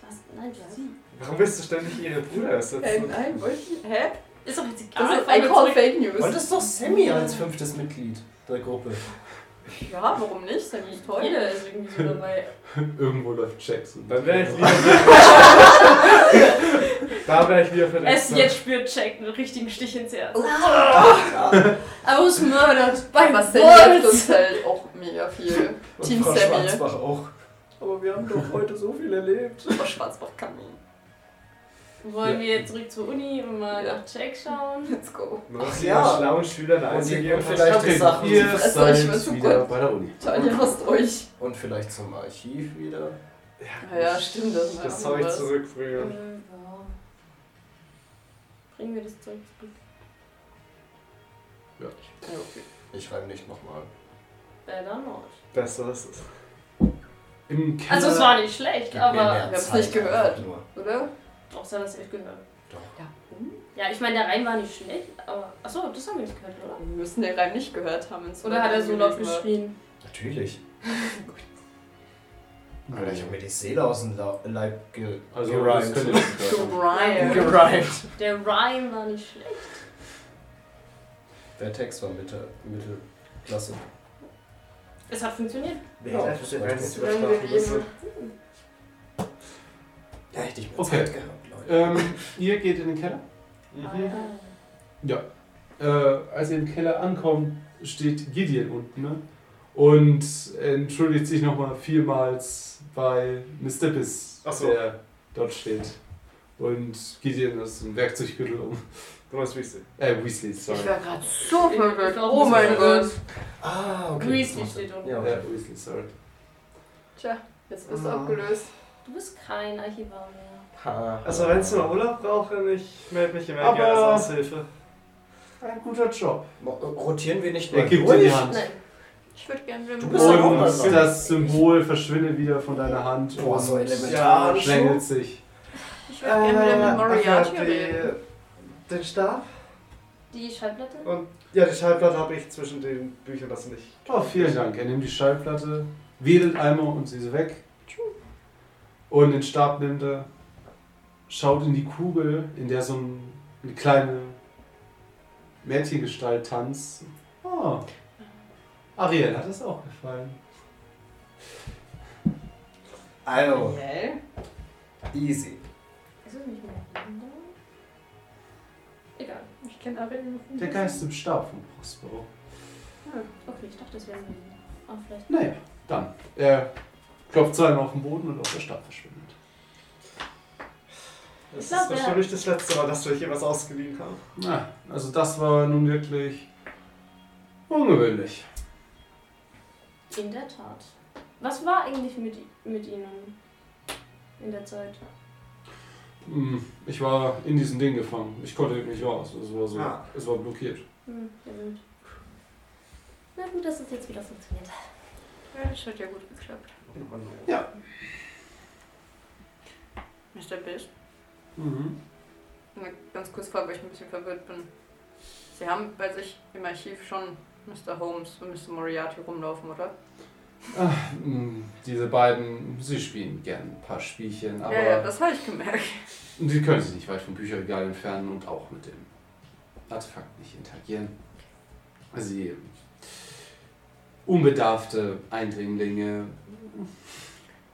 [SPEAKER 4] Was? Nein, bleib.
[SPEAKER 5] Warum willst du ständig ihren Bruder
[SPEAKER 3] Äh,
[SPEAKER 5] ersetzen?
[SPEAKER 3] nein, wollte ich. Hä?
[SPEAKER 4] Ist doch jetzt egal.
[SPEAKER 3] Das ist
[SPEAKER 4] fahren
[SPEAKER 3] I
[SPEAKER 4] wir
[SPEAKER 3] call
[SPEAKER 4] Ah, zurück.
[SPEAKER 3] Fake News.
[SPEAKER 2] Wolltest doch Sammy als fünftes Mitglied der Gruppe.
[SPEAKER 3] Ja, warum nicht? Dann bin ich toll.
[SPEAKER 4] Jeder ist irgendwie so dabei.
[SPEAKER 1] Irgendwo läuft Jackson.
[SPEAKER 5] Dann wäre ich *laughs* lieber. da wäre ich lieber verletzt.
[SPEAKER 4] Es jetzt spürt Jack einen richtigen Stich ins Herz.
[SPEAKER 3] *laughs* I was Oh. murdered by
[SPEAKER 4] Was
[SPEAKER 3] Marcel.
[SPEAKER 4] denn
[SPEAKER 3] hilft
[SPEAKER 4] jetzt?
[SPEAKER 3] uns halt auch mega *laughs* viel.
[SPEAKER 2] Und
[SPEAKER 3] Team
[SPEAKER 2] Frau
[SPEAKER 3] Sammy.
[SPEAKER 2] Schwarzbach auch.
[SPEAKER 7] Aber wir haben doch heute so viel erlebt.
[SPEAKER 3] Super Schwarzbach-Kamin.
[SPEAKER 4] Wollen wir jetzt zurück zur Uni und mal
[SPEAKER 3] Ja.
[SPEAKER 4] nach Jack schauen?
[SPEAKER 3] Let's go.
[SPEAKER 5] Man muss
[SPEAKER 2] Ach
[SPEAKER 5] die
[SPEAKER 2] ja.
[SPEAKER 5] schlauen Schüler da
[SPEAKER 2] Und die-
[SPEAKER 5] einzugeben.
[SPEAKER 2] und vielleicht- die Sachen-
[SPEAKER 1] ihr
[SPEAKER 3] Also,
[SPEAKER 1] seid
[SPEAKER 3] ich weiß so
[SPEAKER 1] wieder
[SPEAKER 3] gut.
[SPEAKER 1] bei der Uni.
[SPEAKER 3] Tanja, was euch?
[SPEAKER 2] Und vielleicht zum Archiv wieder.
[SPEAKER 3] Ja, ja, stimmt. Das, war
[SPEAKER 5] Das
[SPEAKER 3] auch
[SPEAKER 5] Zeug
[SPEAKER 3] was.
[SPEAKER 5] zurückbringen.
[SPEAKER 4] Äh, ja. Bringen wir das Zeug zurück.
[SPEAKER 3] Ja, okay.
[SPEAKER 2] Ich reim nicht nochmal.
[SPEAKER 4] Better not.
[SPEAKER 5] Besser ist es.
[SPEAKER 1] Im Keller.
[SPEAKER 4] Also es war nicht schlecht,
[SPEAKER 2] Gib mir
[SPEAKER 4] aber
[SPEAKER 2] mehr
[SPEAKER 3] wir haben's
[SPEAKER 2] Zeit
[SPEAKER 3] nicht gehört.
[SPEAKER 2] einfach Nur.
[SPEAKER 3] Oder?
[SPEAKER 4] außer dass ich gehört. Hm?
[SPEAKER 3] Ja, und?
[SPEAKER 4] Ja, ich meine, der Reim war nicht schlecht, aber. Achso, das haben wir nicht gehört, oder?
[SPEAKER 3] Wir müssen den Reim nicht gehört haben. Ins
[SPEAKER 4] Oder hat er so laut
[SPEAKER 3] Gelesen war.
[SPEAKER 4] geschrien?
[SPEAKER 2] Natürlich. Alter, ich hab mir die Seele aus dem Lau- Leib ge
[SPEAKER 1] Also, das
[SPEAKER 2] gerimt.
[SPEAKER 1] könnt ihr nicht hören.
[SPEAKER 3] Rhyme.
[SPEAKER 2] Gerimt.
[SPEAKER 4] Der Rhyme war nicht schlecht.
[SPEAKER 2] Der Text war Mitte, Mittelklasse.
[SPEAKER 4] Es hat funktioniert.
[SPEAKER 2] Ja,
[SPEAKER 5] Ja,
[SPEAKER 2] das
[SPEAKER 5] das
[SPEAKER 2] war
[SPEAKER 5] ist
[SPEAKER 2] gut.
[SPEAKER 5] überschlafen müssen.
[SPEAKER 2] Da hätte ich mehr
[SPEAKER 1] Okay.
[SPEAKER 2] Zeit gehabt, Leute.
[SPEAKER 1] Ähm, ihr geht in den Keller. Mhm.
[SPEAKER 4] Ah,
[SPEAKER 5] Mhm.
[SPEAKER 1] Äh, als ihr im Keller ankommt, steht Gideon unten ne? und entschuldigt sich nochmal vielmals bei Miss Dippis,
[SPEAKER 5] Ach so.
[SPEAKER 1] der dort steht. Und Gideon ist im Werkzeuggürtel um.
[SPEAKER 5] Du weißt, wie ich sehe.
[SPEAKER 1] Äh, Weasley, sorry.
[SPEAKER 3] Ich war gerade so
[SPEAKER 4] Ich-
[SPEAKER 3] verwirrt.
[SPEAKER 4] ich war auch
[SPEAKER 3] Oh
[SPEAKER 4] ein
[SPEAKER 3] mein
[SPEAKER 4] bisschen
[SPEAKER 3] Gott.
[SPEAKER 2] Ah, okay.
[SPEAKER 4] Weasley steht unten.
[SPEAKER 2] Ja, okay.
[SPEAKER 1] Äh, Weasley, sorry.
[SPEAKER 3] Tja, jetzt bist du
[SPEAKER 5] Ah.
[SPEAKER 3] abgelöst.
[SPEAKER 4] Du bist kein Archivar mehr.
[SPEAKER 2] Ha.
[SPEAKER 5] Also, wenn ich mal Urlaub brauche, ich melde mich immer
[SPEAKER 1] Aber-
[SPEAKER 5] gerne als Aushilfe.
[SPEAKER 1] Ein guter Job.
[SPEAKER 2] Mo- Rotieren wir nicht
[SPEAKER 1] Er
[SPEAKER 2] mal
[SPEAKER 1] gibt dir die
[SPEAKER 2] durch?
[SPEAKER 1] Hand.
[SPEAKER 4] Nein.
[SPEAKER 3] Ich würde gerne wieder
[SPEAKER 2] Du bist doch auch
[SPEAKER 1] Und
[SPEAKER 2] was
[SPEAKER 1] das Symbol verschwindet wieder von deiner Hand
[SPEAKER 2] Boah, so
[SPEAKER 1] und
[SPEAKER 2] elementar.
[SPEAKER 5] Ja,
[SPEAKER 1] schlängelt sich.
[SPEAKER 3] Ich würde gerne wieder mit Moriarty
[SPEAKER 5] Äh, ach ja,
[SPEAKER 3] reden.
[SPEAKER 5] die- Den Stab?
[SPEAKER 4] Die Schallplatte?
[SPEAKER 5] Und ja, die Schallplatte habe ich zwischen den Büchern das nicht.
[SPEAKER 1] Oh, vielen Dank. Er nimmt die Schallplatte, wedelt einmal und sie ist weg. Und den Stab nimmt er, schaut in die Kugel, in der so ein, eine kleine Mädchengestalt tanzt. Oh. Ariel hat es auch gefallen.
[SPEAKER 2] Also,
[SPEAKER 3] Ariel?
[SPEAKER 2] easy.
[SPEAKER 4] Ist es nicht mehr Linda? Egal.
[SPEAKER 3] Ich kenne Ariel noch nicht.
[SPEAKER 2] Mhm.
[SPEAKER 1] Der Geist im Stab von Prospero.
[SPEAKER 4] Hm, okay, ich dachte, es wäre Linda. Aber vielleicht.
[SPEAKER 1] Naja, dann. Er klopft zweimal auf den Boden und auch der Stab verschwindet.
[SPEAKER 5] Das
[SPEAKER 4] Ich glaub,
[SPEAKER 5] ist wahrscheinlich das letzte Mal, dass wir hier was ausgeliehen haben.
[SPEAKER 1] Na, also das war nun wirklich ungewöhnlich.
[SPEAKER 4] In der Tat. Was war eigentlich mit, mit ihnen in der Zeit?
[SPEAKER 1] Hm, Ich war in diesem Ding gefangen. Ich konnte nicht raus. Es war so,
[SPEAKER 5] Ah.
[SPEAKER 1] es war blockiert.
[SPEAKER 4] Hm, ja gut. Na gut, dass es jetzt wieder funktioniert.
[SPEAKER 3] Ja, das hat ja gut geklappt. Mr. Biss?
[SPEAKER 1] Mhm.
[SPEAKER 3] Na, Ganz kurz vor, weil ich ein bisschen verwirrt bin. Sie haben bei sich im Archiv schon Mr. Holmes und Mr. Moriarty rumlaufen, oder?
[SPEAKER 1] Hm, Diese beiden, sie spielen gern ein paar Spielchen, aber
[SPEAKER 3] ja, ja, das habe ich gemerkt.
[SPEAKER 1] sie können sich nicht weit vom Bücherregal entfernen und auch mit dem Artefakt nicht interagieren. Sie unbedarfte Eindringlinge.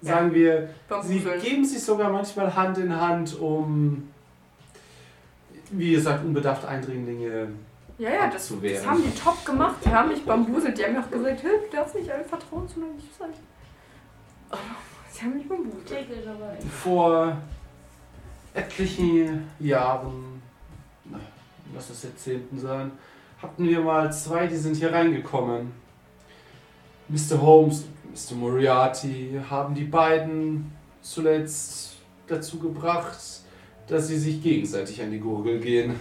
[SPEAKER 1] Sagen wir, Sie
[SPEAKER 3] Bambuseln.
[SPEAKER 1] geben sich sogar manchmal Hand in Hand, um, wie gesagt, unbedachte Eindringlinge.
[SPEAKER 3] Ja, ja, das,
[SPEAKER 1] abzuwehren.
[SPEAKER 3] das haben die top gemacht. Die haben mich bambuselt. Die haben mir auch gesagt, hey, du darfst nicht alle vertrauen, sondern ich sein. Oh, sie haben mich bambuselt.
[SPEAKER 4] Take it away.
[SPEAKER 1] Vor etlichen Jahren, na, lass es Jahrzehnten sein, hatten wir mal zwei, die sind hier reingekommen. Mr. Holmes und Mr. Moriarty haben die beiden zuletzt dazu gebracht, dass sie sich gegenseitig an die Gurgel gehen.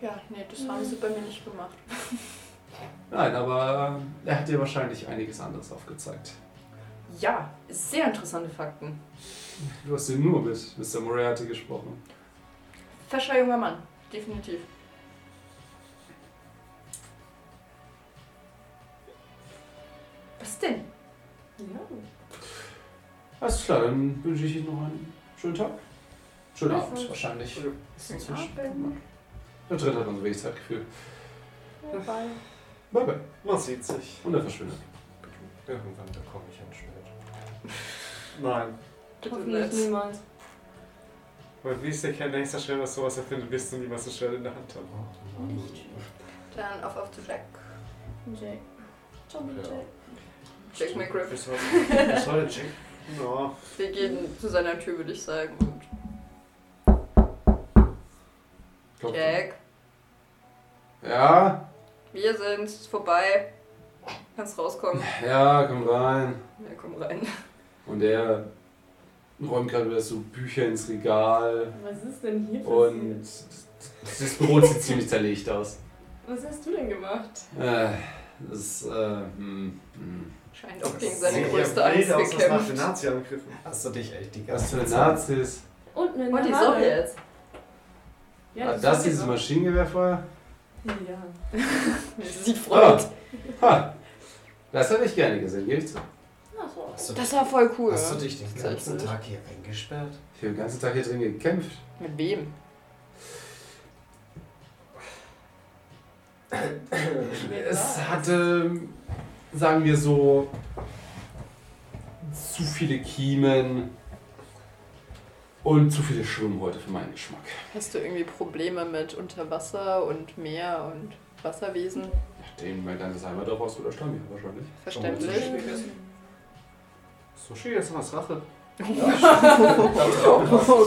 [SPEAKER 3] Ja, nee, das haben sie bei mir nicht gemacht.
[SPEAKER 1] Nein, aber äh, er hat dir wahrscheinlich einiges anderes aufgezeigt.
[SPEAKER 3] Ja, sehr interessante Fakten.
[SPEAKER 1] Du hast ihn nur mit Mr. Moriarty gesprochen.
[SPEAKER 3] Fescher junger Mann, definitiv. Was denn?
[SPEAKER 4] Ja.
[SPEAKER 1] Alles klar, dann wünsche ich Ihnen noch einen schönen Tag. Schönen
[SPEAKER 4] Ja,
[SPEAKER 1] Abend
[SPEAKER 4] so.
[SPEAKER 1] wahrscheinlich.
[SPEAKER 3] Schönen Abend.
[SPEAKER 1] Der dritte hat unser Wegezeitgefühl.
[SPEAKER 4] Wobei.
[SPEAKER 1] Bye bye.
[SPEAKER 5] Man sieht sich.
[SPEAKER 1] Und er verschwindet.
[SPEAKER 7] Irgendwann bekomme ich ein Schwert.
[SPEAKER 5] Nein.
[SPEAKER 3] Bitte
[SPEAKER 4] Hoffentlich
[SPEAKER 3] nicht.
[SPEAKER 4] niemals.
[SPEAKER 5] Weil wie ist der kein nächster Schwert, was sowas erfindet, wirst du niemals so schnell in der Hand haben.
[SPEAKER 4] Nicht schön.
[SPEAKER 3] Dann auf auf zu Jack.
[SPEAKER 4] Jack. Zombie
[SPEAKER 7] Ja.
[SPEAKER 4] Jack.
[SPEAKER 3] Jack McGriff.
[SPEAKER 5] *laughs* Was soll was soll der Jack? No.
[SPEAKER 3] Wir gehen zu seiner Tür, würde ich sagen. Und
[SPEAKER 1] Klopft.
[SPEAKER 3] Jack,
[SPEAKER 1] Ja,
[SPEAKER 3] wir sind es ist vorbei. Kannst rauskommen.
[SPEAKER 1] ja, komm rein.
[SPEAKER 3] Ja, komm rein.
[SPEAKER 1] Und er räumt gerade wieder so Bücher ins Regal.
[SPEAKER 4] Was ist denn hier
[SPEAKER 1] Und das Büro sieht ziemlich zerlegt aus.
[SPEAKER 4] Was hast du denn gemacht?
[SPEAKER 1] Äh, das ist, äh, hm, hm.
[SPEAKER 3] Scheint auch gegen
[SPEAKER 5] Sieht
[SPEAKER 3] seine
[SPEAKER 5] ja
[SPEAKER 3] größte
[SPEAKER 5] wild
[SPEAKER 3] Angst
[SPEAKER 5] aus, was nach den
[SPEAKER 3] gekämpft.
[SPEAKER 5] Nazi angegriffen.
[SPEAKER 2] Hast du dich echt die
[SPEAKER 1] Was für
[SPEAKER 2] ganze Zeit...
[SPEAKER 1] Nazis.
[SPEAKER 4] Und eine
[SPEAKER 3] Und die
[SPEAKER 4] Nadel.
[SPEAKER 3] Sonne jetzt.
[SPEAKER 4] Ja,
[SPEAKER 1] War Ah, das dieses
[SPEAKER 4] sowieso.
[SPEAKER 1] Maschinengewehrfeuer?
[SPEAKER 4] Ja.
[SPEAKER 3] Sie freut.
[SPEAKER 1] Ah, Ha. Das hätte ich gerne gesehen, gebe ich zu.
[SPEAKER 4] Ach so.
[SPEAKER 3] Das war voll cool.
[SPEAKER 2] Hast du dich den ganzen
[SPEAKER 3] Tatsächlich.
[SPEAKER 2] Tag hier eingesperrt?
[SPEAKER 1] Ich habe den ganzen Tag hier drin gekämpft.
[SPEAKER 3] Mit wem?
[SPEAKER 1] Es hatte, sagen wir so, zu viele Kiemen und zu viele Schwimmhäute für meinen Geschmack.
[SPEAKER 3] Hast du irgendwie Probleme mit Unterwasser und Meer und Wasserwesen?
[SPEAKER 1] Den mein ganzes Heimatdorf aus oder Stamm hier wahrscheinlich.
[SPEAKER 3] Verständlich.
[SPEAKER 6] Sushi, jetzt haben wir Rache.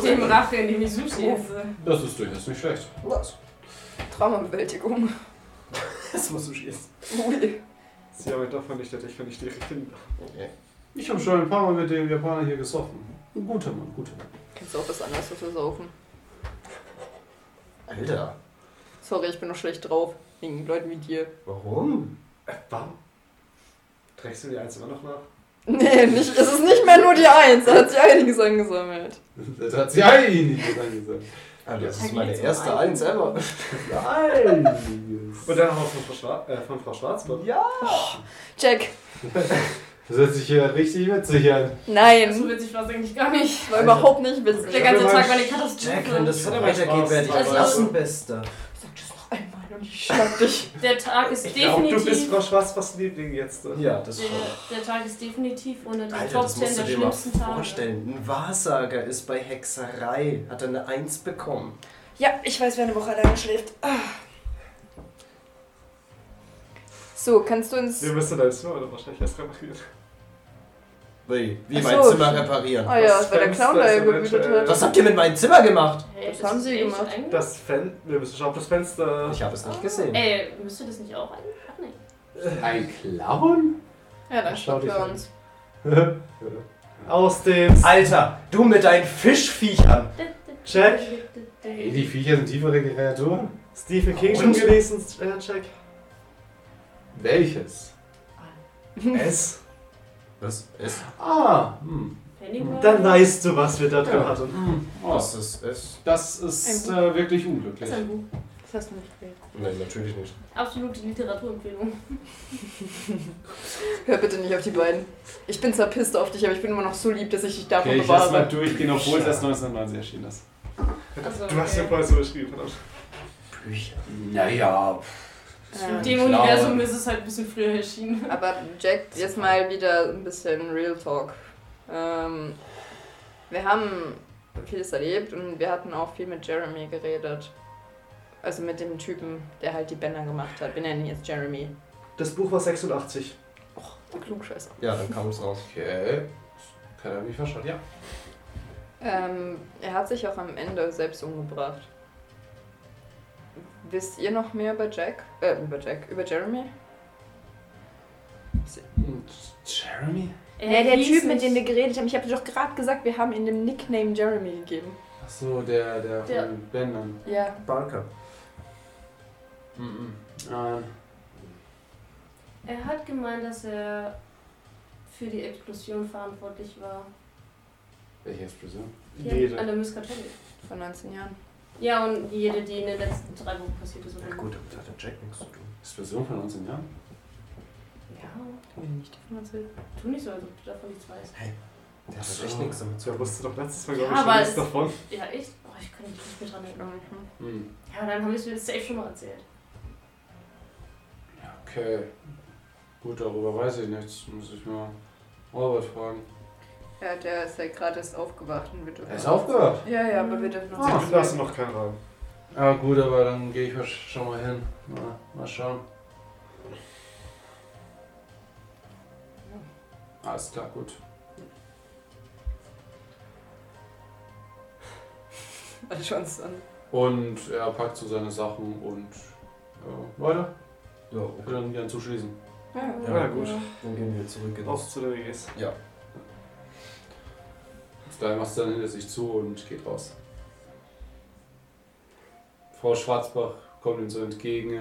[SPEAKER 4] Dem Oh, Rache, indem ich Sushi esse.
[SPEAKER 1] Das ist durchaus nicht schlecht.
[SPEAKER 2] Was?
[SPEAKER 3] *laughs* Traumabewältigung.
[SPEAKER 7] Das musst du schießen.
[SPEAKER 3] Ui.
[SPEAKER 5] Sie haben ihn doch vernichtet, ich vernichte ihre Kinder.
[SPEAKER 1] Ich habe schon ein paar Mal mit dem Japaner hier gesoffen. Ein guter Mann, guter Mann. *laughs*
[SPEAKER 3] Kannst du auch was anderes versaufen?
[SPEAKER 2] Alter,
[SPEAKER 3] Sorry, ich bin noch schlecht drauf. Wegen Leuten wie dir.
[SPEAKER 2] warum?
[SPEAKER 5] Bam. Äh, Trägst du die eins immer noch nach?
[SPEAKER 3] Nee, nicht, es ist nicht mehr nur die Eins. Da hat sich einiges angesammelt.
[SPEAKER 1] Das hat sie einiges angesagt.
[SPEAKER 2] Alter, Also, das
[SPEAKER 4] Ja,
[SPEAKER 2] ist meine
[SPEAKER 4] geht's um
[SPEAKER 2] erste
[SPEAKER 4] einen.
[SPEAKER 2] Eins ever. *laughs*
[SPEAKER 1] Einiges.
[SPEAKER 5] Und dann haben wir von Frau, Schwa äh, von Frau Schwarzmann. Ja.
[SPEAKER 3] Check.
[SPEAKER 1] Das hört sich ja richtig witzig an.
[SPEAKER 4] So
[SPEAKER 3] Nein.
[SPEAKER 4] witzig war es eigentlich gar nicht.
[SPEAKER 3] War überhaupt nicht witzig.
[SPEAKER 4] Der ganze
[SPEAKER 5] hab
[SPEAKER 4] Tag war eine
[SPEAKER 5] immer-
[SPEAKER 2] Jack,
[SPEAKER 4] Katastrophe.
[SPEAKER 2] wenn das so
[SPEAKER 5] Hat er
[SPEAKER 2] weitergeht,
[SPEAKER 5] Spaß?
[SPEAKER 2] werde ich
[SPEAKER 4] Also-
[SPEAKER 2] Klassenbester.
[SPEAKER 3] Sag das noch einmal und ich schlag dich.
[SPEAKER 4] Der Tag ist
[SPEAKER 5] Glaub, du bist
[SPEAKER 4] definitiv.
[SPEAKER 5] Frau Schwarzmanns Liebling jetzt. ne?
[SPEAKER 2] Ja, das
[SPEAKER 4] Der,
[SPEAKER 2] schon.
[SPEAKER 4] der Tag ist definitiv unter den
[SPEAKER 2] Alter,
[SPEAKER 4] Top
[SPEAKER 2] das
[SPEAKER 4] 10
[SPEAKER 2] musst du
[SPEAKER 4] äh, also der
[SPEAKER 2] dir mal
[SPEAKER 4] schlimmsten Tage.
[SPEAKER 2] vorstellen. Ein Wahrsager ist bei Hexerei, hat er eine Eins bekommen.
[SPEAKER 3] Ja, ich weiß, wer eine Woche alleine schläft. Ah. So, kannst du uns.
[SPEAKER 5] Wir müssen dein Zimmer oder wahrscheinlich erst reparieren.
[SPEAKER 2] Wie,
[SPEAKER 3] Ach
[SPEAKER 2] wie
[SPEAKER 3] so.
[SPEAKER 2] mein Zimmer reparieren.
[SPEAKER 3] Oh ja,
[SPEAKER 5] Das
[SPEAKER 3] das war der
[SPEAKER 5] Fenster
[SPEAKER 3] Clown, der
[SPEAKER 5] ist
[SPEAKER 3] gewütet
[SPEAKER 5] eventuell-
[SPEAKER 3] hat.
[SPEAKER 2] Was habt ihr mit meinem Zimmer gemacht?
[SPEAKER 4] Hey,
[SPEAKER 3] Das
[SPEAKER 4] ist
[SPEAKER 3] haben sie
[SPEAKER 4] echt
[SPEAKER 3] gemacht.
[SPEAKER 4] eigentlich-
[SPEAKER 5] Das Fen wir müssen schon auf das Fenster.
[SPEAKER 2] Ich habe es nicht gesehen.
[SPEAKER 3] Äh,
[SPEAKER 4] Ey, müsst ihr das nicht auch eigentlich? Ach nee.
[SPEAKER 1] Ein Clown?
[SPEAKER 3] Ja, dann
[SPEAKER 1] Schau
[SPEAKER 3] schlag
[SPEAKER 1] dich
[SPEAKER 3] für
[SPEAKER 1] an.
[SPEAKER 3] uns.
[SPEAKER 5] Aus dem
[SPEAKER 2] Alter, du mit deinen Fischviechern.
[SPEAKER 5] Check.
[SPEAKER 1] Ey, die Viecher sind tiefere Kreaturen.
[SPEAKER 5] Stephen King schon
[SPEAKER 2] Und?
[SPEAKER 5] gelesen, äh, Check.
[SPEAKER 1] Welches?
[SPEAKER 2] Es? Was? Es?
[SPEAKER 1] Ah, hm.
[SPEAKER 4] Pennywise.
[SPEAKER 5] Dann weißt du, was wir da drin hatten.
[SPEAKER 1] hm. Oh,
[SPEAKER 2] Was ist es?
[SPEAKER 1] das ist
[SPEAKER 3] Ein
[SPEAKER 1] äh, wirklich
[SPEAKER 4] Das
[SPEAKER 1] unglücklich.
[SPEAKER 4] ist ein Buch.
[SPEAKER 3] Das hast du nicht gewählt.
[SPEAKER 2] Nein, natürlich nicht.
[SPEAKER 4] Absolute Literaturempfehlung.
[SPEAKER 3] Hör bitte nicht auf die beiden. Ich bin zwar pisst auf dich, aber ich bin immer noch so lieb, dass ich dich davon
[SPEAKER 1] Okay, ich lasse mal
[SPEAKER 3] bewahre.
[SPEAKER 1] durchgehen, obwohl es erst 1990 erschienen ist.
[SPEAKER 4] Also,
[SPEAKER 5] Du hast ja vorher so beschrieben. verdammt.
[SPEAKER 2] Bücher.
[SPEAKER 1] Naja,
[SPEAKER 4] In
[SPEAKER 3] Ähm,
[SPEAKER 4] dem
[SPEAKER 1] Klar.
[SPEAKER 4] Universum ist es halt ein bisschen früher erschienen.
[SPEAKER 3] aber Jack, jetzt mal wieder ein bisschen Real Talk. Ähm, wir haben vieles erlebt und wir hatten auch viel mit Jeremy geredet. Also mit dem Typen, der halt die Bänder gemacht hat. Wir nennen ihn jetzt Jeremy.
[SPEAKER 5] Das Buch war 86.
[SPEAKER 3] Och, du Klugscheißer.
[SPEAKER 2] Ja, dann kam es raus.
[SPEAKER 1] Okay. Kann er mich verstanden, ja.
[SPEAKER 3] Ähm, er hat sich auch am Ende selbst umgebracht. Wisst ihr noch mehr über Jack? Äh, über Jack, über Jeremy?
[SPEAKER 1] Und Jeremy?
[SPEAKER 4] Er hieß nicht-
[SPEAKER 3] geredet haben. Ich habe doch gerade gesagt, wir haben ihm den Nickname Jeremy gegeben.
[SPEAKER 1] Achso, der, der von
[SPEAKER 4] Der-
[SPEAKER 1] den Bändern.
[SPEAKER 3] Ja.
[SPEAKER 2] Barker.
[SPEAKER 1] Mhm. Nein.
[SPEAKER 4] Er hat gemeint, dass er für die Explosion verantwortlich war.
[SPEAKER 1] Welche Explosion?
[SPEAKER 4] Hier
[SPEAKER 5] Jede.
[SPEAKER 4] An der Muscatelli.
[SPEAKER 3] Vor 19 Jahren.
[SPEAKER 4] Ja, und jede, die in den letzten drei Wochen passiert ist. Oder?
[SPEAKER 2] Ja gut, damit hat der Jack nichts zu tun.
[SPEAKER 1] Explosion von 19 Jahren?
[SPEAKER 4] Ja,
[SPEAKER 3] Haben wir nicht davon erzählt?
[SPEAKER 4] tu nicht so, als ob du davon nichts weißt.
[SPEAKER 2] Der hat
[SPEAKER 1] So.
[SPEAKER 2] echt nichts damit zu
[SPEAKER 5] Der
[SPEAKER 2] tun.
[SPEAKER 5] Also, wusste doch letztes Mal,
[SPEAKER 4] Ja,
[SPEAKER 5] glaube ich, schon
[SPEAKER 4] aber
[SPEAKER 5] nichts
[SPEAKER 4] es-
[SPEAKER 5] davon.
[SPEAKER 4] Ja, echt? Oh, ich kann mich nicht mehr dran erinnern.
[SPEAKER 3] Mhm.
[SPEAKER 1] Hm.
[SPEAKER 4] Ja, aber dann haben wir es mir safe schon mal erzählt.
[SPEAKER 1] Ja, Okay. Gut, darüber weiß ich nichts. Muss ich mal Robert fragen.
[SPEAKER 3] Ja, der ist ja gerade erst aufgewacht und wir dürfen.
[SPEAKER 1] Er ist aufgehört.
[SPEAKER 3] Ja, ja, aber wir dürfen noch
[SPEAKER 1] Ah.
[SPEAKER 5] Da
[SPEAKER 3] nicht
[SPEAKER 5] hast du
[SPEAKER 3] erzählen.
[SPEAKER 5] noch keinen Rahmen.
[SPEAKER 1] Ja Ah, gut, aber dann gehe ich wahrsch- schon mal hin. Mal, mal schauen. Alles klar, gut.
[SPEAKER 3] Warte schon uns an.
[SPEAKER 1] Und er packt so seine Sachen und ja, weiter.
[SPEAKER 2] Ja, okay.
[SPEAKER 1] Ich will dann gerne zuschließen.
[SPEAKER 3] Ja.
[SPEAKER 2] Ja,
[SPEAKER 5] Ja, gut.
[SPEAKER 2] Dann gehen wir zurück in
[SPEAKER 5] Auf zu den WGs.
[SPEAKER 1] Daher macht sie dann hinter sich zu und geht raus. Frau Schwarzbach kommt ihm so entgegen.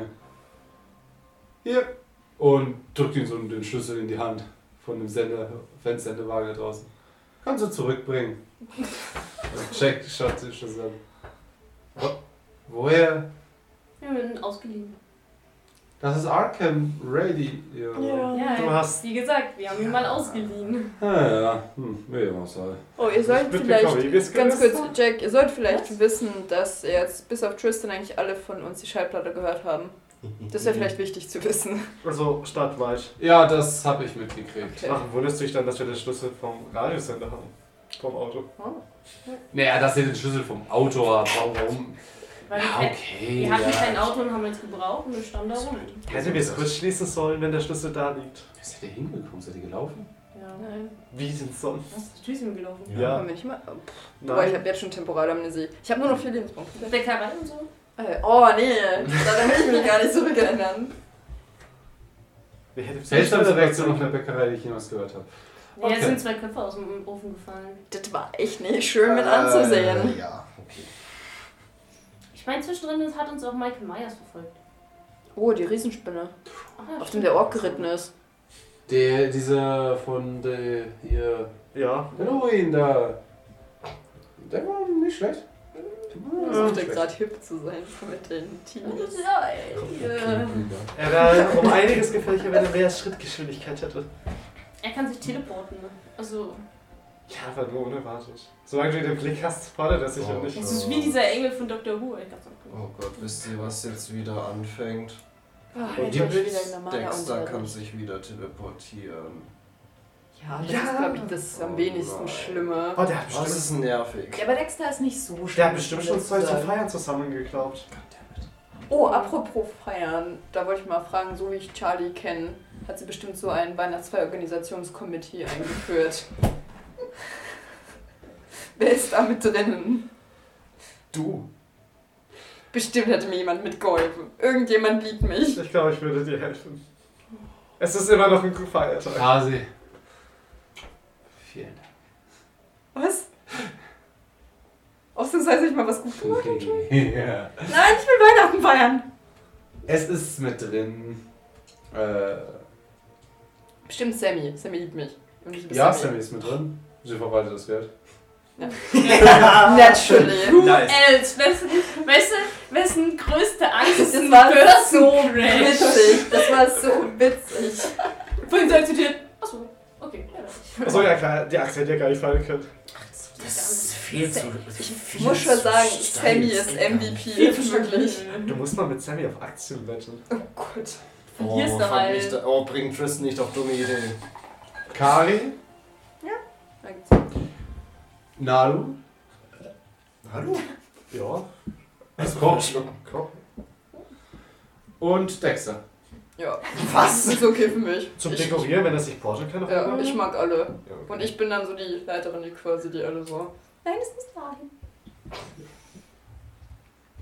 [SPEAKER 1] Hier! Und drückt ihm so den Schlüssel in die Hand von dem Sender, Fensterwagen da draußen. Also Kannst du zurückbringen. Und Jack schaut den Schlüssel an. Wa- Woher?
[SPEAKER 4] Wir werden ausgeliehen.
[SPEAKER 1] Das ist Arkham Radio.
[SPEAKER 4] Ja,
[SPEAKER 5] Du hast-
[SPEAKER 4] wie gesagt, wir haben ihn mal ausgeliehen.
[SPEAKER 1] Ah, ja. Hm, wie immer soll.
[SPEAKER 3] Oh, ihr sollt
[SPEAKER 5] bin
[SPEAKER 3] vielleicht,
[SPEAKER 5] gekommen, ihr wisst
[SPEAKER 3] ganz
[SPEAKER 5] gewiss.
[SPEAKER 3] kurz, Jack, ihr sollt vielleicht wissen, dass jetzt bis auf Tristan eigentlich alle von uns die Schallplatte gehört haben. Das wäre vielleicht wichtig zu wissen.
[SPEAKER 5] Also stadtweit.
[SPEAKER 1] Ja, das habe ich mitgekriegt.
[SPEAKER 3] Okay.
[SPEAKER 5] Ach, wunderst du dich dann, dass wir den Schlüssel vom Radiosender haben? Vom Auto.
[SPEAKER 1] Naja, dass ihr den Schlüssel vom Auto habt. Warum?
[SPEAKER 4] Weil wir,
[SPEAKER 1] Ja,
[SPEAKER 4] kein-
[SPEAKER 1] okay.
[SPEAKER 4] wir
[SPEAKER 1] ja.
[SPEAKER 4] hatten kein Auto und haben eins gebraucht und wir standen da rum.
[SPEAKER 5] Hätten wir es kurz schließen sollen, wenn der Schlüssel da liegt.
[SPEAKER 1] Wie seid ihr hingekommen? Seid ihr gelaufen?
[SPEAKER 4] Ja.
[SPEAKER 3] Nein.
[SPEAKER 5] Wie denn sonst?
[SPEAKER 4] Was ist die Tüßen gelaufen?
[SPEAKER 5] Ja.
[SPEAKER 3] Wollen wir nicht mal. Oh, Boah, ich
[SPEAKER 5] Nein.
[SPEAKER 3] habe jetzt schon temporale Amnesie. Ich habe nur noch vier Lebenspunkte.
[SPEAKER 4] Mit der Karre und so?
[SPEAKER 3] Äh, Oh nee, daran will ich mich gar nicht zurückerinnern.
[SPEAKER 5] Wir hätten
[SPEAKER 1] Seltsamste Reaktion auf einer Bäckerei, die ich jemals gehört habe.
[SPEAKER 4] Ja,
[SPEAKER 1] Okay.
[SPEAKER 4] es sind zwei Köpfe aus dem Ofen gefallen.
[SPEAKER 3] Das war echt nicht schön mit anzusehen.
[SPEAKER 7] Äh, ja, okay.
[SPEAKER 4] Ich meine, zwischendrin hat uns auch Michael Myers verfolgt.
[SPEAKER 3] Oh, die Riesenspinne,
[SPEAKER 4] Ach, ja,
[SPEAKER 3] auf dem
[SPEAKER 4] stimmt.
[SPEAKER 3] der Ork geritten ist.
[SPEAKER 1] Der, dieser von der hier.
[SPEAKER 5] Ja.
[SPEAKER 1] Halloween da. Der war nicht schlecht.
[SPEAKER 3] Versucht er gerade hip zu sein mit den Teenies.
[SPEAKER 4] Ja, ey, äh.
[SPEAKER 5] Er wäre um einiges gefährlicher, wenn er mehr Schrittgeschwindigkeit hätte.
[SPEAKER 4] Er kann sich teleporten, ne? Also,
[SPEAKER 5] Ja, aber nur unerwartet. Solange du den Blick hast, fordert er sich ja
[SPEAKER 7] Oh.
[SPEAKER 5] nicht.
[SPEAKER 4] es ist wie dieser Engel von Dr. Who. ey, ganz cool.
[SPEAKER 7] Oh Gott, wisst ihr, was jetzt wieder anfängt?
[SPEAKER 3] Ach,
[SPEAKER 1] Und
[SPEAKER 3] Ah, jetzt
[SPEAKER 1] die-
[SPEAKER 3] soll wieder ein normaler
[SPEAKER 7] Dexter
[SPEAKER 3] Unfall.
[SPEAKER 7] kann sich wieder teleportieren.
[SPEAKER 3] Ja, das ist, glaube ich, das am wenigsten
[SPEAKER 7] Oh nein.
[SPEAKER 3] Schlimme.
[SPEAKER 5] Oh, der hat
[SPEAKER 7] Das
[SPEAKER 5] bestimmt,
[SPEAKER 7] ist nervig.
[SPEAKER 3] Ja, aber Dexter ist nicht so schlimm.
[SPEAKER 5] der hat bestimmt schon
[SPEAKER 3] muss ich
[SPEAKER 5] Zeug zum
[SPEAKER 3] sagen.
[SPEAKER 5] Feiern zusammengeklaubt.
[SPEAKER 3] Oh, apropos Feiern, da wollte ich mal fragen, so wie ich Charlie kenne, hat sie bestimmt so ein Weihnachtsfeierorganisationskomitee eingeführt. *laughs* Wer ist da mit drinnen?
[SPEAKER 7] Du.
[SPEAKER 3] Bestimmt hätte mir jemand mitgeholfen. Irgendjemand liebt mich.
[SPEAKER 5] Ich glaube, ich würde dir helfen. Es ist immer noch ein Feiertag.
[SPEAKER 1] Quasi. Vielen
[SPEAKER 3] Was? Ausnahmsweise ich mal was gut gemacht.
[SPEAKER 1] Dank. *laughs* Ja.
[SPEAKER 3] Nein, ich will Weihnachten feiern.
[SPEAKER 1] Es ist mit drin. Äh,
[SPEAKER 3] Bestimmt Sammy. Sammy liebt mich. Und ich liebe
[SPEAKER 1] ja, Sammy ist mit drin. Sie verwaltet das Geld.
[SPEAKER 3] Ah. *laughs* Naturally.
[SPEAKER 7] Nice.
[SPEAKER 4] Els, wessen, wessen, wessen größte Angst ist
[SPEAKER 3] Das
[SPEAKER 4] ein
[SPEAKER 3] war
[SPEAKER 4] Börsencrash?
[SPEAKER 3] Witzig. Das war so witzig.
[SPEAKER 4] Vorhin sagst du dir, achso, okay. ja, das ist-
[SPEAKER 5] Achso, ja klar, die Axt hätte ja gar nicht fallen können.
[SPEAKER 7] Das ist viel zu. Oh,
[SPEAKER 3] Ich muss schon sagen, Sammy ist MVP. Wirklich.
[SPEAKER 5] Du musst mal mit Sammy auf Aktien wetten.
[SPEAKER 3] Oh Gott.
[SPEAKER 4] Verlierst du
[SPEAKER 7] fand
[SPEAKER 4] halt.
[SPEAKER 7] ich Da, oh, bring Tristan nicht auf dumme Ideen.
[SPEAKER 1] Kari, Nalu,
[SPEAKER 7] Hallo?
[SPEAKER 5] Ja.
[SPEAKER 1] als Coach und Dexter.
[SPEAKER 3] Ja, *laughs*
[SPEAKER 7] Was?
[SPEAKER 3] ist okay für mich.
[SPEAKER 5] Zum
[SPEAKER 3] ich,
[SPEAKER 5] Dekorieren, wenn er sich Porsche kann. auf
[SPEAKER 3] ja,
[SPEAKER 5] einmal.
[SPEAKER 3] ich mag alle.
[SPEAKER 5] Ja, okay.
[SPEAKER 3] Und ich bin dann so die Leiterin, die quasi die alle so.
[SPEAKER 4] Nein, das muss sagen.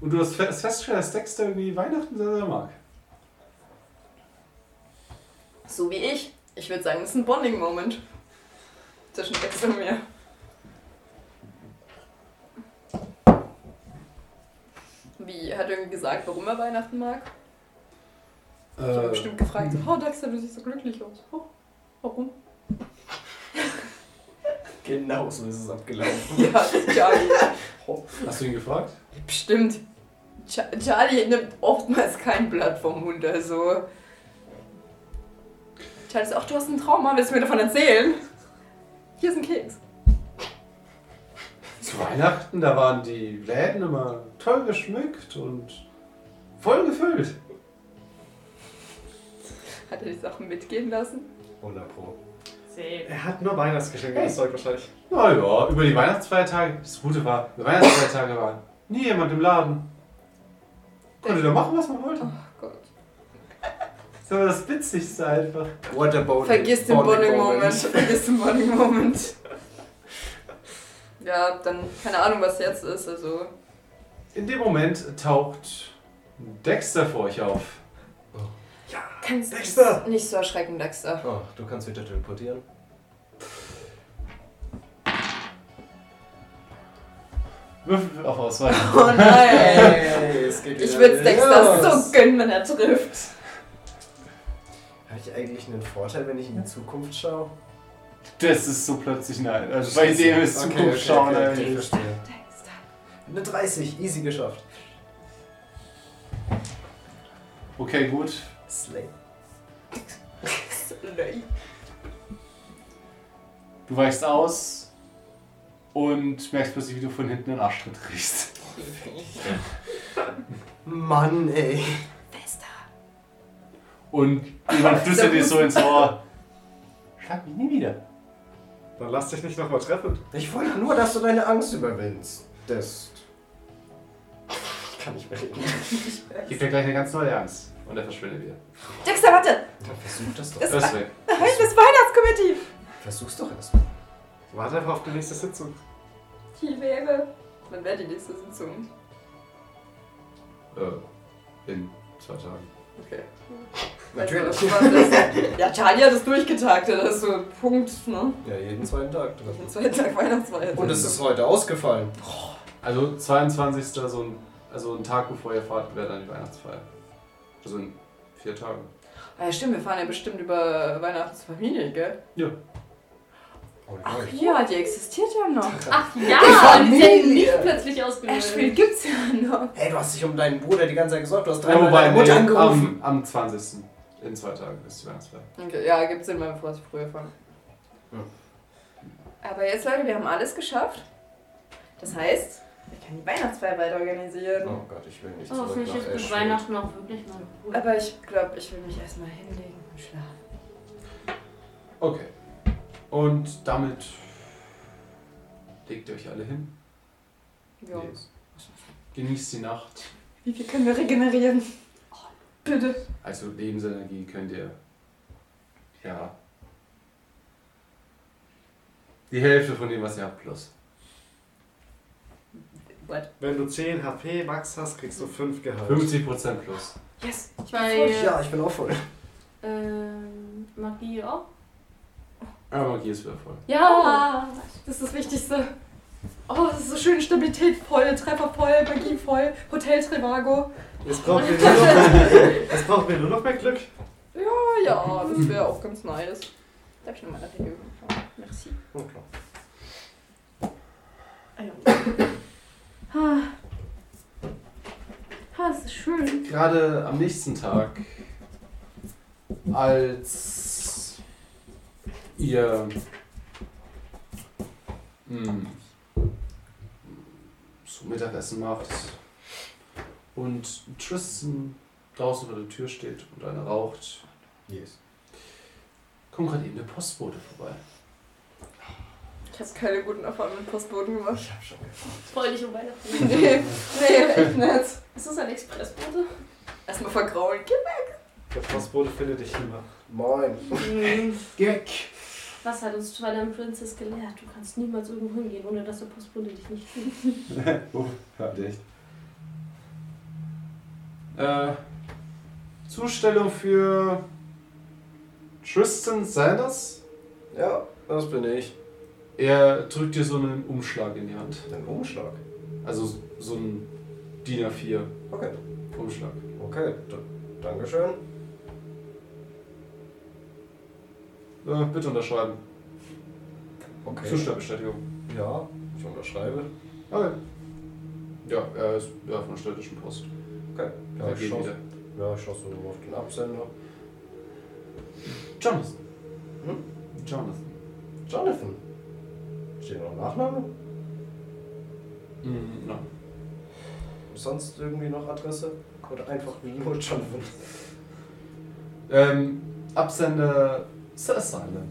[SPEAKER 1] Und du hast fe- hast festgestellt, dass Dexter irgendwie Weihnachten sehr, sehr mag.
[SPEAKER 3] So wie ich. Ich würde sagen, es ist ein Bonding-Moment. Zwischen Ex und mir. Wie, hat irgendwie gesagt, warum er Weihnachten mag? Ich habe
[SPEAKER 1] Äh,
[SPEAKER 3] bestimmt gefragt, so, oh Dexter, du siehst so glücklich aus. Oh, warum?
[SPEAKER 7] Genau so ist es abgelaufen.
[SPEAKER 3] *laughs* Ja, das ist Charlie.
[SPEAKER 1] hast du ihn gefragt?
[SPEAKER 3] Bestimmt. Cha- Charlie nimmt oftmals kein Blatt vom Mund, also. Charlie sagt, ach, du hast ein Trauma, willst du mir davon erzählen? Hier ist ein Keks.
[SPEAKER 1] Zu Weihnachten, da waren die Läden immer toll geschmückt und voll gefüllt.
[SPEAKER 3] Hat er die Sachen mitgehen lassen?
[SPEAKER 7] 100 Pro.
[SPEAKER 4] Safe.
[SPEAKER 5] Er hat nur Weihnachtsgeschenke, das Zeug wahrscheinlich.
[SPEAKER 1] Naja, über die Weihnachtsfeiertage, das Gute war, über die Weihnachtsfeiertage war nie jemand im Laden. Konnte da machen, was man wollte.
[SPEAKER 3] Gott.
[SPEAKER 1] Das war das Witzigste einfach.
[SPEAKER 7] What about
[SPEAKER 3] Vergiss den
[SPEAKER 7] Bonnie
[SPEAKER 3] Bonding-Moment.
[SPEAKER 7] Moment?
[SPEAKER 3] Vergiss den Bonding-Moment. Ja, dann keine Ahnung, was jetzt ist, also.
[SPEAKER 1] In dem Moment taucht Dexter vor euch auf.
[SPEAKER 3] Kannst
[SPEAKER 5] Dexter!
[SPEAKER 3] Nicht so erschrecken, Dexter.
[SPEAKER 7] Oh, du kannst wieder teleportieren.
[SPEAKER 1] Würfel auf Auswahl.
[SPEAKER 3] *laughs* Oh nein!
[SPEAKER 7] Hey, es geht
[SPEAKER 3] Ich
[SPEAKER 7] wieder
[SPEAKER 3] würde Dexter
[SPEAKER 7] los.
[SPEAKER 3] so gönnen, wenn er trifft.
[SPEAKER 7] Habe ich eigentlich einen Vorteil, wenn ich in die Zukunft schaue?
[SPEAKER 1] Das ist so plötzlich nein. Also
[SPEAKER 7] Okay, okay, okay, okay, verstehe.
[SPEAKER 3] Dexter.
[SPEAKER 7] Eine 30, easy geschafft.
[SPEAKER 8] Okay, gut.
[SPEAKER 2] Slay.
[SPEAKER 8] Du weichst aus und merkst plötzlich, wie du von hinten einen Arschtritt kriegst.
[SPEAKER 2] Mann, ey.
[SPEAKER 8] Und jemand flüstert dir so ins Ohr. Schlag mich nie wieder.
[SPEAKER 5] Dann lass dich nicht nochmal treffen.
[SPEAKER 2] Ich wollte nur, dass du deine Angst überwindest. Das. Ich kann nicht mehr reden.
[SPEAKER 1] Gib mir gleich eine ganz neue Angst. Und er verschwindet wieder.
[SPEAKER 3] Dexter, warte!
[SPEAKER 2] Dann versuch das doch.
[SPEAKER 3] Das, das,
[SPEAKER 1] Das weg.
[SPEAKER 3] das Weihnachtskomitee!
[SPEAKER 2] Versuch's doch erstmal.
[SPEAKER 5] Warte einfach auf die nächste Sitzung.
[SPEAKER 3] Die wäre. Wann wäre die nächste Sitzung?
[SPEAKER 1] Äh, in zwei Tagen.
[SPEAKER 3] Okay.
[SPEAKER 2] Natürlich.
[SPEAKER 3] Also, was ist- ja, Charlie hat es durchgetaktet, das ist so ein Punkt, ne?
[SPEAKER 2] Ja, jeden zweiten Tag drin.
[SPEAKER 3] Am zweiten Tag Weihnachtsfeier.
[SPEAKER 2] Und es ist heute ausgefallen.
[SPEAKER 1] Also 22. So ein, also ein Tag bevor ihr fahrt, wäre dann die Weihnachtsfeier. Also in vier Tagen.
[SPEAKER 3] Ah, ja, stimmt, wir fahren ja bestimmt über Weihnachtsfamilie, gell?
[SPEAKER 2] Oh,
[SPEAKER 3] Ach ja, die existiert ja noch. Äh,
[SPEAKER 4] Ach ja, und die
[SPEAKER 2] Familie.
[SPEAKER 4] sind nicht plötzlich ausgelöst.
[SPEAKER 3] Ashfield gibt's ja noch.
[SPEAKER 2] Hey, du hast dich um deinen Bruder die ganze Zeit gesorgt. Du hast
[SPEAKER 1] Ja,
[SPEAKER 2] dreimal
[SPEAKER 1] wobei,
[SPEAKER 2] deine
[SPEAKER 1] nee,
[SPEAKER 2] Mutter angerufen.
[SPEAKER 1] am, am 20. In zwei Tagen ist die Weihnachtsfeier.
[SPEAKER 3] Okay, ja, gibt's den mal, bevor sie früher fahren. Hm. Aber jetzt, Leute, wir haben alles geschafft. Das heißt, wir können die Weihnachtsfeier weiter organisieren.
[SPEAKER 2] Oh Gott, ich will nicht
[SPEAKER 4] Oh,
[SPEAKER 2] zurück
[SPEAKER 4] für mich
[SPEAKER 2] nach
[SPEAKER 4] ist mit
[SPEAKER 2] Ashfield.
[SPEAKER 4] Weihnachten auch wirklich mal Ruhe.
[SPEAKER 3] Aber ich glaube, ich will mich erstmal hinlegen und schlafen.
[SPEAKER 1] Okay. Und damit legt ihr euch alle hin.
[SPEAKER 3] Ja.
[SPEAKER 1] Genießt die Nacht.
[SPEAKER 3] Wie viel können wir regenerieren? Oh, bitte.
[SPEAKER 1] Also Lebensenergie könnt ihr. Ja. Die Hälfte von dem, was ihr habt, plus.
[SPEAKER 3] What?
[SPEAKER 5] Wenn du 10 HP Max hast, kriegst du 5 Gehalt.
[SPEAKER 1] 50% plus.
[SPEAKER 3] Yes.
[SPEAKER 4] Bei
[SPEAKER 2] Ja, ich bin auch voll.
[SPEAKER 4] äh, ähm, Magie auch.
[SPEAKER 1] Aber Magie ist wieder voll.
[SPEAKER 4] Ja!
[SPEAKER 3] Das ist das Wichtigste. Oh, das ist so schön. Stabilität voll, Treffer voll, Magie voll, Hotel Trivago.
[SPEAKER 5] Es braucht mir nur noch, es braucht mir nur noch mehr Glück.
[SPEAKER 3] Ja, ja, das wäre auch ganz nice. Darf ich nochmal nach der Übung schauen? Merci.
[SPEAKER 4] Ah, ja. Ah. Ah, das ist schön.
[SPEAKER 1] Gerade am nächsten Tag, als ihr hm, so Mittagessen macht und Tristan draußen vor der Tür steht und einer raucht,
[SPEAKER 2] Yes.
[SPEAKER 1] kommt gerade eben der Postbote vorbei.
[SPEAKER 3] Ich habe keine guten Erfahrungen mit Postboten gemacht.
[SPEAKER 2] Ich hab schon gefragt.
[SPEAKER 4] Freu dich um Weihnachten.
[SPEAKER 3] *laughs* nee, nee, echt nicht.
[SPEAKER 4] Ist das ein Expressbote?
[SPEAKER 3] Erstmal vergraulen.
[SPEAKER 5] Der Postbote findet dich immer.
[SPEAKER 2] Moin.
[SPEAKER 1] Geh weg!
[SPEAKER 4] Was hat uns Twilight Princess gelehrt? Du kannst niemals irgendwo hingehen, ohne dass der Postbote dich nicht findet.
[SPEAKER 1] Ja, echt. Äh, Zustellung für Tristan Sanders?
[SPEAKER 2] Ja, das bin ich.
[SPEAKER 1] Er drückt dir so einen Umschlag in die Hand.
[SPEAKER 2] Ein Umschlag.
[SPEAKER 1] Also so einen DIN A4
[SPEAKER 2] Okay.
[SPEAKER 1] Umschlag.
[SPEAKER 2] Okay, d- Dankeschön.
[SPEAKER 1] Äh, bitte unterschreiben.
[SPEAKER 2] Okay.
[SPEAKER 1] Zustellbestätigung.
[SPEAKER 2] Ja, ich unterschreibe.
[SPEAKER 1] Okay. Ja, er ist ja, von der städtischen Post.
[SPEAKER 2] Okay. Ja,
[SPEAKER 1] er
[SPEAKER 2] ich
[SPEAKER 1] geht
[SPEAKER 2] schaue
[SPEAKER 1] wieder.
[SPEAKER 2] ja, ich schaue nur auf den Absender.
[SPEAKER 1] Jonathan.
[SPEAKER 2] Hm?
[SPEAKER 1] Jonathan.
[SPEAKER 2] Jonathan. Steht noch ein Nachname?
[SPEAKER 1] Mm, no.
[SPEAKER 2] Sonst irgendwie noch Adresse? Oder einfach nur Jonathan?
[SPEAKER 1] ähm, Absender Sir Asylum.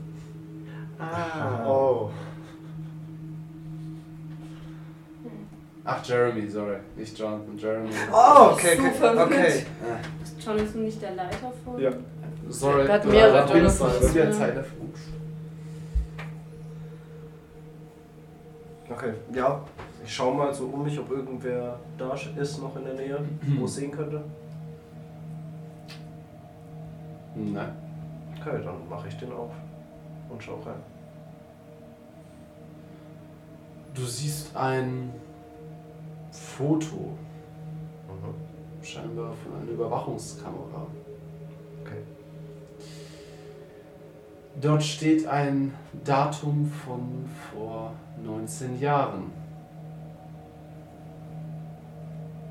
[SPEAKER 2] Ah.
[SPEAKER 5] Oh.
[SPEAKER 1] Ach, Jeremy, sorry. Nicht Jonathan, Jeremy.
[SPEAKER 2] Oh, okay,
[SPEAKER 3] Super
[SPEAKER 2] okay. okay.
[SPEAKER 4] John ist nicht der Leiter von.
[SPEAKER 5] Ja.
[SPEAKER 1] Sorry.
[SPEAKER 3] Er hat
[SPEAKER 1] äh,
[SPEAKER 3] mehrere
[SPEAKER 1] ich bin-
[SPEAKER 3] Jonathans.
[SPEAKER 1] ich bin der Zeit erfunden.
[SPEAKER 2] Okay, ja. Ich schaue mal so um mich, ob irgendwer da ist noch in der Nähe, wo es sehen könnte.
[SPEAKER 1] Nein.
[SPEAKER 2] Okay, dann mache ich den auf und schau rein.
[SPEAKER 1] Du siehst ein Foto.
[SPEAKER 2] Mhm.
[SPEAKER 1] Scheinbar von einer Überwachungskamera.
[SPEAKER 2] Okay.
[SPEAKER 1] Dort steht ein Datum von vor 19 Jahren.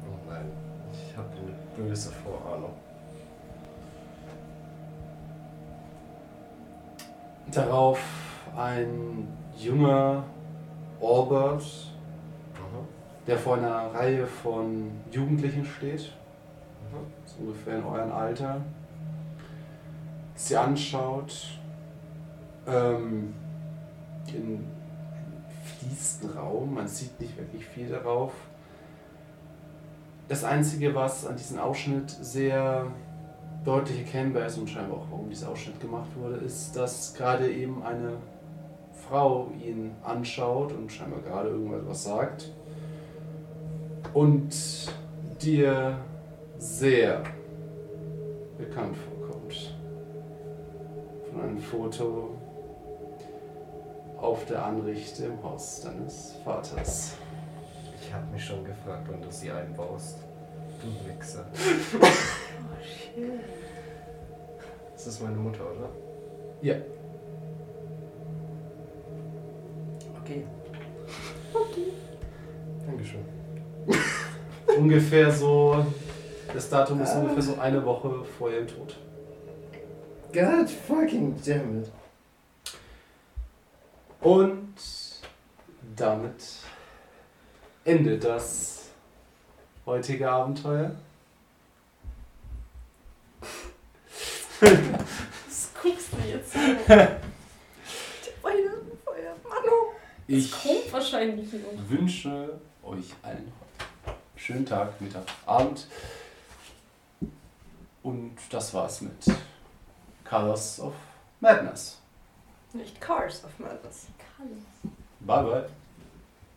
[SPEAKER 2] Oh nein, ich habe eine böse Vorahnung.
[SPEAKER 1] Darauf ein junger Orbert,
[SPEAKER 2] Mhm.
[SPEAKER 1] der vor einer Reihe von Jugendlichen steht, so ungefähr in eurem Alter, sie anschaut, ähm, den fließten Raum, man sieht nicht wirklich viel darauf. Das Einzige, was an diesem Ausschnitt sehr deutlich erkennbar ist und scheinbar auch, warum dieser Ausschnitt gemacht wurde, ist, dass gerade eben eine Frau ihn anschaut und scheinbar gerade irgendwas sagt und dir sehr bekannt vorkommt. Von einem Foto auf der Anrichte im Haus deines Vaters.
[SPEAKER 7] Ich habe mich schon gefragt, wann du sie einbaust. Du *laughs* Wichser. Das ist meine Mutter, oder?
[SPEAKER 1] Ja.
[SPEAKER 7] Okay. Dankeschön.
[SPEAKER 1] Ungefähr so, das Datum ist ungefähr so eine Woche vor ihrem Tod.
[SPEAKER 7] God fucking damn it.
[SPEAKER 1] Und damit endet das heutige Abenteuer.
[SPEAKER 3] Was guckst du jetzt? Weihnachten, Feuer, Manu.
[SPEAKER 6] Ich
[SPEAKER 4] Kommt wahrscheinlich nur.
[SPEAKER 6] wünsche euch allen schönen Tag, Mittag, Abend.
[SPEAKER 1] Und das war's mit Colors of Madness.
[SPEAKER 3] Nicht Cars auf Madness.
[SPEAKER 4] Kann.
[SPEAKER 1] Bye bye.